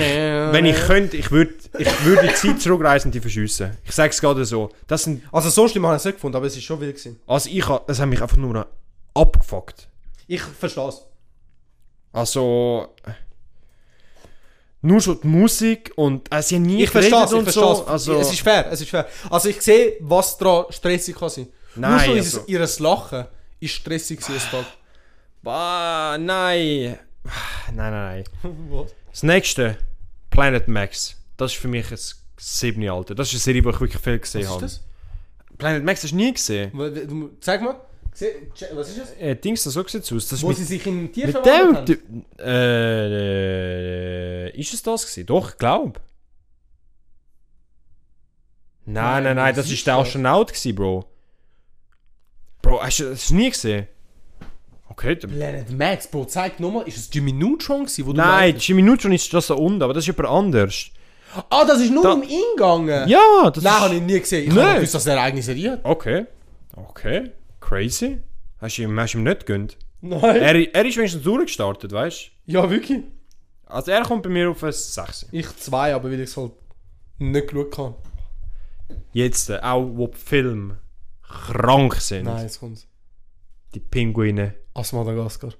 [SPEAKER 3] wenn ich könnte, ich würde ich würd die Zeit zurückreisen und die verschiessen. Ich sage es gerade so. Das sind,
[SPEAKER 2] Also so schlimm habe ich es nicht gefunden, aber es ist schon wild gewesen.
[SPEAKER 3] also ich ha- das hat mich einfach nur abgefuckt.
[SPEAKER 2] Ich verstehe es.
[SPEAKER 3] Also... Nur schon die Musik und... Äh, sie haben nie
[SPEAKER 2] Ich verstehe es,
[SPEAKER 3] geredet
[SPEAKER 2] ich
[SPEAKER 3] und
[SPEAKER 2] verstehe
[SPEAKER 3] so.
[SPEAKER 2] es.
[SPEAKER 3] Also,
[SPEAKER 2] Es ist fair, es ist fair. Also ich sehe, was daran stressig kann sein. Nur
[SPEAKER 3] Nein,
[SPEAKER 2] schon
[SPEAKER 3] also-
[SPEAKER 2] also. ihr Lachen ist stressig gewesen, Tag.
[SPEAKER 3] bah, nein. Nein, nein, nein.
[SPEAKER 2] Was?
[SPEAKER 3] Das nächste, Planet Max. Das ist für mich ein 7 Alter. Das ist eine Serie, die ich wirklich viel gesehen
[SPEAKER 2] Was ist
[SPEAKER 3] habe.
[SPEAKER 2] das?
[SPEAKER 3] Planet Max hast du nie gesehen.
[SPEAKER 2] Wa- wa- du- Zeig mal. Seh- che- Was ist das?
[SPEAKER 3] Äh, Dings, das so sieht's aus. Das ist
[SPEAKER 2] Wo
[SPEAKER 3] mit,
[SPEAKER 2] sie sich in Tier
[SPEAKER 3] mit
[SPEAKER 2] verwandelt
[SPEAKER 3] dem.
[SPEAKER 2] haben.
[SPEAKER 3] Typ- Eh, Äh, äh, ist es das gewesen? Doch, ich glaube. Nein, nein, nein, das
[SPEAKER 2] was
[SPEAKER 3] ist
[SPEAKER 2] ist
[SPEAKER 3] der
[SPEAKER 2] das?
[SPEAKER 3] Astronaut gewesen, Bro. Bro, hast du das nie gesehen? Okay, dann-
[SPEAKER 2] Planet Max, Bro, zeig nochmal. Ist es Jimmy Neutron gewesen, wo du
[SPEAKER 3] Nein,
[SPEAKER 2] meintest?
[SPEAKER 3] Jimmy Neutron ist das da unten, aber das ist jemand anders.
[SPEAKER 2] Ah, das ist nur
[SPEAKER 3] Da-
[SPEAKER 2] im Eingang. Ja,
[SPEAKER 3] Ja, das
[SPEAKER 2] Nein,
[SPEAKER 3] ist...
[SPEAKER 2] habe ich nie gesehen. Ich
[SPEAKER 3] Nein.
[SPEAKER 2] habe nicht gewusst, dass er eine eigene Serie hat.
[SPEAKER 3] Okay. Okay. Crazy. Hast du ihm, hast du ihm nicht gönnt?
[SPEAKER 2] Nein.
[SPEAKER 3] Er, er ist wenigstens durchgestartet, weißt
[SPEAKER 2] Ja, wirklich.
[SPEAKER 3] du? Also er kommt bei mir auf ein 6.
[SPEAKER 2] Ich zwei, aber weil ich es halt nicht geschaut habe.
[SPEAKER 3] Jetzt, äh, auch wo die Filme krank sind.
[SPEAKER 2] Nein, jetzt kommt's.
[SPEAKER 3] Die Pinguine.
[SPEAKER 2] Aus Madagaskar.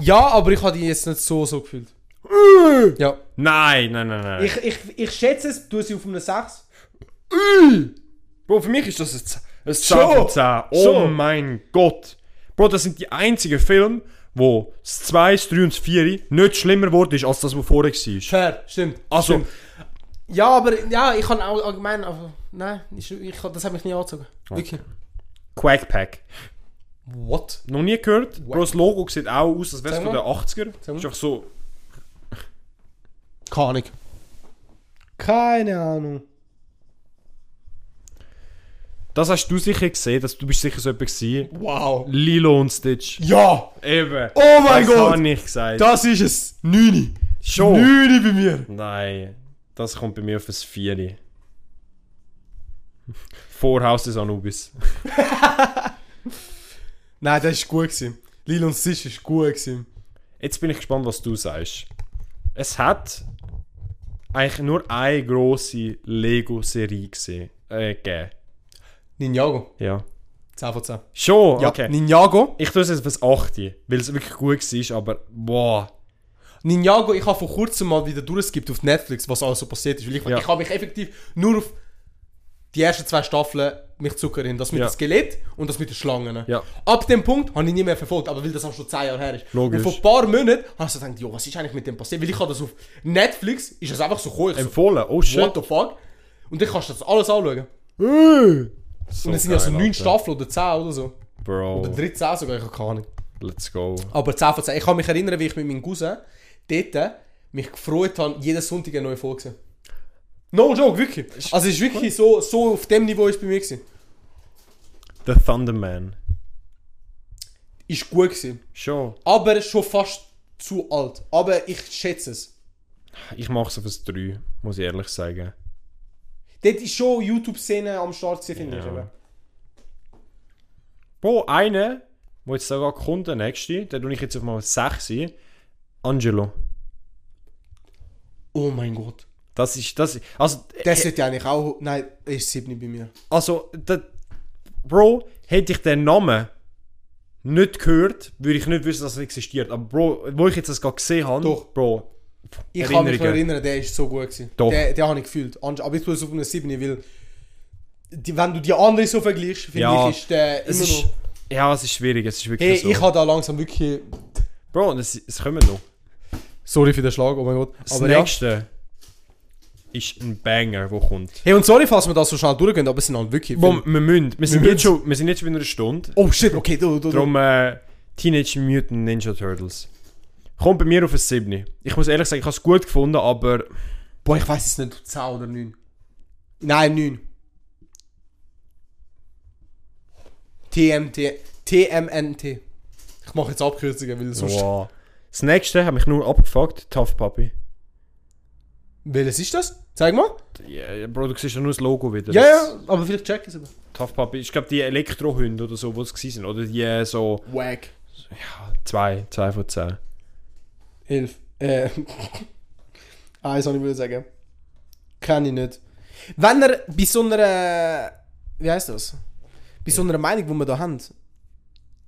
[SPEAKER 2] Ja, aber ich habe die jetzt nicht so so gefühlt. ja.
[SPEAKER 3] Nein, nein, nein, nein.
[SPEAKER 2] Ich, ich, ich schätze es, du sie auf einem 6.
[SPEAKER 3] Bro, für mich ist das ein, Z- ein 10
[SPEAKER 2] Schon.
[SPEAKER 3] von 10. Oh
[SPEAKER 2] Schon.
[SPEAKER 3] mein Gott. Bro, das sind die einzigen Filme, wo das 2, das 3 und das 4 nicht schlimmer wurde ist als das, was vorher war.
[SPEAKER 2] Fair, stimmt.
[SPEAKER 3] Also,
[SPEAKER 2] stimmt. Ja, aber ja, ich kann auch allgemein. Aber, nein, ich, ich, kann- das hat mich nie angezogen. Wirklich.
[SPEAKER 3] Quackpack.
[SPEAKER 2] What?
[SPEAKER 3] Noch nie gehört. Bro, das Logo sieht auch aus, als wäre es
[SPEAKER 2] Sag
[SPEAKER 3] von
[SPEAKER 2] mal.
[SPEAKER 3] den 80er. Ist
[SPEAKER 2] Sag mal.
[SPEAKER 3] einfach so.
[SPEAKER 2] Keine Ahnung. Keine Ahnung.
[SPEAKER 3] Das hast du sicher gesehen, dass du bist sicher so jemand gewesen.
[SPEAKER 2] Wow.
[SPEAKER 3] Lilo und Stitch.
[SPEAKER 2] Ja!
[SPEAKER 3] Eben.
[SPEAKER 2] Oh mein
[SPEAKER 3] das
[SPEAKER 2] Gott.
[SPEAKER 3] Das habe ich gesagt.
[SPEAKER 2] Das ist es! Neuni!
[SPEAKER 3] Schon.
[SPEAKER 2] Neuni bei mir!
[SPEAKER 3] Nein. Das kommt bei mir auf das 4. Vorhaus des Anubis.
[SPEAKER 2] Nein, das war gut. Gewesen. Lil und Sisch war gut. Gewesen.
[SPEAKER 3] Jetzt bin ich gespannt, was du sagst. Es hat eigentlich nur eine grosse Lego-Serie gesehen. Äh, gegeben.
[SPEAKER 2] Ninjago.
[SPEAKER 3] Ja.
[SPEAKER 2] 10 von 10.
[SPEAKER 3] Schon?
[SPEAKER 2] Ja,
[SPEAKER 3] okay.
[SPEAKER 2] Ninjago.
[SPEAKER 3] Ich tue es jetzt auf das 8. Weil es wirklich gut war, aber boah.
[SPEAKER 2] Ninjago, ich habe vor kurzem mal wieder durchgeskippt auf Netflix, was alles so passiert ist. Weil ich,
[SPEAKER 3] Ja.
[SPEAKER 2] ich habe mich effektiv nur auf die ersten zwei Staffeln mich zuckern. Das mit
[SPEAKER 3] Ja.
[SPEAKER 2] dem Skelett und das mit den Schlangen.
[SPEAKER 3] Ja.
[SPEAKER 2] Ab dem Punkt habe ich nicht mehr verfolgt, aber weil das auch schon 10 Jahre her ist.
[SPEAKER 3] Logisch.
[SPEAKER 2] Und vor ein paar Monaten habe ich so gedacht, jo, was ist eigentlich mit dem passiert? Weil ich habe das auf Netflix, ist das einfach so cool. Ich so,
[SPEAKER 3] Empfohlen? Oh shit.
[SPEAKER 2] what the fuck? Und dann kannst du das alles anschauen.
[SPEAKER 3] So
[SPEAKER 2] Und es sind ja so
[SPEAKER 3] Äh. geil,
[SPEAKER 2] 9
[SPEAKER 3] Alter.
[SPEAKER 2] Staffeln oder 10 oder so. Oder
[SPEAKER 3] Bro,
[SPEAKER 2] 13 sogar, ich habe keine Ahnung.
[SPEAKER 3] let's go.
[SPEAKER 2] Aber 10 von 10. Ich kann mich erinnern, wie ich mit meinem Cousin dort mich gefreut habe, jeden Sonntag eine neue Folge zu sehen. No joke, wirklich. Also es ist wirklich so, so auf dem Niveau ist es bei mir. Gewesen.
[SPEAKER 3] The Thunderman.
[SPEAKER 2] Ist gut gewesen.
[SPEAKER 3] Schon.
[SPEAKER 2] Aber schon fast zu alt. Aber ich schätze es.
[SPEAKER 3] Ich mache es auf das 3, muss ich ehrlich sagen.
[SPEAKER 2] Dort ist schon YouTube-Szene am Start, gewesen, finde ich.
[SPEAKER 3] Ja.
[SPEAKER 2] eben.
[SPEAKER 3] Bro, einer, der jetzt sogar kommt, der nächste, den tue ich jetzt auf mal 6 ein. Angelo.
[SPEAKER 2] Oh mein Gott.
[SPEAKER 3] Das ist, das also, äh,
[SPEAKER 2] Das sollte ja eigentlich auch... Nein, er ist 7 bei mir.
[SPEAKER 3] also, da, Bro, hätte ich den Namen nicht gehört, würde ich nicht wissen, dass er existiert. Aber Bro, wo ich jetzt das gerade gesehen habe,
[SPEAKER 2] Doch.
[SPEAKER 3] Bro,
[SPEAKER 2] Ich kann mich noch
[SPEAKER 3] Erinnerungen.
[SPEAKER 2] erinnern, der ist so gut gewesen.
[SPEAKER 3] Doch.
[SPEAKER 2] Der, der habe ich gefühlt. Ange- Aber ich tue es auf eine 7, weil... Die, wenn du die anderen so vergleichst, finde
[SPEAKER 3] Ja,
[SPEAKER 2] ich, ist der
[SPEAKER 3] es
[SPEAKER 2] immer
[SPEAKER 3] ist,
[SPEAKER 2] noch...
[SPEAKER 3] ja, es ist schwierig, es ist wirklich
[SPEAKER 2] Hey,
[SPEAKER 3] so.
[SPEAKER 2] ich habe da langsam wirklich...
[SPEAKER 3] Bro, und es, es kommen noch.
[SPEAKER 2] Sorry für den Schlag, oh mein Gott.
[SPEAKER 3] Das
[SPEAKER 2] Aber ja.
[SPEAKER 3] nächste ist ein Banger, der kommt.
[SPEAKER 2] Hey, und sorry, falls wir das so schnell durchgehen, aber es sind halt wirklich...
[SPEAKER 3] Bro, wir müssen, wir sind,
[SPEAKER 2] müssen.
[SPEAKER 3] jetzt schon, wir sind jetzt schon wieder eine Stunde.
[SPEAKER 2] oh shit, okay, du, du, du.
[SPEAKER 3] Darum äh, Teenage Mutant Ninja Turtles. Kommt bei mir auf ein 7. Ich muss ehrlich sagen, ich habe es gut gefunden, aber
[SPEAKER 2] Boah, ich weiß es nicht, 10 oder 9. Nein, 9. TMT. TMNT. Ich mache jetzt Abkürzungen, weil sonst...
[SPEAKER 3] wow. Das nächste hat mich nur abgefuckt, Tough Puppy.
[SPEAKER 2] Welches ist das? Zeig mal.
[SPEAKER 3] Ja, Bro, du siehst ja nur das Logo wieder.
[SPEAKER 2] Ja,
[SPEAKER 3] Das
[SPEAKER 2] ja, aber vielleicht check ich es aber.
[SPEAKER 3] Tough Puppy. Ich glaube, die Elektrohunde oder so, wo es gewesen sind. Oder die äh, so
[SPEAKER 2] Wack.
[SPEAKER 3] 2, 2 von 10.
[SPEAKER 2] Hilf. Äh. Eins, was ich will sagen. Kann ich nicht. Wenn er bei so einer. Wie heißt das? Bei so einer Meinung, die wir da haben,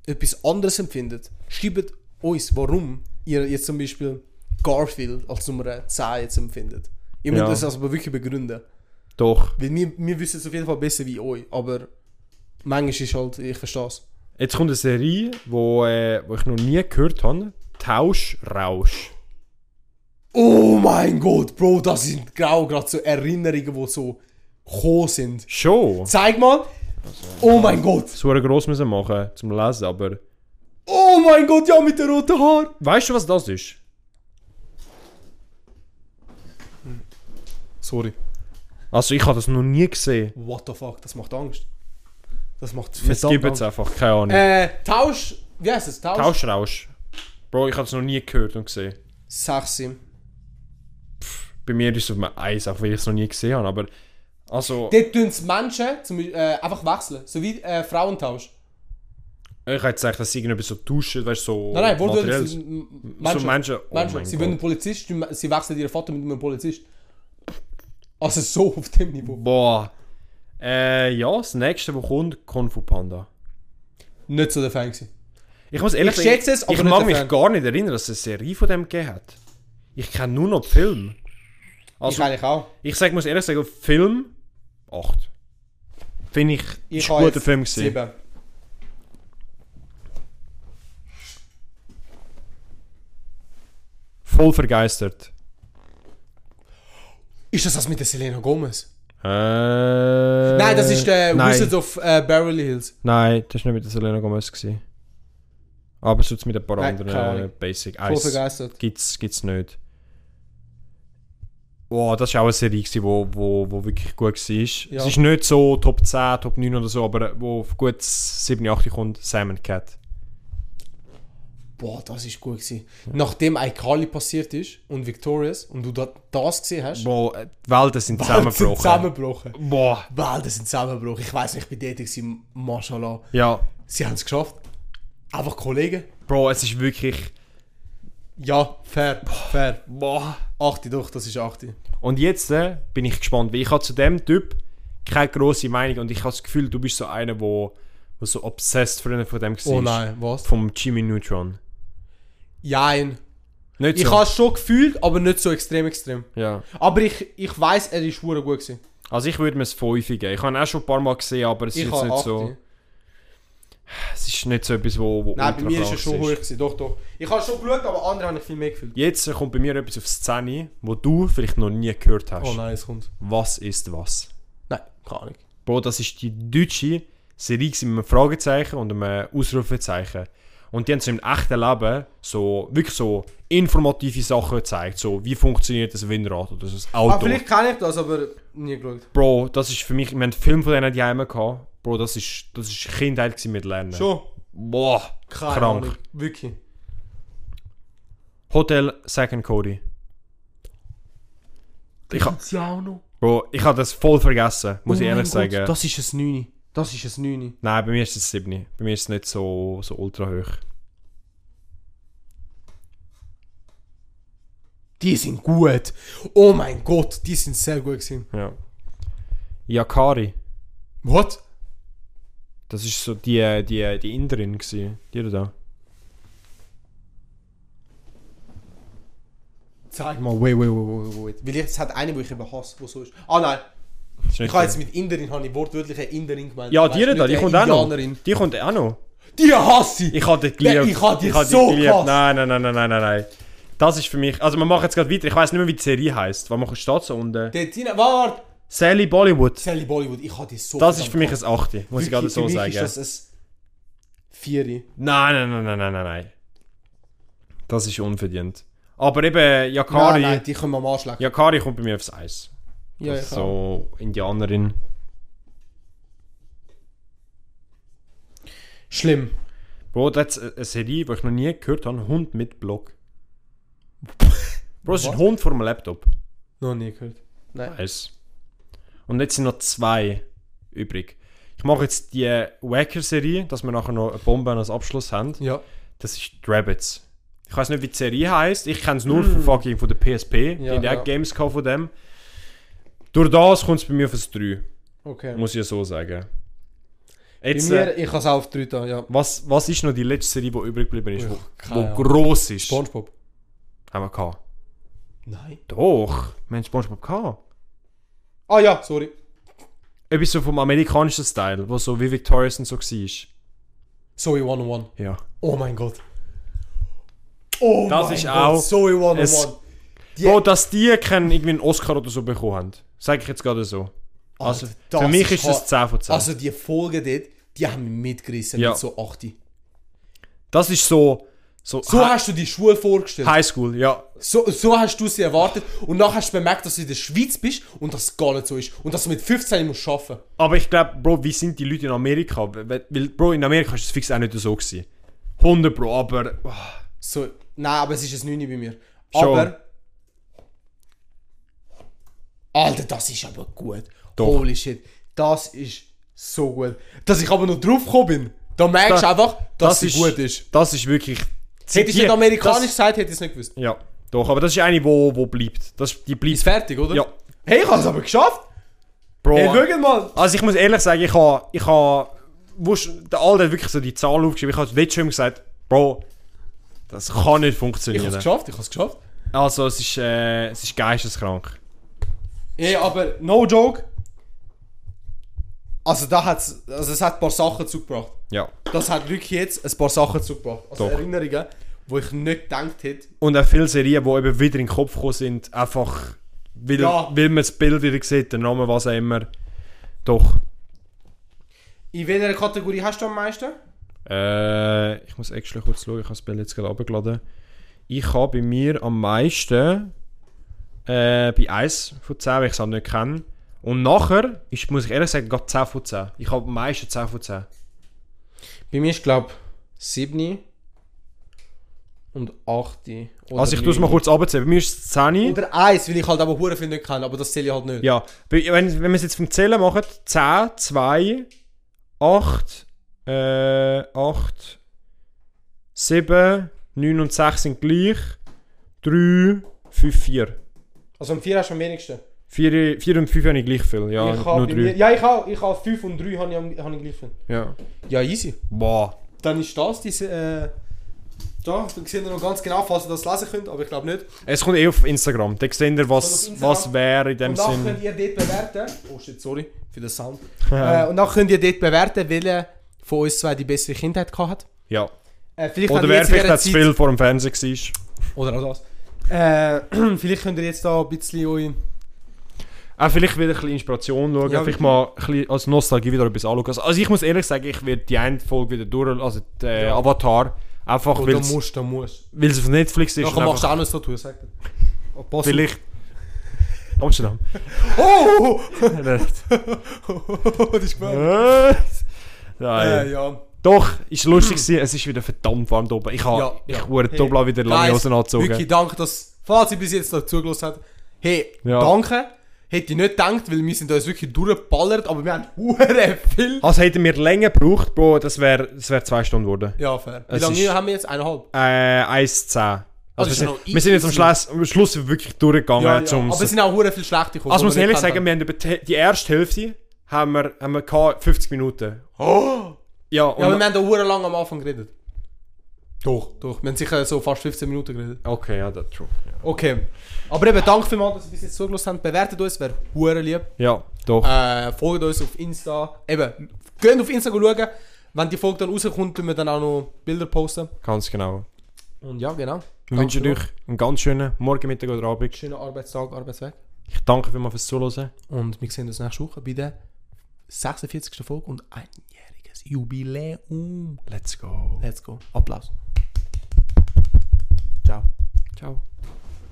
[SPEAKER 2] etwas anderes empfindet, schreibt uns, warum ihr jetzt zum Beispiel Garfield als Nummer 10 jetzt empfindet. Ihr müsst
[SPEAKER 3] Ja.
[SPEAKER 2] das aber wirklich begründen.
[SPEAKER 3] Doch.
[SPEAKER 2] Weil wir, wir wissen es auf jeden Fall besser wie euch, aber manchmal ist halt, ich verstehe es.
[SPEAKER 3] Jetzt kommt eine Serie, wo, äh, wo ich noch nie gehört habe. Tauschrausch.
[SPEAKER 2] Oh mein Gott, Bro, das sind grau gerade so Erinnerungen, die so gekommen sind.
[SPEAKER 3] Schon.
[SPEAKER 2] Zeig mal. Oh mein Gott.
[SPEAKER 3] Das wurde gross müssen machen zum Lesen, aber.
[SPEAKER 2] Oh mein Gott, ja, mit den roten Haaren.
[SPEAKER 3] Weißt du, was das ist?
[SPEAKER 2] Sorry.
[SPEAKER 3] Also, ich habe das noch nie gesehen.
[SPEAKER 2] What the fuck, das macht Angst. Das macht
[SPEAKER 3] Es
[SPEAKER 2] verdammt
[SPEAKER 3] gibt
[SPEAKER 2] Angst.
[SPEAKER 3] es einfach, keine Ahnung.
[SPEAKER 2] Äh, Tausch. Wie heißt es? Tausch?
[SPEAKER 3] Tauschrausch. Bro, ich habe es noch nie gehört und gesehen.
[SPEAKER 2] Sachsim.
[SPEAKER 3] Bei mir ist es auf dem Eis, auch weil ich es noch nie gesehen habe, aber... Also,
[SPEAKER 2] Dort tun es Menschen zum, Beispiel, äh, einfach wechseln. So wie äh, Frauentausch.
[SPEAKER 3] ich hätte gesagt, dass sie irgendetwas so tauschen, weißt du, so...
[SPEAKER 2] Nein, nein, wo tun
[SPEAKER 3] materielles.
[SPEAKER 2] sie m- Menschen?
[SPEAKER 3] So Menschen, oh
[SPEAKER 2] Menschen.
[SPEAKER 3] mein
[SPEAKER 2] sie wollen einen
[SPEAKER 3] Gott.
[SPEAKER 2] Polizist, die- sie wechseln ihren Vater mit einem Polizist. Also so auf dem Niveau.
[SPEAKER 3] Boah. Äh, ja, das nächste, was kommt, Kung Fu Panda.
[SPEAKER 2] Nicht so der Fan gewesen.
[SPEAKER 3] Ich muss ehrlich
[SPEAKER 2] Ich
[SPEAKER 3] sagen,
[SPEAKER 2] schätze es, aber
[SPEAKER 3] ich
[SPEAKER 2] nicht
[SPEAKER 3] mag
[SPEAKER 2] der
[SPEAKER 3] mich
[SPEAKER 2] Fan.
[SPEAKER 3] gar nicht erinnern, dass es eine Serie von dem gegeben hat. Ich kenne nur noch die Filme.
[SPEAKER 2] Ich
[SPEAKER 3] Also, ich,
[SPEAKER 2] eigentlich auch.
[SPEAKER 3] sag, muss ehrlich sagen, Film... 8. Finde ich,
[SPEAKER 2] Ich
[SPEAKER 3] ist
[SPEAKER 2] habe
[SPEAKER 3] ein guter
[SPEAKER 2] jetzt
[SPEAKER 3] Film gewesen.
[SPEAKER 2] sieben.
[SPEAKER 3] Voll vergeistert.
[SPEAKER 2] Ist das das mit der Selena Gomez?
[SPEAKER 3] Äh, Nein,
[SPEAKER 2] nein, das ist der
[SPEAKER 3] Äh, nein.
[SPEAKER 2] Wizard of äh, Beverly Hills.
[SPEAKER 3] Nein, das war nicht mit der Selena Gomez. Gewesen. Aber sonst mit ein paar
[SPEAKER 2] Nein, keine
[SPEAKER 3] anderen äh,
[SPEAKER 2] Ahnung.
[SPEAKER 3] Basic
[SPEAKER 2] Voll
[SPEAKER 3] Eis.
[SPEAKER 2] begeistert.
[SPEAKER 3] Gibt's, gibt's nicht. Boah, das war auch eine Serie, die wo, wo, wo wirklich gut war. Es ist nicht so Top 10, Top 9 oder so, aber äh, wo auf gut 7, 8 kommt, Simon Cat.
[SPEAKER 2] Boah, das ist gut gewesen. Nachdem iCarly passiert ist und Victorious und du da, das gesehen hast,
[SPEAKER 3] Boah, äh, die Welten sind
[SPEAKER 2] Welten sind
[SPEAKER 3] zusammengebrochen.
[SPEAKER 2] zusammengebrochen.
[SPEAKER 3] Boah.
[SPEAKER 2] Welten sind zusammengebrochen. Ich weiß nicht, ich bin dort gewesen, Mashallah.
[SPEAKER 3] Ja,
[SPEAKER 2] Sie haben es geschafft. Einfach Kollegen.
[SPEAKER 3] Bro, es ist wirklich.
[SPEAKER 2] Ja, fair, fair.
[SPEAKER 3] Boah.
[SPEAKER 2] Achte doch, das ist Achte.
[SPEAKER 3] Und jetzt äh, bin ich gespannt, weil ich habe zu dem Typ keine grosse Meinung und ich habe das Gefühl, du bist so einer, wo, wo so obsessed von dem- von dem war.
[SPEAKER 2] Oh nein, was?
[SPEAKER 3] Vom Jimmy Neutron.
[SPEAKER 2] Jein.
[SPEAKER 3] Nicht
[SPEAKER 2] Ich
[SPEAKER 3] so.
[SPEAKER 2] habe es schon gefühlt, aber nicht so extrem extrem.
[SPEAKER 3] ja.
[SPEAKER 2] Aber ich, ich weiß, er ist hure gut gewesen.
[SPEAKER 3] Also ich würde mir es 5 geben. Ich habe ihn auch schon ein paar Mal gesehen, aber es ist
[SPEAKER 2] Ich
[SPEAKER 3] jetzt
[SPEAKER 2] habe
[SPEAKER 3] nicht
[SPEAKER 2] Achte.
[SPEAKER 3] so. Es ist nicht so etwas, wo, wo
[SPEAKER 2] Nein, bei
[SPEAKER 3] ultra
[SPEAKER 2] mir ist er
[SPEAKER 3] krass
[SPEAKER 2] schon hoch gewesen. Doch, doch. Ich habe schon geschaut, aber andere haben ich viel mehr gefühlt.
[SPEAKER 3] Jetzt äh, kommt bei mir etwas auf Szene, wo du vielleicht noch nie gehört hast.
[SPEAKER 2] Oh nein, es kommt.
[SPEAKER 3] Was ist was?
[SPEAKER 2] Nein, keine Ahnung.
[SPEAKER 3] Bro, das ist die deutsche Serie gewesen mit einem Fragezeichen und einem Ausrufezeichen. Und die haben so im echten Leben so, wirklich so informative Sachen gezeigt. So, wie funktioniert das Windrad oder so ein
[SPEAKER 2] Ah,
[SPEAKER 3] Auto.
[SPEAKER 2] vielleicht kenne ich das, aber nie geschaut.
[SPEAKER 3] Bro, das ist für mich, wir haben einen Film von denen daheim gehabt. Bro, das ist, das ist Kindheit gewesen mit Lernen.
[SPEAKER 2] Schon?
[SPEAKER 3] Boah,
[SPEAKER 2] Keine
[SPEAKER 3] krank.
[SPEAKER 2] Ahnung. Wirklich.
[SPEAKER 3] Hotel Second Cody. Ich ha,
[SPEAKER 2] Ja, auch noch.
[SPEAKER 3] Bro, ich habe das voll vergessen, muss ich ehrlich sagen.
[SPEAKER 2] Oh Das ist ein 9. Das ist ein 9.
[SPEAKER 3] Nein, bei mir ist es 7. Bei mir ist es nicht so, so ultra hoch.
[SPEAKER 2] Die sind gut. Oh mein Gott, die sind sehr gut gewesen.
[SPEAKER 3] Ja. Yakari.
[SPEAKER 2] What?
[SPEAKER 3] Das ist so die, die, die Inderin gewesen. Die da.
[SPEAKER 2] Zeig mal, wait, wait, wait, wait, wait. Weil jetzt hat eine, die ich eben hasse, die so ist. Ah nein,
[SPEAKER 3] Das ist
[SPEAKER 2] ich
[SPEAKER 3] nicht
[SPEAKER 2] habe jetzt mit Inderin, habe ich wortwörtlich eine Inderin gemeint.
[SPEAKER 3] ja,
[SPEAKER 2] Weißt
[SPEAKER 3] die
[SPEAKER 2] du,
[SPEAKER 3] da,
[SPEAKER 2] nicht
[SPEAKER 3] die
[SPEAKER 2] eine
[SPEAKER 3] kommt auch noch.
[SPEAKER 2] Indianerin.
[SPEAKER 3] Die kommt auch noch.
[SPEAKER 2] Die hasse ich!
[SPEAKER 3] Ich habe die geliebt.
[SPEAKER 2] ich hab die
[SPEAKER 3] hab
[SPEAKER 2] so gehasst.
[SPEAKER 3] Nein, nein, nein, nein, nein, nein, nein. Das ist für mich. Also, wir machen jetzt gerade weiter. Ich weiß nicht mehr, wie die Serie heißt. Was machen steht so unten?
[SPEAKER 2] Dort hinein, warte!
[SPEAKER 3] Sally Bollywood.
[SPEAKER 2] Sally Bollywood, ich habe die so
[SPEAKER 3] Das
[SPEAKER 2] verdammt
[SPEAKER 3] ist für mich ein 8. Muss ich gerade
[SPEAKER 2] Wirklich,
[SPEAKER 3] so
[SPEAKER 2] für
[SPEAKER 3] sagen.
[SPEAKER 2] mich ist das ein Vieri.
[SPEAKER 3] Nein, nein, nein, nein, nein, nein, nein. Das ist unverdient. Aber eben, Yakari.
[SPEAKER 2] Nein, nein, die können wir mal anschlagen.
[SPEAKER 3] Yakari kommt bei mir aufs Eis.
[SPEAKER 2] Ja, ich auch.
[SPEAKER 3] so Indianerin.
[SPEAKER 2] Schlimm.
[SPEAKER 3] Bro, das ist eine Serie, die ich noch nie gehört habe. Hund mit Block. Bro, es ist ein
[SPEAKER 2] Was?
[SPEAKER 3] Hund vor dem Laptop.
[SPEAKER 2] Noch nie gehört. Nein.
[SPEAKER 3] Nice. Und jetzt sind noch zwei übrig. Ich mache jetzt die Wacker-Serie, dass wir nachher noch eine Bombe als Abschluss haben.
[SPEAKER 2] Ja.
[SPEAKER 3] Das ist die Rabbits. Ich weiß nicht, wie die Serie heißt. Ich kenne es nur von fucking von der PSP. die
[SPEAKER 2] Hmm. Ja,
[SPEAKER 3] haben ja.
[SPEAKER 2] ja.
[SPEAKER 3] auch Games gehabt von dem. Durch das kommt es bei mir auf das 3.
[SPEAKER 2] Okay.
[SPEAKER 3] Muss ich ja so sagen.
[SPEAKER 2] Bei
[SPEAKER 3] Jetzt, äh,
[SPEAKER 2] mir, ich habe es auch auf 3 da, ja.
[SPEAKER 3] Was, was ist noch die letzte Serie, die übrig geblieben ist,
[SPEAKER 2] Ui,
[SPEAKER 3] wo,
[SPEAKER 2] keine
[SPEAKER 3] wo
[SPEAKER 2] Ahnung.
[SPEAKER 3] gross ist?
[SPEAKER 2] Spongebob.
[SPEAKER 3] haben wir gehabt.
[SPEAKER 2] Nein.
[SPEAKER 3] Doch, wir haben Spongebob gehabt.
[SPEAKER 2] Ah ja, sorry.
[SPEAKER 3] Etwas so vom amerikanischen Style, wo so wie Victorious und so war.
[SPEAKER 2] Zoe 101.
[SPEAKER 3] Ja.
[SPEAKER 2] Oh mein Gott. Oh
[SPEAKER 3] Das
[SPEAKER 2] mein
[SPEAKER 3] ist
[SPEAKER 2] Gott,
[SPEAKER 3] auch
[SPEAKER 2] Zoe 101.
[SPEAKER 3] es- Bro, dass die keinen irgendwie einen Oscar oder so bekommen haben. Sag ich jetzt gerade so. Also,
[SPEAKER 2] Alter, das
[SPEAKER 3] für mich ist das
[SPEAKER 2] hart.
[SPEAKER 3] 10 von 10.
[SPEAKER 2] Also die Folgen dort, die haben mich mitgerissen
[SPEAKER 3] Ja.
[SPEAKER 2] mit so 8.
[SPEAKER 3] das ist so. So,
[SPEAKER 2] So
[SPEAKER 3] Hi-
[SPEAKER 2] hast du die Schule vorgestellt.
[SPEAKER 3] Highschool, ja.
[SPEAKER 2] So, so hast du sie erwartet und nachher hast du bemerkt, dass du in der Schweiz bist und das gar nicht so ist. Und dass du mit 15 musst arbeiten musst.
[SPEAKER 3] Aber ich glaube, Bro, wie sind die Leute in Amerika? Weil, weil, Bro, in Amerika ist es fix auch nicht so gewesen. 100 Bro, aber. ah,
[SPEAKER 2] So, nein, aber es ist ein 9 bei mir.
[SPEAKER 3] Schon.
[SPEAKER 2] Aber. Alter, das ist aber gut.
[SPEAKER 3] Doch.
[SPEAKER 2] Holy shit. Das ist so gut. Dass ich aber noch drauf gekommen bin, da merkst du
[SPEAKER 3] Da-
[SPEAKER 2] einfach, dass sie gut ist.
[SPEAKER 3] Das ist wirklich.
[SPEAKER 2] Hätte ich
[SPEAKER 3] Die-
[SPEAKER 2] nicht amerikanisch
[SPEAKER 3] das-
[SPEAKER 2] gesagt, hätte ich es nicht gewusst.
[SPEAKER 3] Ja, doch, aber das ist eine, wo, wo bleibt. Das, die bleibt.
[SPEAKER 2] Ist fertig, oder?
[SPEAKER 3] Ja. Oh.
[SPEAKER 2] Hey, ich habe es aber geschafft.
[SPEAKER 3] Bro,
[SPEAKER 2] Hey, schaut mal.
[SPEAKER 3] also ich muss ehrlich sagen, ich habe, ich habe, wusch, der Alde hat wirklich so die Zahlen aufgeschrieben. Ich habe letztes Mal gesagt, Bro, das kann
[SPEAKER 2] Ich
[SPEAKER 3] nicht
[SPEAKER 2] habe es
[SPEAKER 3] funktionieren.
[SPEAKER 2] geschafft, ich habe es geschafft.
[SPEAKER 3] Also es ist, äh, es ist geisteskrank.
[SPEAKER 2] Ey, aber no joke. Also da hat's, also es hat ein paar Sachen zugebracht.
[SPEAKER 3] Ja,
[SPEAKER 2] Das hat wirklich jetzt ein paar Sachen zugebracht. Also
[SPEAKER 3] Doch.
[SPEAKER 2] Erinnerungen, wo ich nicht gedacht hätte.
[SPEAKER 3] Und auch viele Serien, die eben wieder in den Kopf gekommen sind, einfach weil,
[SPEAKER 2] Ja.
[SPEAKER 3] weil man das Bild wieder sieht, der Name, was auch immer. Doch.
[SPEAKER 2] In welcher Kategorie hast du am meisten?
[SPEAKER 3] Äh, ich muss extra kurz schauen, ich habe das Bild jetzt gerade runtergeladen. Ich habe bei mir am meisten äh, bei 1 von 10, weil ich es halt nicht kenne. Und nachher, ist, muss ich ehrlich sagen, gerade 10 von 10. Ich habe am meisten 10 von 10.
[SPEAKER 2] Bei mir ist glaube 7 und 8. Oder
[SPEAKER 3] also ich tue es mal kurz runterziehen. Bei mir ist es 10.
[SPEAKER 2] Oder 1, weil ich halt aber hure viel nicht kann, aber das zähle ich halt nicht.
[SPEAKER 3] Ja, bei- wenn, wenn wir es jetzt vom Zählen machen, 10, 2, 8, äh, 8, 7, 9 und 6 sind gleich, 3, 5, 4.
[SPEAKER 2] Also am 4 hast du am wenigsten.
[SPEAKER 3] 4, 4 und 5 habe ich gleich viel, ja,
[SPEAKER 2] ich
[SPEAKER 3] nur
[SPEAKER 2] habe
[SPEAKER 3] 3.
[SPEAKER 2] ja, ich habe ich habe 5 und 3 habe ich, am- habe ich gleich viel.
[SPEAKER 3] Ja.
[SPEAKER 2] Ja, easy.
[SPEAKER 3] Boah.
[SPEAKER 2] Dann ist das diese äh da, dann seht ihr noch ganz genau, falls ihr das lesen könnt, aber ich glaube nicht.
[SPEAKER 3] Es kommt eh auf Instagram, da seht ihr, was,
[SPEAKER 2] Kommt auf
[SPEAKER 3] was
[SPEAKER 2] Instagram.
[SPEAKER 3] wäre in dem
[SPEAKER 2] Und dann könnt
[SPEAKER 3] Sinn.
[SPEAKER 2] ihr dort bewerten. Oh shit, sorry für den Sound. äh, und dann könnt ihr dort bewerten, welcher von uns zwei die bessere Kindheit gehabt hat.
[SPEAKER 3] Ja.
[SPEAKER 2] Äh, vielleicht
[SPEAKER 3] Oder
[SPEAKER 2] wenn
[SPEAKER 3] wer
[SPEAKER 2] jetzt in
[SPEAKER 3] vielleicht
[SPEAKER 2] dieser
[SPEAKER 3] auch zu viel vor dem Fernseher war.
[SPEAKER 2] Oder auch das. Äh, vielleicht könnt ihr jetzt da ein bisschen euch...
[SPEAKER 3] Auch Ah, vielleicht wieder ein bisschen Inspiration schauen,
[SPEAKER 2] Ja,
[SPEAKER 3] vielleicht
[SPEAKER 2] wirklich.
[SPEAKER 3] mal ein bisschen als Nostalgie wieder etwas anschauen. Also, also ich muss ehrlich sagen, ich werde die eine Folge wieder durch, also die, äh, Avatar, einfach
[SPEAKER 2] Oh, da
[SPEAKER 3] weil es
[SPEAKER 2] musst, da musst.
[SPEAKER 3] weil es auf Netflix ist.
[SPEAKER 2] Nachher
[SPEAKER 3] und
[SPEAKER 2] machst du
[SPEAKER 3] einfach,
[SPEAKER 2] auch noch ein Tattoo, sagt er. Oh, pass auf.
[SPEAKER 3] vielleicht. Amsterdam.
[SPEAKER 2] Oh!
[SPEAKER 3] Recht.
[SPEAKER 2] das ist gemein.
[SPEAKER 3] Nein.
[SPEAKER 2] Äh, ja.
[SPEAKER 3] Doch, ist lustig gewesen, es ist wieder verdammt warm da oben. Ich habe
[SPEAKER 2] Hm. Ja,
[SPEAKER 3] ich
[SPEAKER 2] ja.
[SPEAKER 3] hure Dobla wieder lange
[SPEAKER 2] Guys,
[SPEAKER 3] Hosen angezogen.
[SPEAKER 2] Wirklich, danke, dass... Falls ihr bis jetzt noch zugelassen habt. Hey,
[SPEAKER 3] Ja.
[SPEAKER 2] danke. Hätte ich nicht gedacht, weil wir sind da jetzt wirklich durchgeballert, aber wir haben hure viel...
[SPEAKER 3] Also hätten wir länger gebraucht, Bro, das wäre das wär zwei Stunden geworden.
[SPEAKER 2] Ja, fair. Wie
[SPEAKER 3] Es
[SPEAKER 2] lange
[SPEAKER 3] ist-
[SPEAKER 2] haben wir jetzt? Eineinhalb?
[SPEAKER 3] Äh, 1,10. Also
[SPEAKER 2] ist ja
[SPEAKER 3] wir, sind,
[SPEAKER 2] noch
[SPEAKER 3] wir sind jetzt am
[SPEAKER 2] easy.
[SPEAKER 3] Schluss, am Schluss wirklich durchgegangen.
[SPEAKER 2] Ja, ja.
[SPEAKER 3] zum-
[SPEAKER 2] Aber es sind auch hure viel schlechte gekommen.
[SPEAKER 3] Also muss
[SPEAKER 2] die wir
[SPEAKER 3] ehrlich
[SPEAKER 2] nicht
[SPEAKER 3] sagen,
[SPEAKER 2] kennt
[SPEAKER 3] wir haben über die, die erste Hälfte haben wir, haben wir gehabt, 50 Minuten.
[SPEAKER 2] haben. Oh!
[SPEAKER 3] Ja, und
[SPEAKER 2] Ja, aber wir haben da hure lang am Anfang geredet. Doch. Doch, wir haben sicher so fast 15 Minuten geredet.
[SPEAKER 3] Okay, ja, das ist true.
[SPEAKER 2] Okay. Aber eben, danke vielmals, dass ihr bis jetzt zugelassen habt. Bewertet uns, wäre hure lieb.
[SPEAKER 3] Ja, doch.
[SPEAKER 2] Äh, folgt uns auf Insta. Eben, geht auf Insta schauen. Wenn die Folge dann rauskommt, tun wir dann auch noch Bilder posten.
[SPEAKER 3] Ganz genau.
[SPEAKER 2] Und ja, genau.
[SPEAKER 3] Wir
[SPEAKER 2] Danke
[SPEAKER 3] wünschen
[SPEAKER 2] für-
[SPEAKER 3] euch einen ganz schönen Morgen, Mittag oder Abend.
[SPEAKER 2] Schönen Arbeitstag, Arbeitsweg.
[SPEAKER 3] Ich danke vielmals fürs Zuhören.
[SPEAKER 2] Und wir sehen uns nächste Woche bei der 46. Folge und einjähriges Jubiläum.
[SPEAKER 3] Let's go.
[SPEAKER 2] Let's go. Applaus. Ciao.
[SPEAKER 3] Ciao.